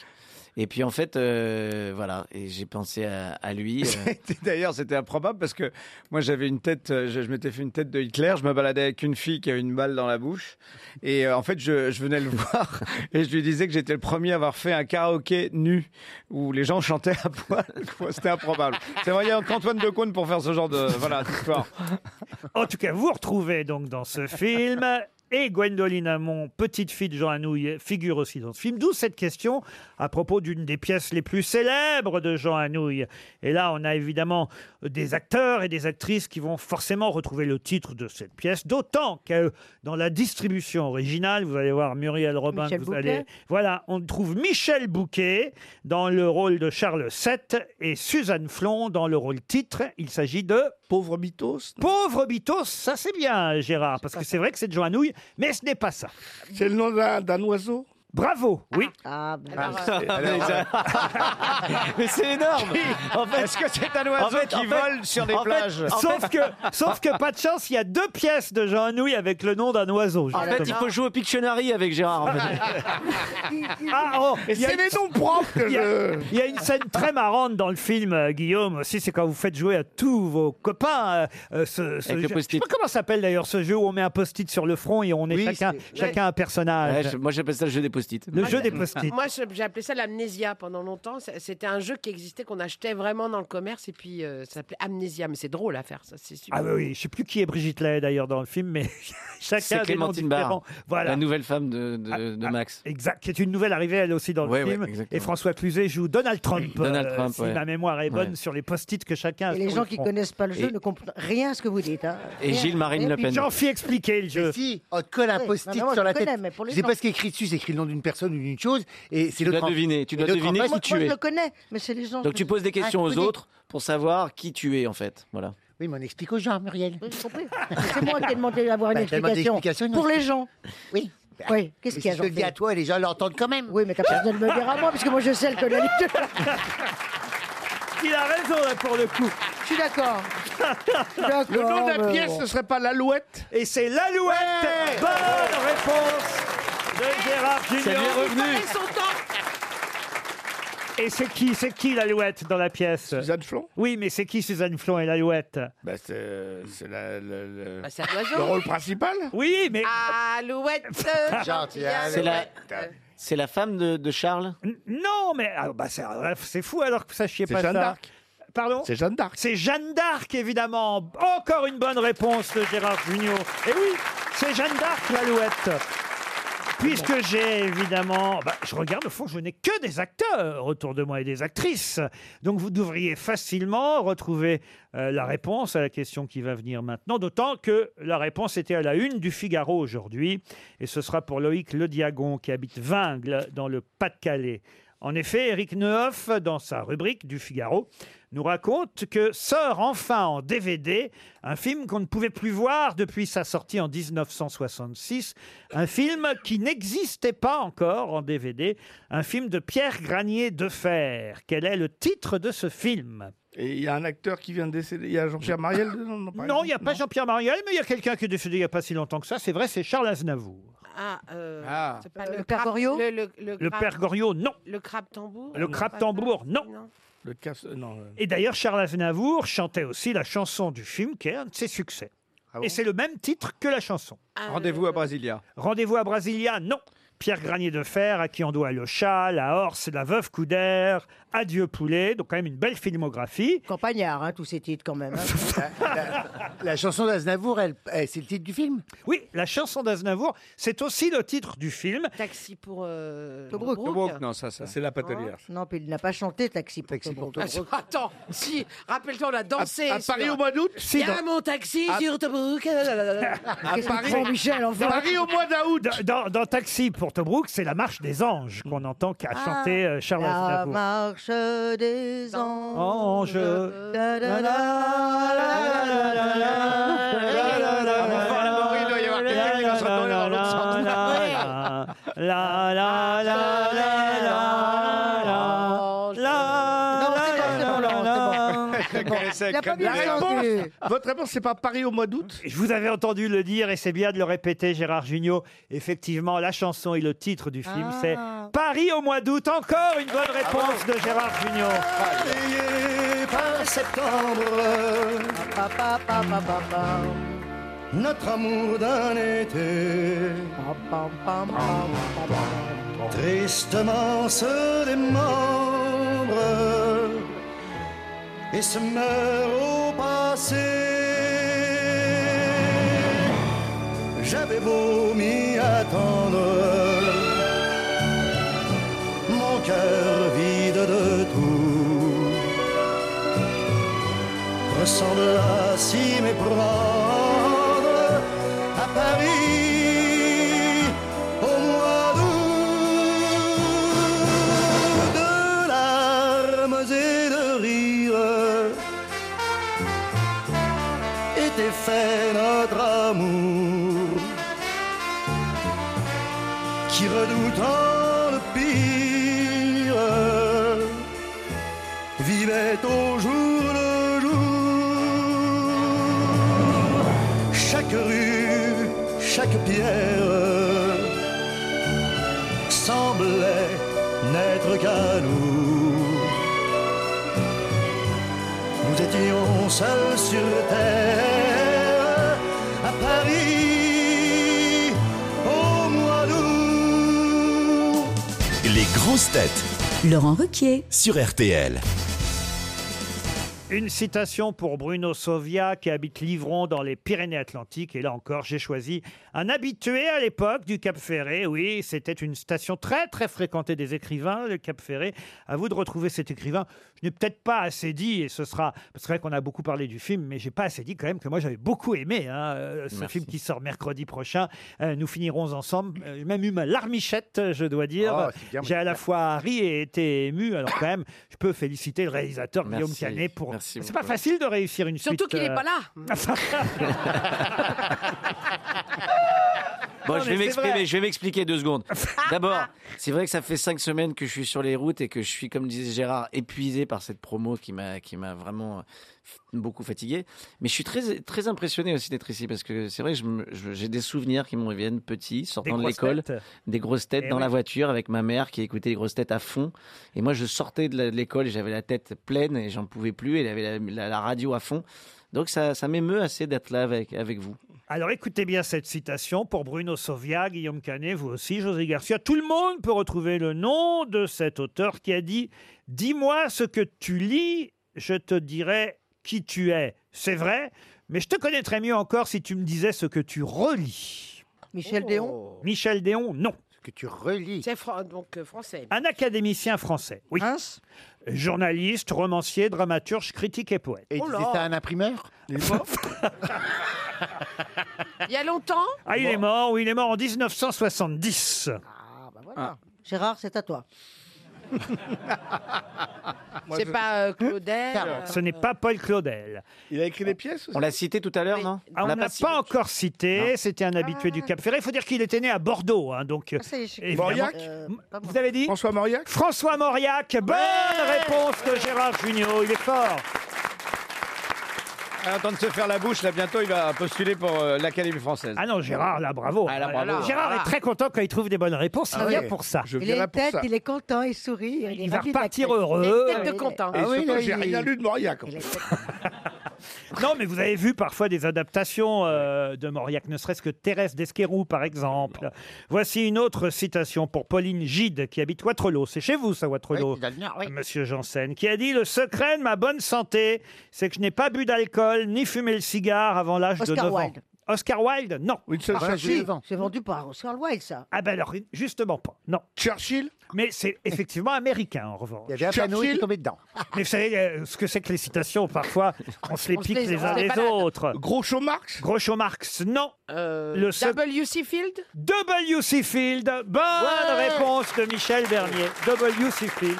Et puis en fait, euh, voilà, et j'ai pensé à, à lui. euh, C'était- D'ailleurs, c'était improbable parce que moi, j'avais une tête, euh, je, je m'étais fait une tête de Hitler. Je me baladais avec une fille qui a une balle dans la bouche. Et euh, en fait, je, je venais le voir et je lui disais que j'étais le premier à avoir fait un karaoké nu où les gens chantaient à poil. C'était improbable. C'est vrai, il y a qu'Antoine de Caunes pour faire ce genre de, voilà, d'histoire. Ah En tout cas, vous retrouvez donc dans ce film. Et Gwendoline Amon, petite fille de Jean Anouilh, figure aussi dans ce film. D'où cette question à propos d'une des pièces les plus célèbres de Jean Anouilh. Et là, on a évidemment des acteurs et des actrices qui vont forcément retrouver le titre de cette pièce. D'autant que dans la distribution originale, vous allez voir Muriel Robin, Michel vous Bouquet. allez voilà, on trouve Michel Bouquet dans le rôle de Charles VII et Suzanne Flon dans le rôle titre. Il s'agit de Pauvre Bitos. Pauvre Bitos, ça c'est bien, Gérard, parce que c'est vrai que c'est de Joanouille, mais ce n'est pas ça. C'est le nom d'un oiseau. Bravo, oui. Ah, ben euh, Mais c'est énorme en fait, Est-ce que c'est un oiseau en fait, qui en fait- vole sur des en fait- plages en Sauf fait- que, sauf que pas de chance, il y a deux pièces de Jean Anouilh avec le nom d'un oiseau. En fait, il faut jouer au Pictionary avec Gérard. en fait. Ah, oh, Et il y a c'est une- les noms propres que Il y, a, je- il y a une scène très marrante dans le film, euh, Guillaume, aussi, c'est quand vous faites jouer à tous vos copains euh, euh, ce, ce Avec le jeu. Je sais post-it. pas comment ça s'appelle d'ailleurs ce jeu où on met un post-it sur le front et on est chacun, c'est- chacun un Ouais, personnage. je- moi, j'appelle ça le jeu des post-it. Ah, Le jeu des post-it. Moi, je- j'ai appelé ça l'amnésia pendant longtemps. C'est- C'était un jeu qui existait, qu'on achetait vraiment dans le commerce, et puis euh, ça s'appelait amnésia. Mais c'est drôle à faire, ça, c'est sûr. Ah oui, oui, je sais plus qui est Brigitte Lay d'ailleurs dans le film, mais chacun C'est a des noms Clémentine Barre, différents. Voilà. Ah, la nouvelle femme de, de- de Max. Exact, qui est une nouvelle arrivée elle aussi dans le Ouais, ouais, film. exactement. et François Cluzet joue Donald Trump. euh, Donald Trump, si ouais. ma mémoire est bonne Ouais. sur les post-it que Ah, chacun. a Et les sur gens le qui front. connaissent pas le jeu Et- ne comprennent rien à ce que vous dites. Hein. Et Rien. Gilles-Marie Rien. Le Pen. J'en fais expliquer le jeu. Mais si, on te colle un Oui, post-it mais moi, sur je la connais, tête. mais pour les Je sais gens. pas ce qui est écrit dessus, c'est écrit le nom d'une personne ou d'une chose. Et c'est dois l'autre en- deviner, tu et dois l'autre deviner en face. qui Moi, tu moi, es. je le connais, mais c'est les gens. Donc tu poses des questions aux inconnus. autres pour savoir qui tu es en fait. Voilà. Oui, mais on explique aux gens, Muriel. Oui, j'ai compris. C'est moi qui ai demandé d'avoir une Bah, t'as demandé explication. l'explication, Pour non. les gens. Oui. Oui, qu'est-ce Mais qu'il y a si je te le dis à toi, les gens l'entendent quand même. Oui, mais t'as pas besoin de me le dire à moi, parce que moi je sais le connaître. Il a raison là pour le coup. Je suis d'accord. Le nom de la mais pièce, bon. ce serait pas l'alouette Et c'est l'alouette Bonne réponse de Gérard Junior. Ça lui est revenu. Et c'est qui, c'est qui l'alouette dans la pièce Suzanne Flon. Oui, mais c'est qui Suzanne Flon et l'alouette Bah, c'est euh, c'est la- le, le- Bah, c'est un oiseau. le rôle principal. Oui, mais. Ah. Alouette euh, Gentille C'est la, c'est la femme de, de Charles Non, mais ah, bah, c'est ah, c'est fou alors que vous sachiez C'est pas Jeanne ça. d'Arc. Pardon C'est Jeanne d'Arc. C'est Jeanne d'Arc, évidemment. Encore une bonne réponse de Gérard Junior. Et oui, c'est Jeanne d'Arc, l'alouette. Puisque j'ai évidemment, bah, je regarde au fond, je n'ai que des acteurs autour de moi et des actrices. Donc vous devriez facilement retrouver euh, la réponse à la question qui va venir maintenant. D'autant que la réponse était à la une du Figaro aujourd'hui. Et ce sera pour Loïc Le Diagon qui habite Vingles dans le Pas-de-Calais. En effet, Eric Neuf, dans sa rubrique du Figaro, nous raconte que sort enfin en DVD un film qu'on ne pouvait plus voir depuis sa sortie en 1966, un film qui n'existait pas encore en DVD, un film de Pierre Granier de Fer. Quel est le titre de ce film Et il y a un acteur qui vient de décéder. Il y a Jean-Pierre Mariel dedans Non, Non, il n'y a pas Jean-Pierre Mariel, mais il y a quelqu'un qui est décédé il n'y a pas si longtemps que ça. C'est vrai, c'est Charles Aznavour. Ah, euh, Ah. c'est pas Le crabe- Pergorio Le, le, le, Le crabe- Père Goriot, non. Le crabe tambour Le crabe tambour, non. Le casse. Non. euh, Et d'ailleurs, Charles Aznavour chantait aussi la chanson du film, qui est un de ses succès. Et c'est le même titre que la chanson. Ah. Rendez-vous à Brasilia. Rendez-vous à Brasilia, non. Pierre Granier de Fer, à qui on doit le chat, la horse, la veuve Coudère, Adieu poulet, donc quand même une belle filmographie. Campagnard, hein, tous ces titres quand même. hein. La chanson d'Aznavour, c'est le titre du film Oui, la chanson d'Aznavour, c'est aussi le titre du film. Taxi pour euh, Tobruk. Tobruk, non, ça, c'est la patelière. Ah. non, puis il n'a pas chanté Taxi pour Tobruk. Tobruk. Attends, si, rappelle-toi, on a dansé. À- à sur- Paris au mois d'août Il y a mon taxi À- sur Tobruk. Qu'est-ce que tu prends, Michel, enfin au mois d'août. Dans, dans Taxi pour Tobruk, c'est la marche des anges qu'on entend qu'à Ah, chanter euh, Charles La Aznavour. marche des anges. Ange. Da, da, da, da, da, da, da, da, da, da. Il doit y avoir quelqu'un qui va se retourner dans l'autre sens. La la la la la La réponse, votre réponse, c'est pas Paris au mois d'août Je vous avais entendu le dire et c'est bien de le répéter, Gérard Jugnot. Effectivement, la chanson et le titre du film, Ah. c'est Paris au mois d'août. Encore une bonne Ah, réponse de Gérard Jugnot. septembre, Pa, pa, pa, pa, pa, pa. notre amour d'un été. Tristement se démembre et se meurt au passé. J'avais beau m'y attendre, mon cœur vide de tout ressemble à s'y méprendre à Paris au mois d'août de larmes et de rires était fait notre amour qui redoutant le pire vivait au jour le jour chaque rue chaque pierre semblait n'être qu'à nous nous étions seuls sur terre à Paris au mois d'août. Les grosses têtes. Laurent Ruquier. Sur RTL. Une citation pour Bruno Sovia qui habite Livron dans les Pyrénées-Atlantiques. Et là encore, j'ai choisi un habitué à l'époque du Cap Ferré. Oui, c'était une station très très fréquentée des écrivains, le Cap Ferré. À vous de retrouver cet écrivain. Je n'ai peut-être pas assez dit, et ce sera. C'est vrai qu'on a beaucoup parlé du film, mais j'ai pas assez dit quand même que moi j'avais beaucoup aimé hein, euh, ce Merci. film qui sort mercredi prochain. Euh, nous finirons ensemble. Euh, J'ai même eu ma larmichette, euh, je dois dire. Oh, c'est bien, j'ai à la fois ri et été ému. Alors quand même, je peux féliciter le réalisateur Guillaume Merci. Canet pour. Merci C'est pas beaucoup. facile de réussir une Surtout suite. qu'il n'est euh, pas là. Bon, Non, je mais vais c'est vrai. m'exprimer, je vais m'expliquer deux secondes. D'abord, c'est vrai que ça fait cinq semaines que je suis sur les routes et que je suis, comme disait Gérard, épuisé par cette promo qui m'a, qui m'a vraiment euh, beaucoup fatigué. Mais je suis très, très impressionné aussi d'être ici parce que c'est vrai que je me- je- j'ai des souvenirs qui me reviennent petits, Des sortant de grosses l'école, têtes. des grosses têtes Eh dans oui. la voiture avec ma mère qui écoutait les grosses têtes à fond. Et moi, je sortais de la- de l'école, et j'avais la tête pleine et j'en pouvais plus. Et elle avait la, la- la radio à fond. Donc ça, ça m'émeut assez d'être là avec, avec vous. Alors écoutez bien cette citation pour Bruno Sovia, Guillaume Canet, vous aussi, José Garcia. Tout le monde peut retrouver le nom de cet auteur qui a dit Dis-moi ce que tu lis, je te dirai qui tu es. C'est vrai, mais je te connaîtrais mieux encore si tu me disais ce que tu relis. Michel Déon Michel Déon, non. Oh. Que tu relis. C'est fran- donc euh, français. Un académicien français, oui. Journaliste, romancier, dramaturge, critique et poète. Et Oh là. c'était un imprimeur Il y a longtemps Ah, il est mort, oui, il est mort en 1970. Gérard, c'est à toi. C'est pas euh, Claudel. Ce n'est pas Paul Claudel. Il a écrit des pièces On l'a cité tout à l'heure, non Ah, on n'a pas, encore cité. C'était un habitué du Cap Ferré. Il faut dire qu'il était né à Bordeaux, hein, donc. Ah, ça y est, je suis- évidemment- Mauriac Euh, pas Vous avez dit François Mauriac. François Mauriac. Bonne réponse de Gérard Junior. Il est fort. En train de se faire la bouche, là, bientôt, il va postuler pour euh, l'Académie française. Ah non, Gérard, là, bravo. Ah là, bravo. Gérard est très content quand il trouve des bonnes réponses. Ah il vient oui. pour ça. Je Il est tête, il est content, il sourit. Il, va repartir heureux. Il est tête de content. Ah oui, là, j'ai il- rien lu de Mauriac. Non, mais vous avez vu parfois des adaptations euh, de Mauriac, ne serait-ce que Thérèse d'Esquerou, par exemple. Voici une autre citation pour Pauline Gide, qui habite Waterloo. C'est chez vous, ça, Waterloo, Monsieur Janssen, qui a dit « Le secret de ma bonne santé, c'est que je n'ai pas bu d'alcool ni fumé le cigare avant l'âge de Oscar 9 ans. Wilde. » Oscar Wilde, non. Ah, si, C'est vendu par Oscar Wilde, ça. Ah ben alors, justement pas. Non. Churchill Mais c'est effectivement américain, en revanche. Il y avait un panneau qui est tombé dedans. Mais vous savez euh, ce que c'est que les citations, parfois, on se les On se pique les- les on uns se les les balade. autres. Groucho Marx Groucho Marx, non. Le sec- W.C. Field W.C. Field. Bonne Ouais. réponse de Michel Bernier. W.C. Field.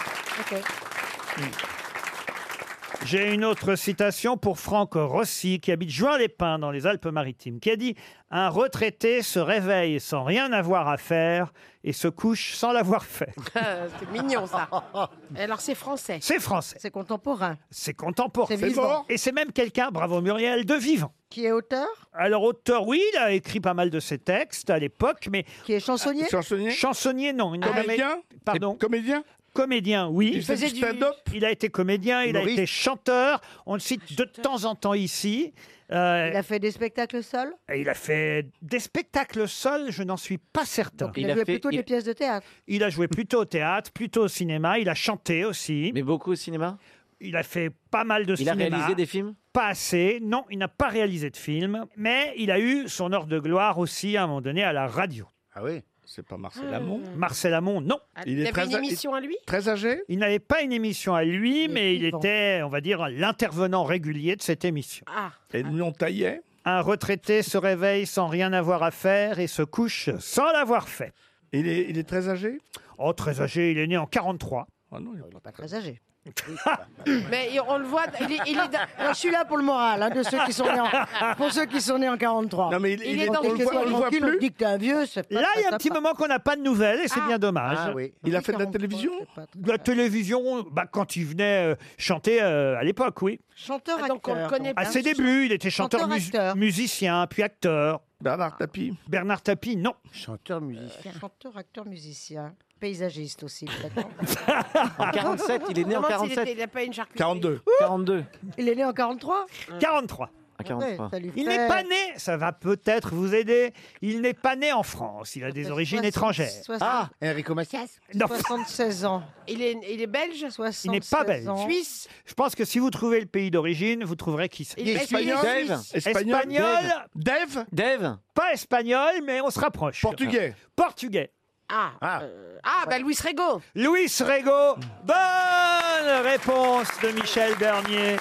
J'ai une autre citation pour Franck Rossi, qui habite Juin-les-Pins, dans les Alpes-Maritimes, qui a dit « Un retraité se réveille sans rien avoir à faire et se couche sans l'avoir fait. Euh, c'est mignon ça. Alors c'est français. C'est français. C'est contemporain. » C'est contemporain. C'est vivant. mort. Et c'est même quelqu'un, bravo Muriel, de vivant. Qui est auteur Alors, auteur, oui, il a écrit pas mal de ses textes à l'époque, mais... Qui est chansonnier Ah, Chansonnier Chansonnier, non. il n'a Comédien jamais- Pardon Comédien Comédien, oui. Il faisait du stand-up Il a été comédien, il a Humoriste été chanteur. On le cite de temps en temps ici. Euh, Il a fait des spectacles seuls et il a fait des spectacles seuls, je n'en suis pas certain. Il, a joué plutôt des pièces de théâtre. Il a joué plutôt au théâtre, plutôt au cinéma. Il a chanté aussi. Mais beaucoup au cinéma Il a fait pas mal de Il a cinéma. réalisé des films Pas assez. Non, il n'a pas réalisé de films. Mais il a eu son heure de gloire aussi, à un moment donné, à la radio. Ah oui C'est pas Marcel Ah. Amont Marcel Amont, non. Ah, Il, avait une émission à lui Très âgé Il n'avait pas une émission à lui, mais il était, on va dire, l'intervenant régulier de cette émission. Ah. Et non taillait Un retraité se réveille sans rien avoir à faire et se couche sans l'avoir fait. Il est, il est très âgé Oh, très âgé, il est né en 43. Ah non, il n'est pas très âgé. Ah Mais il- on le voit. Il est, il est dans- Moi, je suis là pour le moral, hein, de ceux qui sont nés en, Ah, pour ceux qui sont nés en 43. Non, mais il- il est- on le voit- on le voit tranquille, plus. te dit que t'es un vieux. c'est pas Là, il y a très un petit sympa. moment qu'on n'a pas de nouvelles et c'est bien dommage. Ah oui. Il a fait de la télévision De la télévision, bah, quand il venait euh, chanter euh, à l'époque, oui. Chanteur, Ah, donc on le acteur. connaît À bien. ses débuts, il était chanteur, Chanteur, mus- acteur. musicien, puis acteur. Bernard Tapie Bernard Tapie, non. Chanteur, musicien. Chanteur, acteur, musicien. Paysagiste aussi, peut-être. En 47, il est né en Comment s'il était- 47. Il n'a pas une charcuterie. 42. 42. Il est né en 43 Mmh. 43. À 43. ça lui Il fait- n'est pas né, ça va peut-être vous aider, il n'est pas né en France, il a des origines étrangères. Ah, Enrico Macias Non. 76 ans. Il est, il est belge Il n'est pas belge. Suisse Je pense que si vous trouvez le pays d'origine, vous trouverez qui c'est. Il est Est-ce qu'il est espagnol Espagnol. suisse Espagnol. Dev Pas espagnol, mais on se rapproche. Portugais. Portugais. Ah, ah. ah bah Luis Rego. Luis Rego. Bonne réponse de Michel Bernier.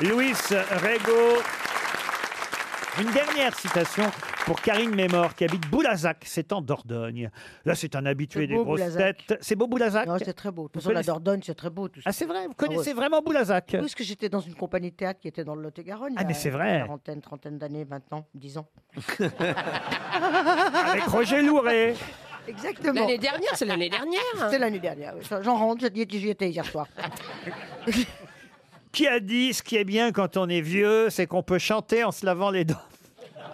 Luis Rego. Une dernière citation pour Karine Mémor, qui habite Boulazac, c'est en Dordogne. Là, c'est un habitué C'est des beau, grosses Boulazac. têtes. C'est beau Boulazac Non, c'est très beau. De toute Vous façon, la connaissez- Dordogne, c'est très beau. Tout Ah, c'est vrai Vous connaissez vraiment Boulazac Oui, parce que j'étais dans une compagnie de théâtre qui était dans le Lot-et-Garonne. Ah, il y a mais c'est vrai. Quarantaine, trentaine d'années maintenant, dix ans. Avec Roger Louret. Exactement. L'année dernière, c'est l'année dernière. C'est l'année dernière. oui. J'en rentre, je dis- j'y étais hier soir. Qui a dit ce qui est bien quand on est vieux, c'est qu'on peut chanter en se lavant les dents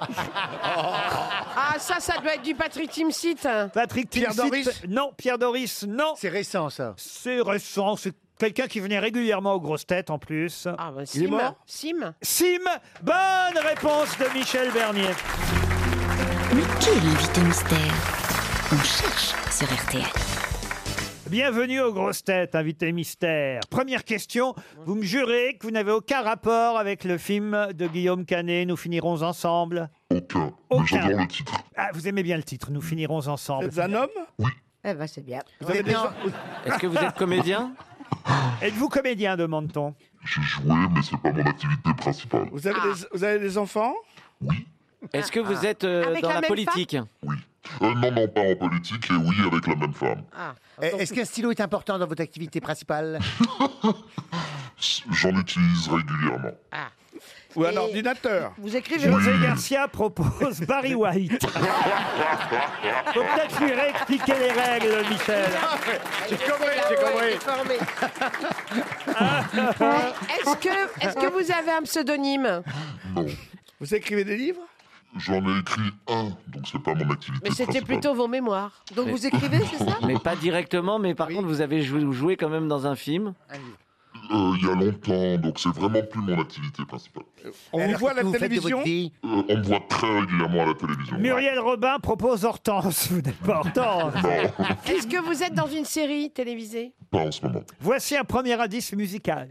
Ah, ça, ça doit être du Patrick Timsit. hein. Patrick Pierre Timsit, Doris Non, Pierre Doris, non. C'est récent, ça. C'est récent, c'est quelqu'un qui venait régulièrement aux grosses têtes en plus. Ah, Sim. Sim. Sim, bonne réponse de Michel Bernier. Mais qui est l'invité mystère On cherche sur RTL. Bienvenue aux grosses têtes, invité mystère. Première question, vous me jurez que vous n'avez aucun rapport avec le film de Guillaume Canet, Nous finirons ensemble Aucun, mais j'adore le titre. Ah, vous aimez bien le titre, Nous finirons ensemble. C'est un homme Eh ben, c'est bien. Vous avez des- Est-ce que vous êtes comédien Êtes-vous comédien, demande-t-on Vous avez, des, vous avez des enfants Est-ce que Ah. vous êtes euh, Avec dans la la, même politique Euh, non, non, pas en politique, et oui, avec la même femme. Ah, Eh, Est-ce qu'un stylo est important dans votre activité principale J'en utilise régulièrement. Ou un ordinateur Vous écrivez José Garcia propose Barry White. Faut peut-être lui réexpliquer les règles, Michel. J'ai compris, j'ai compris. Est-ce que, est que vous avez un pseudonyme Non. Vous écrivez des livres J'en ai écrit un, donc c'est pas mon activité. Mais c'était principale. plutôt vos mémoires. Donc Mais- vous écrivez, c'est ça Mais pas directement, mais par contre, vous avez jou- joué, quand même dans un film. Euh, Il y a longtemps, donc c'est vraiment plus mon activité principale. On vous voit à la télévision Euh, on me voit très régulièrement à la télévision. Muriel Robin propose Hortense. Vous n'êtes pas Hortense. Est-ce que vous êtes dans une série télévisée Pas en ce moment. Voici un premier indice musical.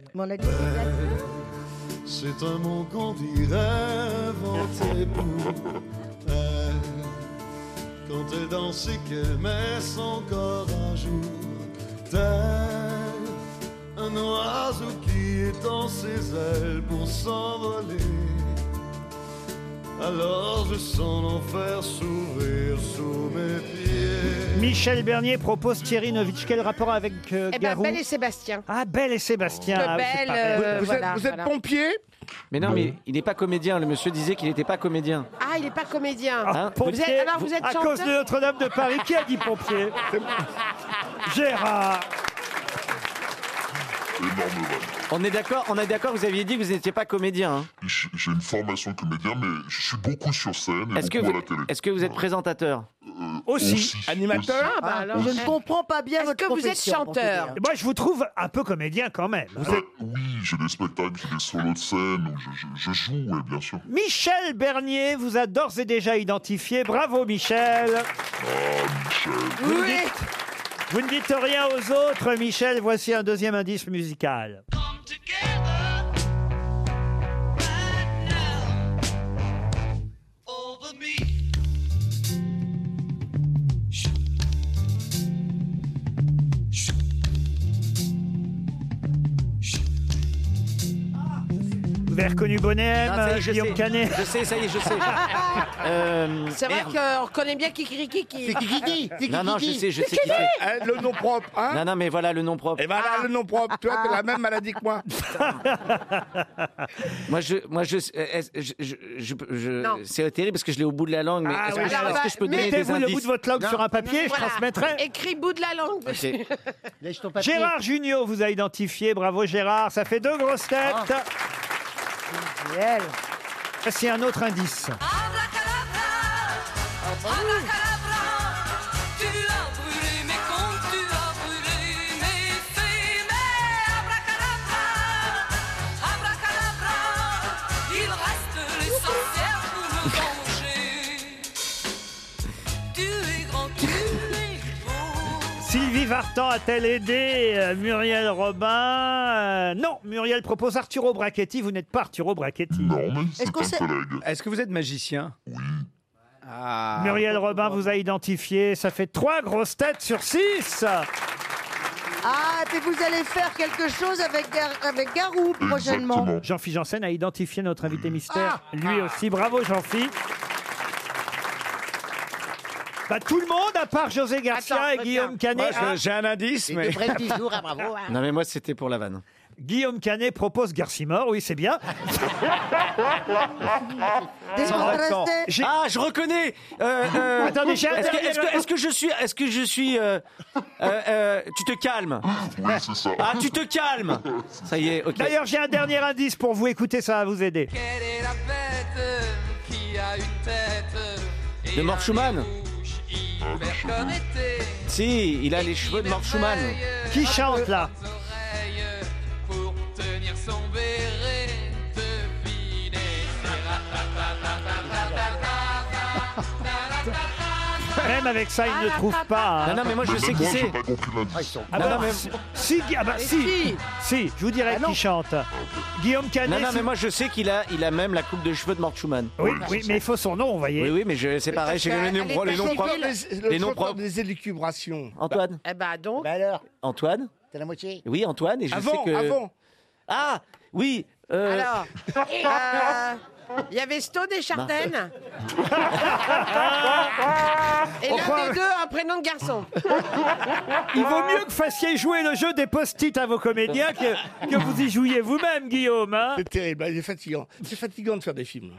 C'est un mot qu'on dirait inventé pour elle. Quand elle danse et qu'elle met son corps à jour, tel un oiseau qui étend ses ailes pour s'envoler. Alors je sens l'enfer s'ouvrir sous mes pieds. Michel Bernier propose Thierry Novitch. Quel rapport avec euh, Eh ben, Garou Belle et Sébastien. Ah, Belle et Sébastien. Le ah, oui, c'est Belle, pareil. euh, Vous- vous êtes- voilà, vous êtes voilà. pompier Mais non, mais il n'est pas comédien. Le monsieur disait qu'il n'était pas comédien. Ah, il n'est pas comédien. Ah, vous pompier. êtes, alors vous êtes à chanteur cause de Notre-Dame de Paris, qui a dit pompier Gérard Énorme rêve. On est d'accord, on est d'accord. Vous aviez dit que vous n'étiez pas comédien. hein. J- J'ai une formation comédien, mais je suis beaucoup sur scène et Est-ce que, beaucoup vous- à la télé. est-ce que vous êtes présentateur Aussi. Animateur aussi. Ah, bah alors, Je ne comprends pas bien votre que vous êtes profession, pour tout chanteur dire. Moi, je vous trouve un peu comédien quand même. Euh, Oui, j'ai des spectacles, j'ai des solos de scène, où je, je- je joue, oui, bien sûr. Michel Bernier vous a d'ores et déjà identifié. Bravo, Michel. Vous, ne dites, vous ne dites rien aux autres, Michel. Voici un deuxième indice musical. Vous avez reconnu Bonnet, Ah, ça y est, je Guillaume sais. Canet. Je sais, ça y est, je sais. Euh, C'est vrai merde. qu'on reconnaît bien Kikirikiki. C'est Kikiki. Non, non, je sais, je sais qui Eh, c'est. Le nom propre, hein Non, non, mais voilà le nom propre. Et voilà Eh ben, le nom Ah, propre. Tu vois, t'as Oh, la même maladie que moi. Moi, je, moi, je, euh, est-ce- je, je, je, je- c'est terrible parce que je l'ai au bout de la langue. Mais Ah est-ce oui, que, alors, est-ce que je peux bah, donner des mettez-vous le indices bout de votre langue sur un papier, je transmettrai. Écris bout de la langue. Ok. Gérard Junior vous a identifié. Bravo Gérard, ça fait deux grosses têtes. Ah. C'est un autre indice. Tu as brûlé mes comptes, tu as brûlé mes faits, mais abracadabra, abracadabra, il reste les sorcières pour me venger. Tu es grand, tu es Sylvie Vartan a-t-elle aidé euh, Muriel Robin Euh, Non, Muriel propose Arturo Brachetti. Vous n'êtes pas Arturo Brachetti. Non, mais c'est Est-ce qu'on un sait- collègue. Ah, Est-ce que vous êtes magicien Ah. Muriel Robin vous a identifié. Ça fait trois grosses têtes sur six. Ah, mais vous allez faire quelque chose avec, Gar- avec Garou prochainement. Jean-Philippe Janssen a identifié notre invité Mm. mystère. Ah. Lui aussi. Bravo, Jean-Philippe. Bah, tout le monde, à part José Garcia et Guillaume Canet. Moi, je- j'ai un indice, Les mais- deux prennent toujours, ah, bravo, hein. Non, mais moi, c'était pour la vanne. Guillaume Canet propose Garcimore, oui, c'est bien. Sans accent. J'ai- Ah, je reconnais. Euh, euh, Attendez, j'ai un Est-ce que, dernier est-ce que- moment. est-ce que je suis, est-ce que je suis, euh, euh, euh, tu te calmes. Oui, c'est ça. Ah, tu te calmes. Ça y est, ok. D'ailleurs, j'ai un dernier indice pour vous. Écoutez, ça va vous aider. Quelle est la bête qui a une tête et De Mort un Schumann. connecté Si, il a les cheveux de Mort Schumann. Qui chante là pour tenir son béret, deviner ses Même avec ça, Ah, il ne trouve pas. hein. Non, non, mais moi, je sais qui c'est. Ah Non, bah, non, mais- si, si, ah bah, Mais si, si. Ah, si, je vous dirais qui chante. Guillaume Non, Canet. non, si- mais moi je sais qu'il a, il a même la coupe de cheveux de Mort Schumann. Oui, oui, mais il faut son nom, vous voyez. Oui, oui, mais je- c'est pareil, j'ai les noms propres. Les noms propres. Les noms propres. Bah. des élucubrations. Antoine. Eh ben donc. Bah, alors Antoine T'as la moitié Oui, Antoine, et je Avant, sais que. avant. Ah, oui. euh, Alors, euh, il y avait Stone et Charden. et On l'un croit- des deux a un prénom de garçon. Il vaut mieux que vous fassiez jouer le jeu des post-it à vos comédiens que, que vous y jouiez vous-même, Guillaume. hein. C'est terrible, il est fatigant. C'est fatigant de faire des films.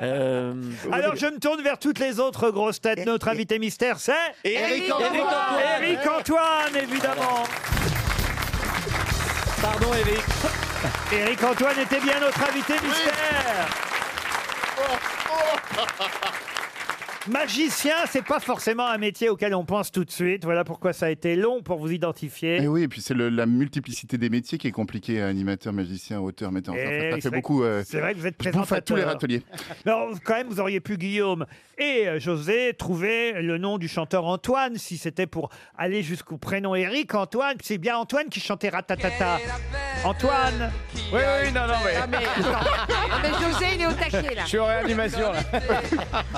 euh, Alors je me tourne vers toutes les autres grosses têtes. Notre invité mystère, c'est Éric Antoine. Éric Antoine. Éric Antoine, évidemment. Pardon, Éric. Éric Antoine était bien notre invité mystère. Magicien, c'est pas forcément un métier auquel on pense tout de suite. Voilà pourquoi ça a été long pour vous identifier. Et oui, et puis c'est le- la multiplicité des métiers qui est compliquée. hein, Animateur, magicien, auteur, metteur en Eh, scène. Ça- Ça c'est fait vrai beaucoup. que- euh, C'est vrai que vous êtes je présentateur. bouffe à tous les râteliers. Non, quand même, vous auriez pu, Guillaume et euh, José, trouver le nom du chanteur Antoine, si c'était pour aller jusqu'au prénom Eric Antoine. C'est bien Antoine qui chantait Ratatata. Antoine Oui, oui, non, non, mais- Ah, mais mais José, il est au taquet, là. Je suis en réanimation, là.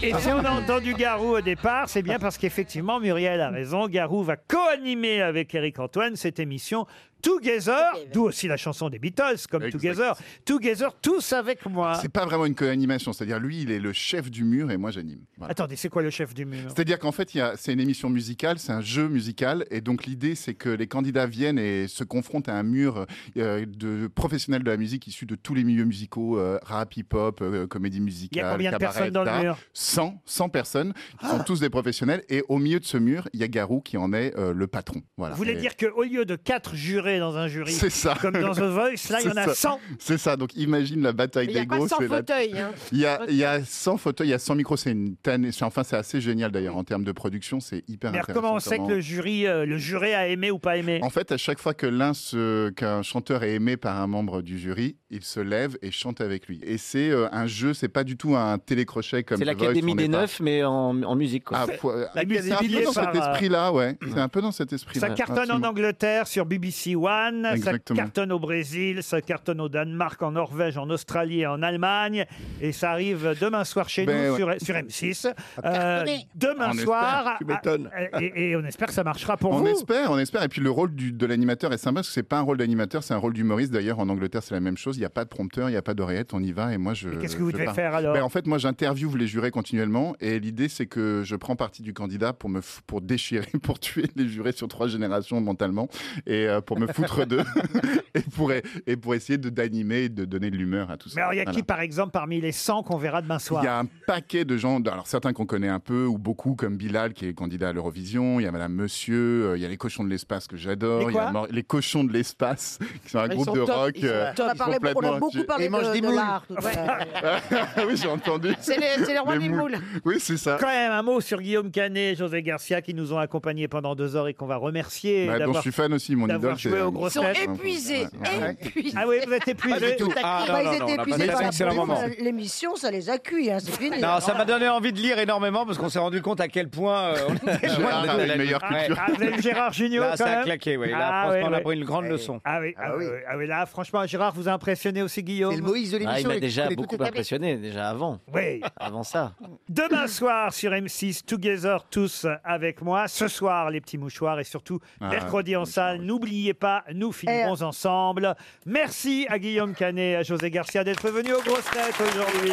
Et si on a entendu Garou au départ, c'est bien parce qu'effectivement, Muriel a raison. Garou va co-animer avec Eric Antoine cette émission Together, d'où aussi la chanson des Beatles, comme Together. Together, tous avec moi. C'est pas vraiment une co-animation. C'est-à-dire, lui, il est le chef du mur et moi, j'anime. Voilà. Attendez, c'est quoi le chef du mur C'est-à-dire qu'en fait, il y a- c'est une émission musicale, c'est un jeu musical, et donc l'idée, c'est que les candidats viennent et se confrontent à un mur euh, de professionnels de la musique issus de tous les milieux musicaux, euh, rap, hip-hop, euh, comédie musicale, combien de cabaret, personnes dans le etc. mur Ah. 100, 100 personnes, qui sont tous des professionnels, et au milieu de ce mur, il y a Garou qui en est euh, le patron. Voilà. Vous voulez Et- dire qu'au lieu de quatre jurés dans un jury, c'est ça. comme dans The Voice, là, il y en C'est a ça. 100. C'est ça. Donc imagine la bataille Mais il y a des pas gosses. 100 c'est la- fauteuils, hein. Il y a, il y a 100 fauteuils, il y a 100 micros. C'est une tannée. C'est- Enfin, c'est assez génial d'ailleurs en termes de production. C'est hyper Mais alors, Ah, intéressant. comment on sait que le jury, euh, le juré a aimé ou pas aimé En fait, à chaque fois que l'un se- qu'un chanteur est aimé par un membre du jury, il se lève et chante avec lui. Et c'est euh, un jeu, c'est pas du tout un télécrochet comme C'est The Voice, l'académie on est des pas- neufs, mais en, en musique. Quoi. Ah, faut- c'est un peu dans cet esprit-là, ouais. C'est un peu dans cet esprit-là. euh, Ça cartonne Absolument. en Angleterre sur BBC One, Exactement. ça cartonne au Brésil, ça cartonne au Danemark, en Norvège, en Australie et en Allemagne. Et ça arrive demain soir chez Ben nous ouais. sur, sur M6. cartonner. demain On espère, soir. tu m'étonnes. ah, Et, et on espère que ça marchera pour on vous. espère, on espère. Et puis le rôle du- de l'animateur est sympa parce que c'est pas un rôle d'animateur, c'est un rôle d'humoriste. D'ailleurs, en Angleterre, c'est la même chose. Il n'y a pas de prompteur, il n'y a pas d'oreillette. On y va et moi je. qu'est-ce que vous je devez parle. faire, alors Ben, En fait, moi j'interviewe les jurés continuellement et l'idée c'est que je prends parti du candidat pour me f- pour déchirer, pour tuer les jurés sur trois générations mentalement et euh, pour me foutre d'eux et pour et pour essayer de d'animer et de donner de l'humeur à tout ça. Mais alors, il y a qui, Voilà. par exemple, parmi les 100 qu'on verra demain soir Il y a un paquet de gens, alors certains qu'on connaît un peu ou beaucoup, comme Bilal qui est candidat à l'Eurovision, il y a Madame Monsieur, euh, il y a les cochons de l'espace que j'adore, Les il y a quoi Mor- les cochons de l'espace qui sont un Ils groupe sont de top, rock. ils sont euh, top. On a parlé- on a complètement- beaucoup parlé Ils de- mangent des de moules. l'art, tout à oui, j'ai entendu. C'est les- c'est les rois Les des moules. Oui, c'est ça. Quand même un mot sur Guillaume Canet et José Garcia qui nous ont accompagnés pendant deux heures et qu'on va remercier. Bah, dont d'avoir- je suis fan aussi, mon d'avoir idole, joué c'est- aux grosses Ils sont têtes. épuisés, Ouais. Ah oui, vous êtes épuisés. Pas du tout. Ah, Bah, non, ils non, étaient on a épuisés passé par un la excellent bouffe, moment. la- l'émission, ça les a cuits, hein, c'est fini. Non, ça m'a donné envie de lire énormément parce qu'on s'est rendu compte à quel point euh, on était Gérard loin de avait la une meilleure Ouais. culture. Ah, vous avez eu Gérard Junior Là, quand ça a même claqué, oui. Là, Ah, franchement, ouais, on a ouais. pris une grande leçon. Ah oui, ah, oui. ah oui, là, franchement, Gérard vous a impressionné aussi, Guillaume. C'est le Moïse Ah, il m'a déjà beaucoup impressionné, déjà avant. Oui. Avant ça. Demain soir sur M6, Together, tous avec moi. Ce soir, les petits mouchoirs et surtout Ah, mercredi en salle. N'oubliez pas, nous finirons ensemble. Merci à Guillaume Canet et à José Garcia d'être venus aux grosses têtes aujourd'hui.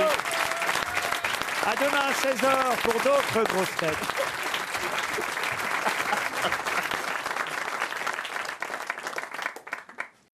À demain à 16h pour d'autres grosses têtes.